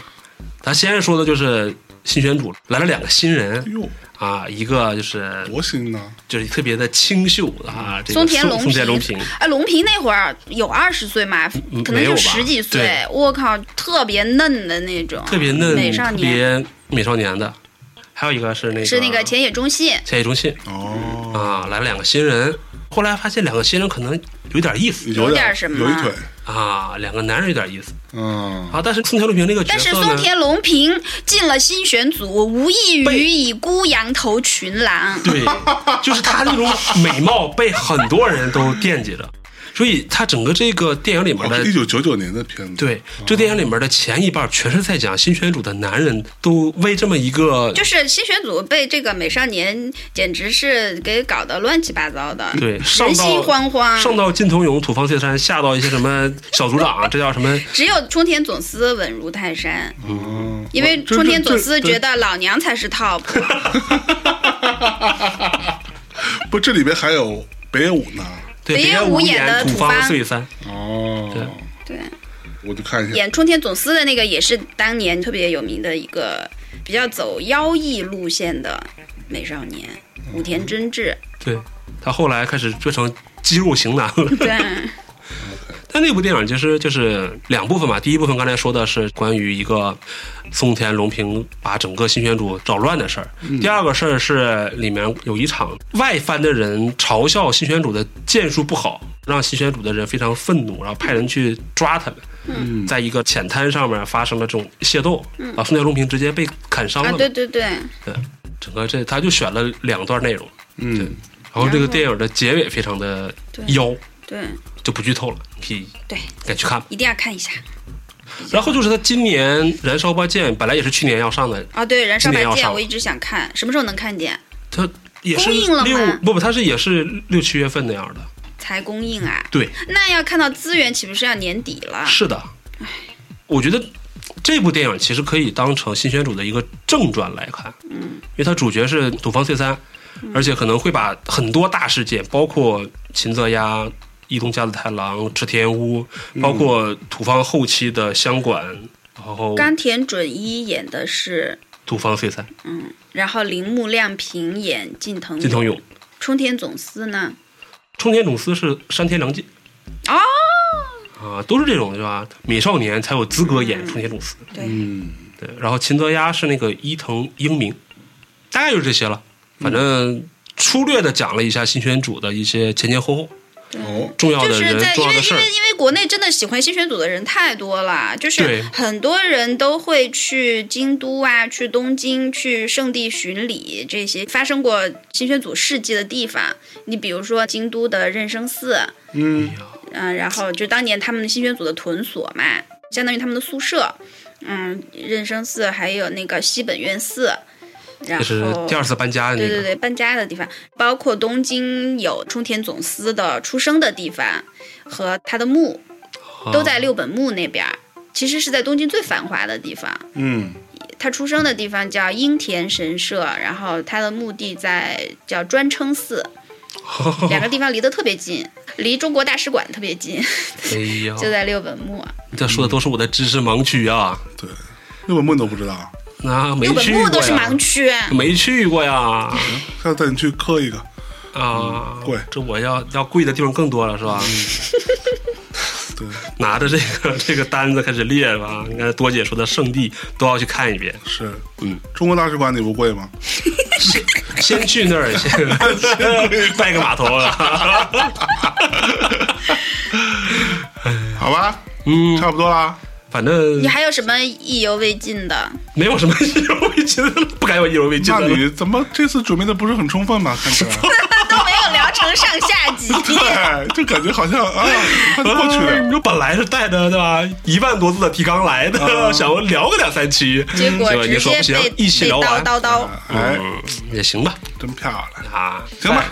S2: 他先说的就是新选主来了两个新
S3: 哎
S2: 人
S3: 呦，
S2: 啊，一个就是
S3: 多新呐！
S2: 就是特别的清秀啊，这个
S1: 松田龙
S2: 松田龙
S1: 平
S2: 平，，
S1: 哎，龙平那会儿有二十岁嘛
S2: 嗯，
S1: 可能
S2: 没有
S1: 就
S2: 吧
S1: 十几岁
S2: 对。
S1: 我靠，特别嫩的那种，
S2: 特别嫩，
S1: 美少
S2: 特
S1: 年，
S2: 别美少年的。还有一个是那个
S1: 是那个
S2: 千
S1: 浅野忠信。
S2: 叶忠信
S3: 哦，
S2: 啊，来了两个新人，后来发现两个新人可能有点意思
S1: 有
S3: 点
S1: 点什么
S3: 有一腿。
S2: 啊，两个男人有点意思
S3: 嗯，
S2: 啊，但是松田龙平这个角
S1: 但是
S2: 色
S1: 松
S2: 呢，
S1: 田龙平进了新选组，无异于以孤羊头群狼。
S2: 对，就是他那种美貌被很多人都惦记着，所以他整哦个这个电影里面的
S3: 哦一九九九年的片子。，
S2: 对，这电影里面的前一半全是在讲新选组的男人都为这么一个
S1: 就是新选组被这个美少年简直是给搞得乱七八糟的，
S2: 对上
S1: 人心
S2: 到
S1: 惶
S2: 上
S1: 惶。
S2: 到金童勇、土方岁三，下到一些什么小组长，这叫什么？
S1: 只有冲田总司稳如泰山，
S2: 哦
S3: 嗯，
S1: 因为
S3: 这
S1: 冲田
S3: 这
S1: 总司
S3: 这
S1: 觉得老娘才是 top。
S3: 不，这里边还有北野武呢。
S2: 对，
S1: 北野
S2: 别
S1: 武
S2: 无
S1: 演的
S2: 言
S1: 土
S2: 土
S1: 方
S2: 方岁三，
S3: 哦，
S1: 对，
S3: 我就看一下。
S1: 演冲田总司的那个也是当年特别有名的一个比较走妖异路线的美少年，武田真治。
S2: 对他后来开始做成肌肉型男了。
S1: 对，啊
S2: 但那部电影其实就是两部分嘛，第一部分刚才说的是关于一个松田龙平把整个新选组捣乱的事儿，第二个事儿是里面有一场外番的人嘲笑新选组的剑术不好，让新选组的人非常愤怒，然后派人去抓他们。嗯，在一个浅滩上面发生了这种械斗，啊，松田龙平直接被砍伤了
S1: 啊，
S2: 嘛。
S1: 对对对，
S2: 对，整个这他就选了两段内容，
S3: 嗯，
S2: 然后这个电影的结尾非常的
S1: 对
S2: 妖，
S1: 对
S2: 就不剧透了，你可以
S1: 对，
S2: 赶去看吧。
S1: 一定要看一下
S2: 然后就是他今年《燃烧吧剑》本来也是去年要上的，
S1: 啊！对，《燃烧
S2: 今
S1: 吧
S2: 年要
S1: 剑》
S2: 上
S1: 我一直想看，什么时候能看见？
S2: 他也是
S1: 公映了吗
S2: 六不不，他是也是六七月份那样的。
S1: 才公映啊？
S2: 对，
S1: 那要看到资源，岂不是要年底了？
S2: 是的，我觉得这部电影其实可以当成新选组的一个正传来看，嗯，因为它主角是土方岁三，
S1: 嗯
S2: 而且可能会把很多大事件，包括秦泽鸭、伊东家的太郎、池田屋，
S1: 嗯
S2: 包括土方后期的相馆，然后
S1: 冈田准一演的是，
S2: 土方岁三、
S1: 然后铃木亮平演近藤
S2: 金藤
S1: 勇，
S2: 勇、
S1: 冲田总司呢？
S2: 冲田总司是山田凉介
S1: 哦，
S2: 啊，都是这种是吧？美少年才有资格演出那些种词。
S1: 嗯对，
S2: 对，然后秦泽鸭是那个伊藤英明，大概就是这些了。反正粗略的讲了一下新选组的一些前前后后、
S3: 哦，
S2: 重要
S1: 就
S2: 的
S1: 是
S2: 人、
S1: 在
S2: 重
S1: 因
S2: 要
S1: 为
S2: 的事
S1: 因
S2: 儿。
S1: 为因为国内真的喜欢新选组的人太多了，就是
S2: 对
S1: 很多人都会去京都啊，去东京，去圣地巡礼这些发生过新选组事迹的地方。你比如说京都的任生寺，
S3: 嗯，
S1: 嗯，然后就当年他们新选组的屯所嘛，相当于他们的宿舍。嗯，任生寺还有那个西本院寺，
S2: 这
S1: 然后
S2: 是第二次搬家的那
S1: 对
S2: 个，
S1: 哦对对，搬家的地方，包括东京有冲田总司的出生的地方和他的墓，
S2: 啊
S1: 都在六本木那边儿。其实是在东京最繁华的地方，
S3: 嗯，
S1: 他出生的地方叫樱田神社，然后他的墓地在叫专称
S2: 哦
S1: 寺，两个地方离得特别近，离中国大使馆特别近，
S2: 哎呀，
S1: 就在六本木。啊
S2: 你这说的都是我的知识盲区啊，
S3: 对，日本梦都不知道，
S2: 那没
S1: 六本
S2: 去
S1: 木
S2: 过
S1: 都是
S2: 呀嗯
S1: 盲，区，哎
S2: 没去过呀
S3: 下次带你去磕一个，
S2: 啊！
S3: 贵
S2: 这我要要贵的地方更多了是吧？
S3: 对，
S2: 拿着这个这个单子开始列 吧，你看多姐说的圣地都要去看一遍，
S3: 是，
S2: 嗯，
S3: 中国大使馆你不贵吗？
S2: 先去那儿先拜个码头啊。
S3: 好吧，
S2: 嗯，
S3: 差不多啦，
S2: 反正
S1: 你还有什么意犹未尽的？
S2: 没有什么意犹未尽的了，不敢有意犹未尽
S3: 那
S2: 的了。
S3: 你怎么这次准备的不是很充分嘛？看起来，
S1: 都没有聊成上下集。
S3: 对，就感觉好像啊，很快就过去
S2: 哎
S3: 了
S2: 你。说本来是带着对吧一万多字的提纲来的，
S3: 啊
S2: 想要聊个两三期，
S1: 结果
S2: 结果你
S1: 直
S2: 说
S1: 接
S2: 不行
S1: 被，
S2: 一起
S1: 被
S2: 聊
S1: 叨
S2: 完，
S1: 叨叨，
S3: 哎，
S2: 嗯，也行吧，
S3: 真漂亮，
S2: 啊，
S3: 行吧，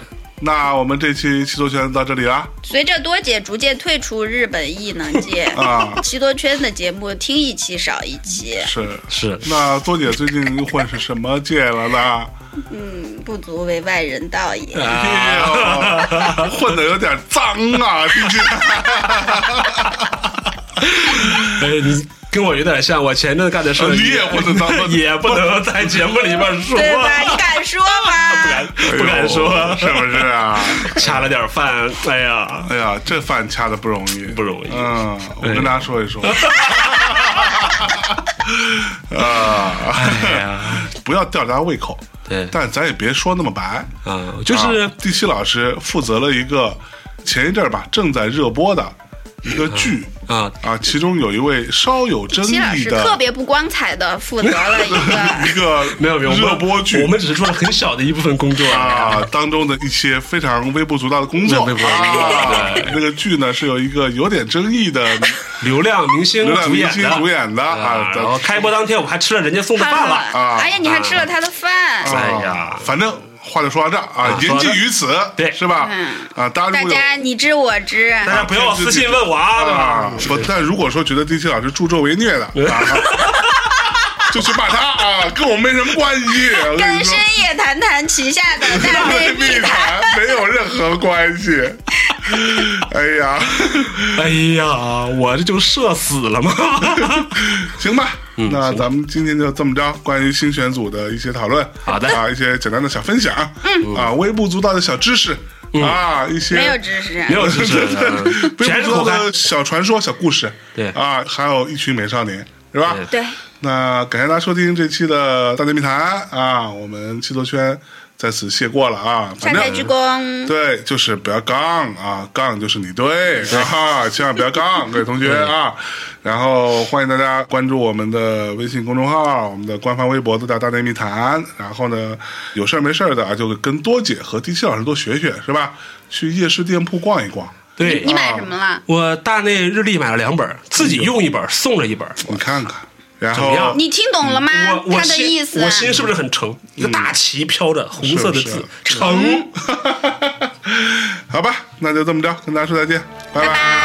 S3: 那我们这期七座圈到这里啦。
S1: 随着多姐逐渐退出日本艺能 界
S3: 啊，
S1: 奇多圈的节目听一期少一期，
S3: 是，
S2: 是
S3: 那多姐最近又混是什么界了呢？
S1: 嗯，不足为外人道也。
S2: 啊
S3: 哎呦， 混的有点脏啊，听 起
S2: 呃，你跟我有点像，我前阵干的事儿，
S3: 啊你也不能当
S2: 也不能在节目里边说，
S1: 对吧？你敢说吗？
S2: 不敢说，
S3: 哎 是不是啊？
S2: 掐了点饭，哎呀，
S3: 哎呀，这饭掐的不容易，
S2: 不容易哎
S3: 嗯，我跟大家说一 说。啊，
S2: 哎呀，
S3: 不要吊大家胃口，
S2: 对
S3: 但咱也别说那么白。
S2: 啊，就是
S3: 啊第七老师负责了一个前一阵儿吧正在热播的一个剧
S2: 啊，
S3: 啊，其中有一位稍有争
S1: 齐老
S3: 议
S1: 师特
S3: 的
S1: 别不光彩的负责了 一个
S3: 一个
S2: 没有没有，我们
S3: 热播剧
S2: 我们只是做了很小的一部分工作啊，
S3: 啊当中的一些非常微不足道的工作
S2: 微不足道
S3: 啊
S2: 对。
S3: 那个剧呢是有一个有点争议 的
S2: 流量明星
S3: 流量
S2: 主
S3: 明
S2: 演
S3: 星
S2: 的
S3: 主演的啊
S2: 啊，，然后开播当天我还吃了人家送的饭了，
S1: 啊哎呀，你还吃了他的饭，
S2: 哎
S3: 啊
S2: 呀，
S3: 反正话就说到这儿啊，言
S2: 说到
S3: 尽
S2: 这儿
S3: 于此，
S2: 对
S3: 是吧
S1: 嗯？
S3: 啊，大家
S1: 大
S3: 如果有。
S1: 家你知我知，
S2: 大家不要私信问我啊，对吧？
S3: 啊，不，但如果说觉得第七老师助纣为虐的，啊 就去骂他啊，跟我没什么关系。我跟你说
S1: 跟深，夜谈谈旗下的大
S3: 大内
S1: 内
S3: 密
S1: 密谈。
S3: 谈没有任何关系。哎呀，
S2: 哎呀，我这就社死 了吗？
S3: 行吧，
S2: 嗯
S3: 那咱们今天就这么着，关于新选组的一些讨论，
S2: 好的
S3: 啊，一些简单的小分享，啊，微不足道的小知识。啊，一些
S1: 嗯没有知识，
S2: 嗯没有支持， 嗯
S3: 微
S2: 全
S3: 不
S2: 是
S3: 足道
S2: 口嗨。
S3: 的小传说、小故事，
S2: 对
S3: 啊，还有一群美少年，是吧？
S2: 对
S1: 对，
S3: 那感谢大家收听这期的《大内密谈》啊，我们七座圈在此谢过了啊。反
S1: 上台鞠
S3: 正
S1: 躬，
S3: 对，就是不要杠啊，杠就是你对啊，千万不要杠，各位同学啊。然后欢迎大家关注我们的微信公众号，我们的官方微博都叫《大内密谈》。然后呢，有事儿没事儿的啊，就跟多姐和第七老师多学学，是吧？去夜市店铺逛一逛。
S2: 对
S1: 你，买什么了？
S2: 我大内日历买了两本，自己用一本，送了一本。
S3: 你看看，然
S2: 怎么
S3: 后
S2: 样
S1: 你听懂了吗？
S2: 我我
S1: 他的
S2: 心
S1: 意思啊
S2: 我，心是不是很诚？一个大旗飘着红色的
S3: 是
S2: 字，
S3: 是
S1: 嗯
S2: 诚。
S3: 好吧，那就这么着，跟大家说再见，拜
S1: 拜。哎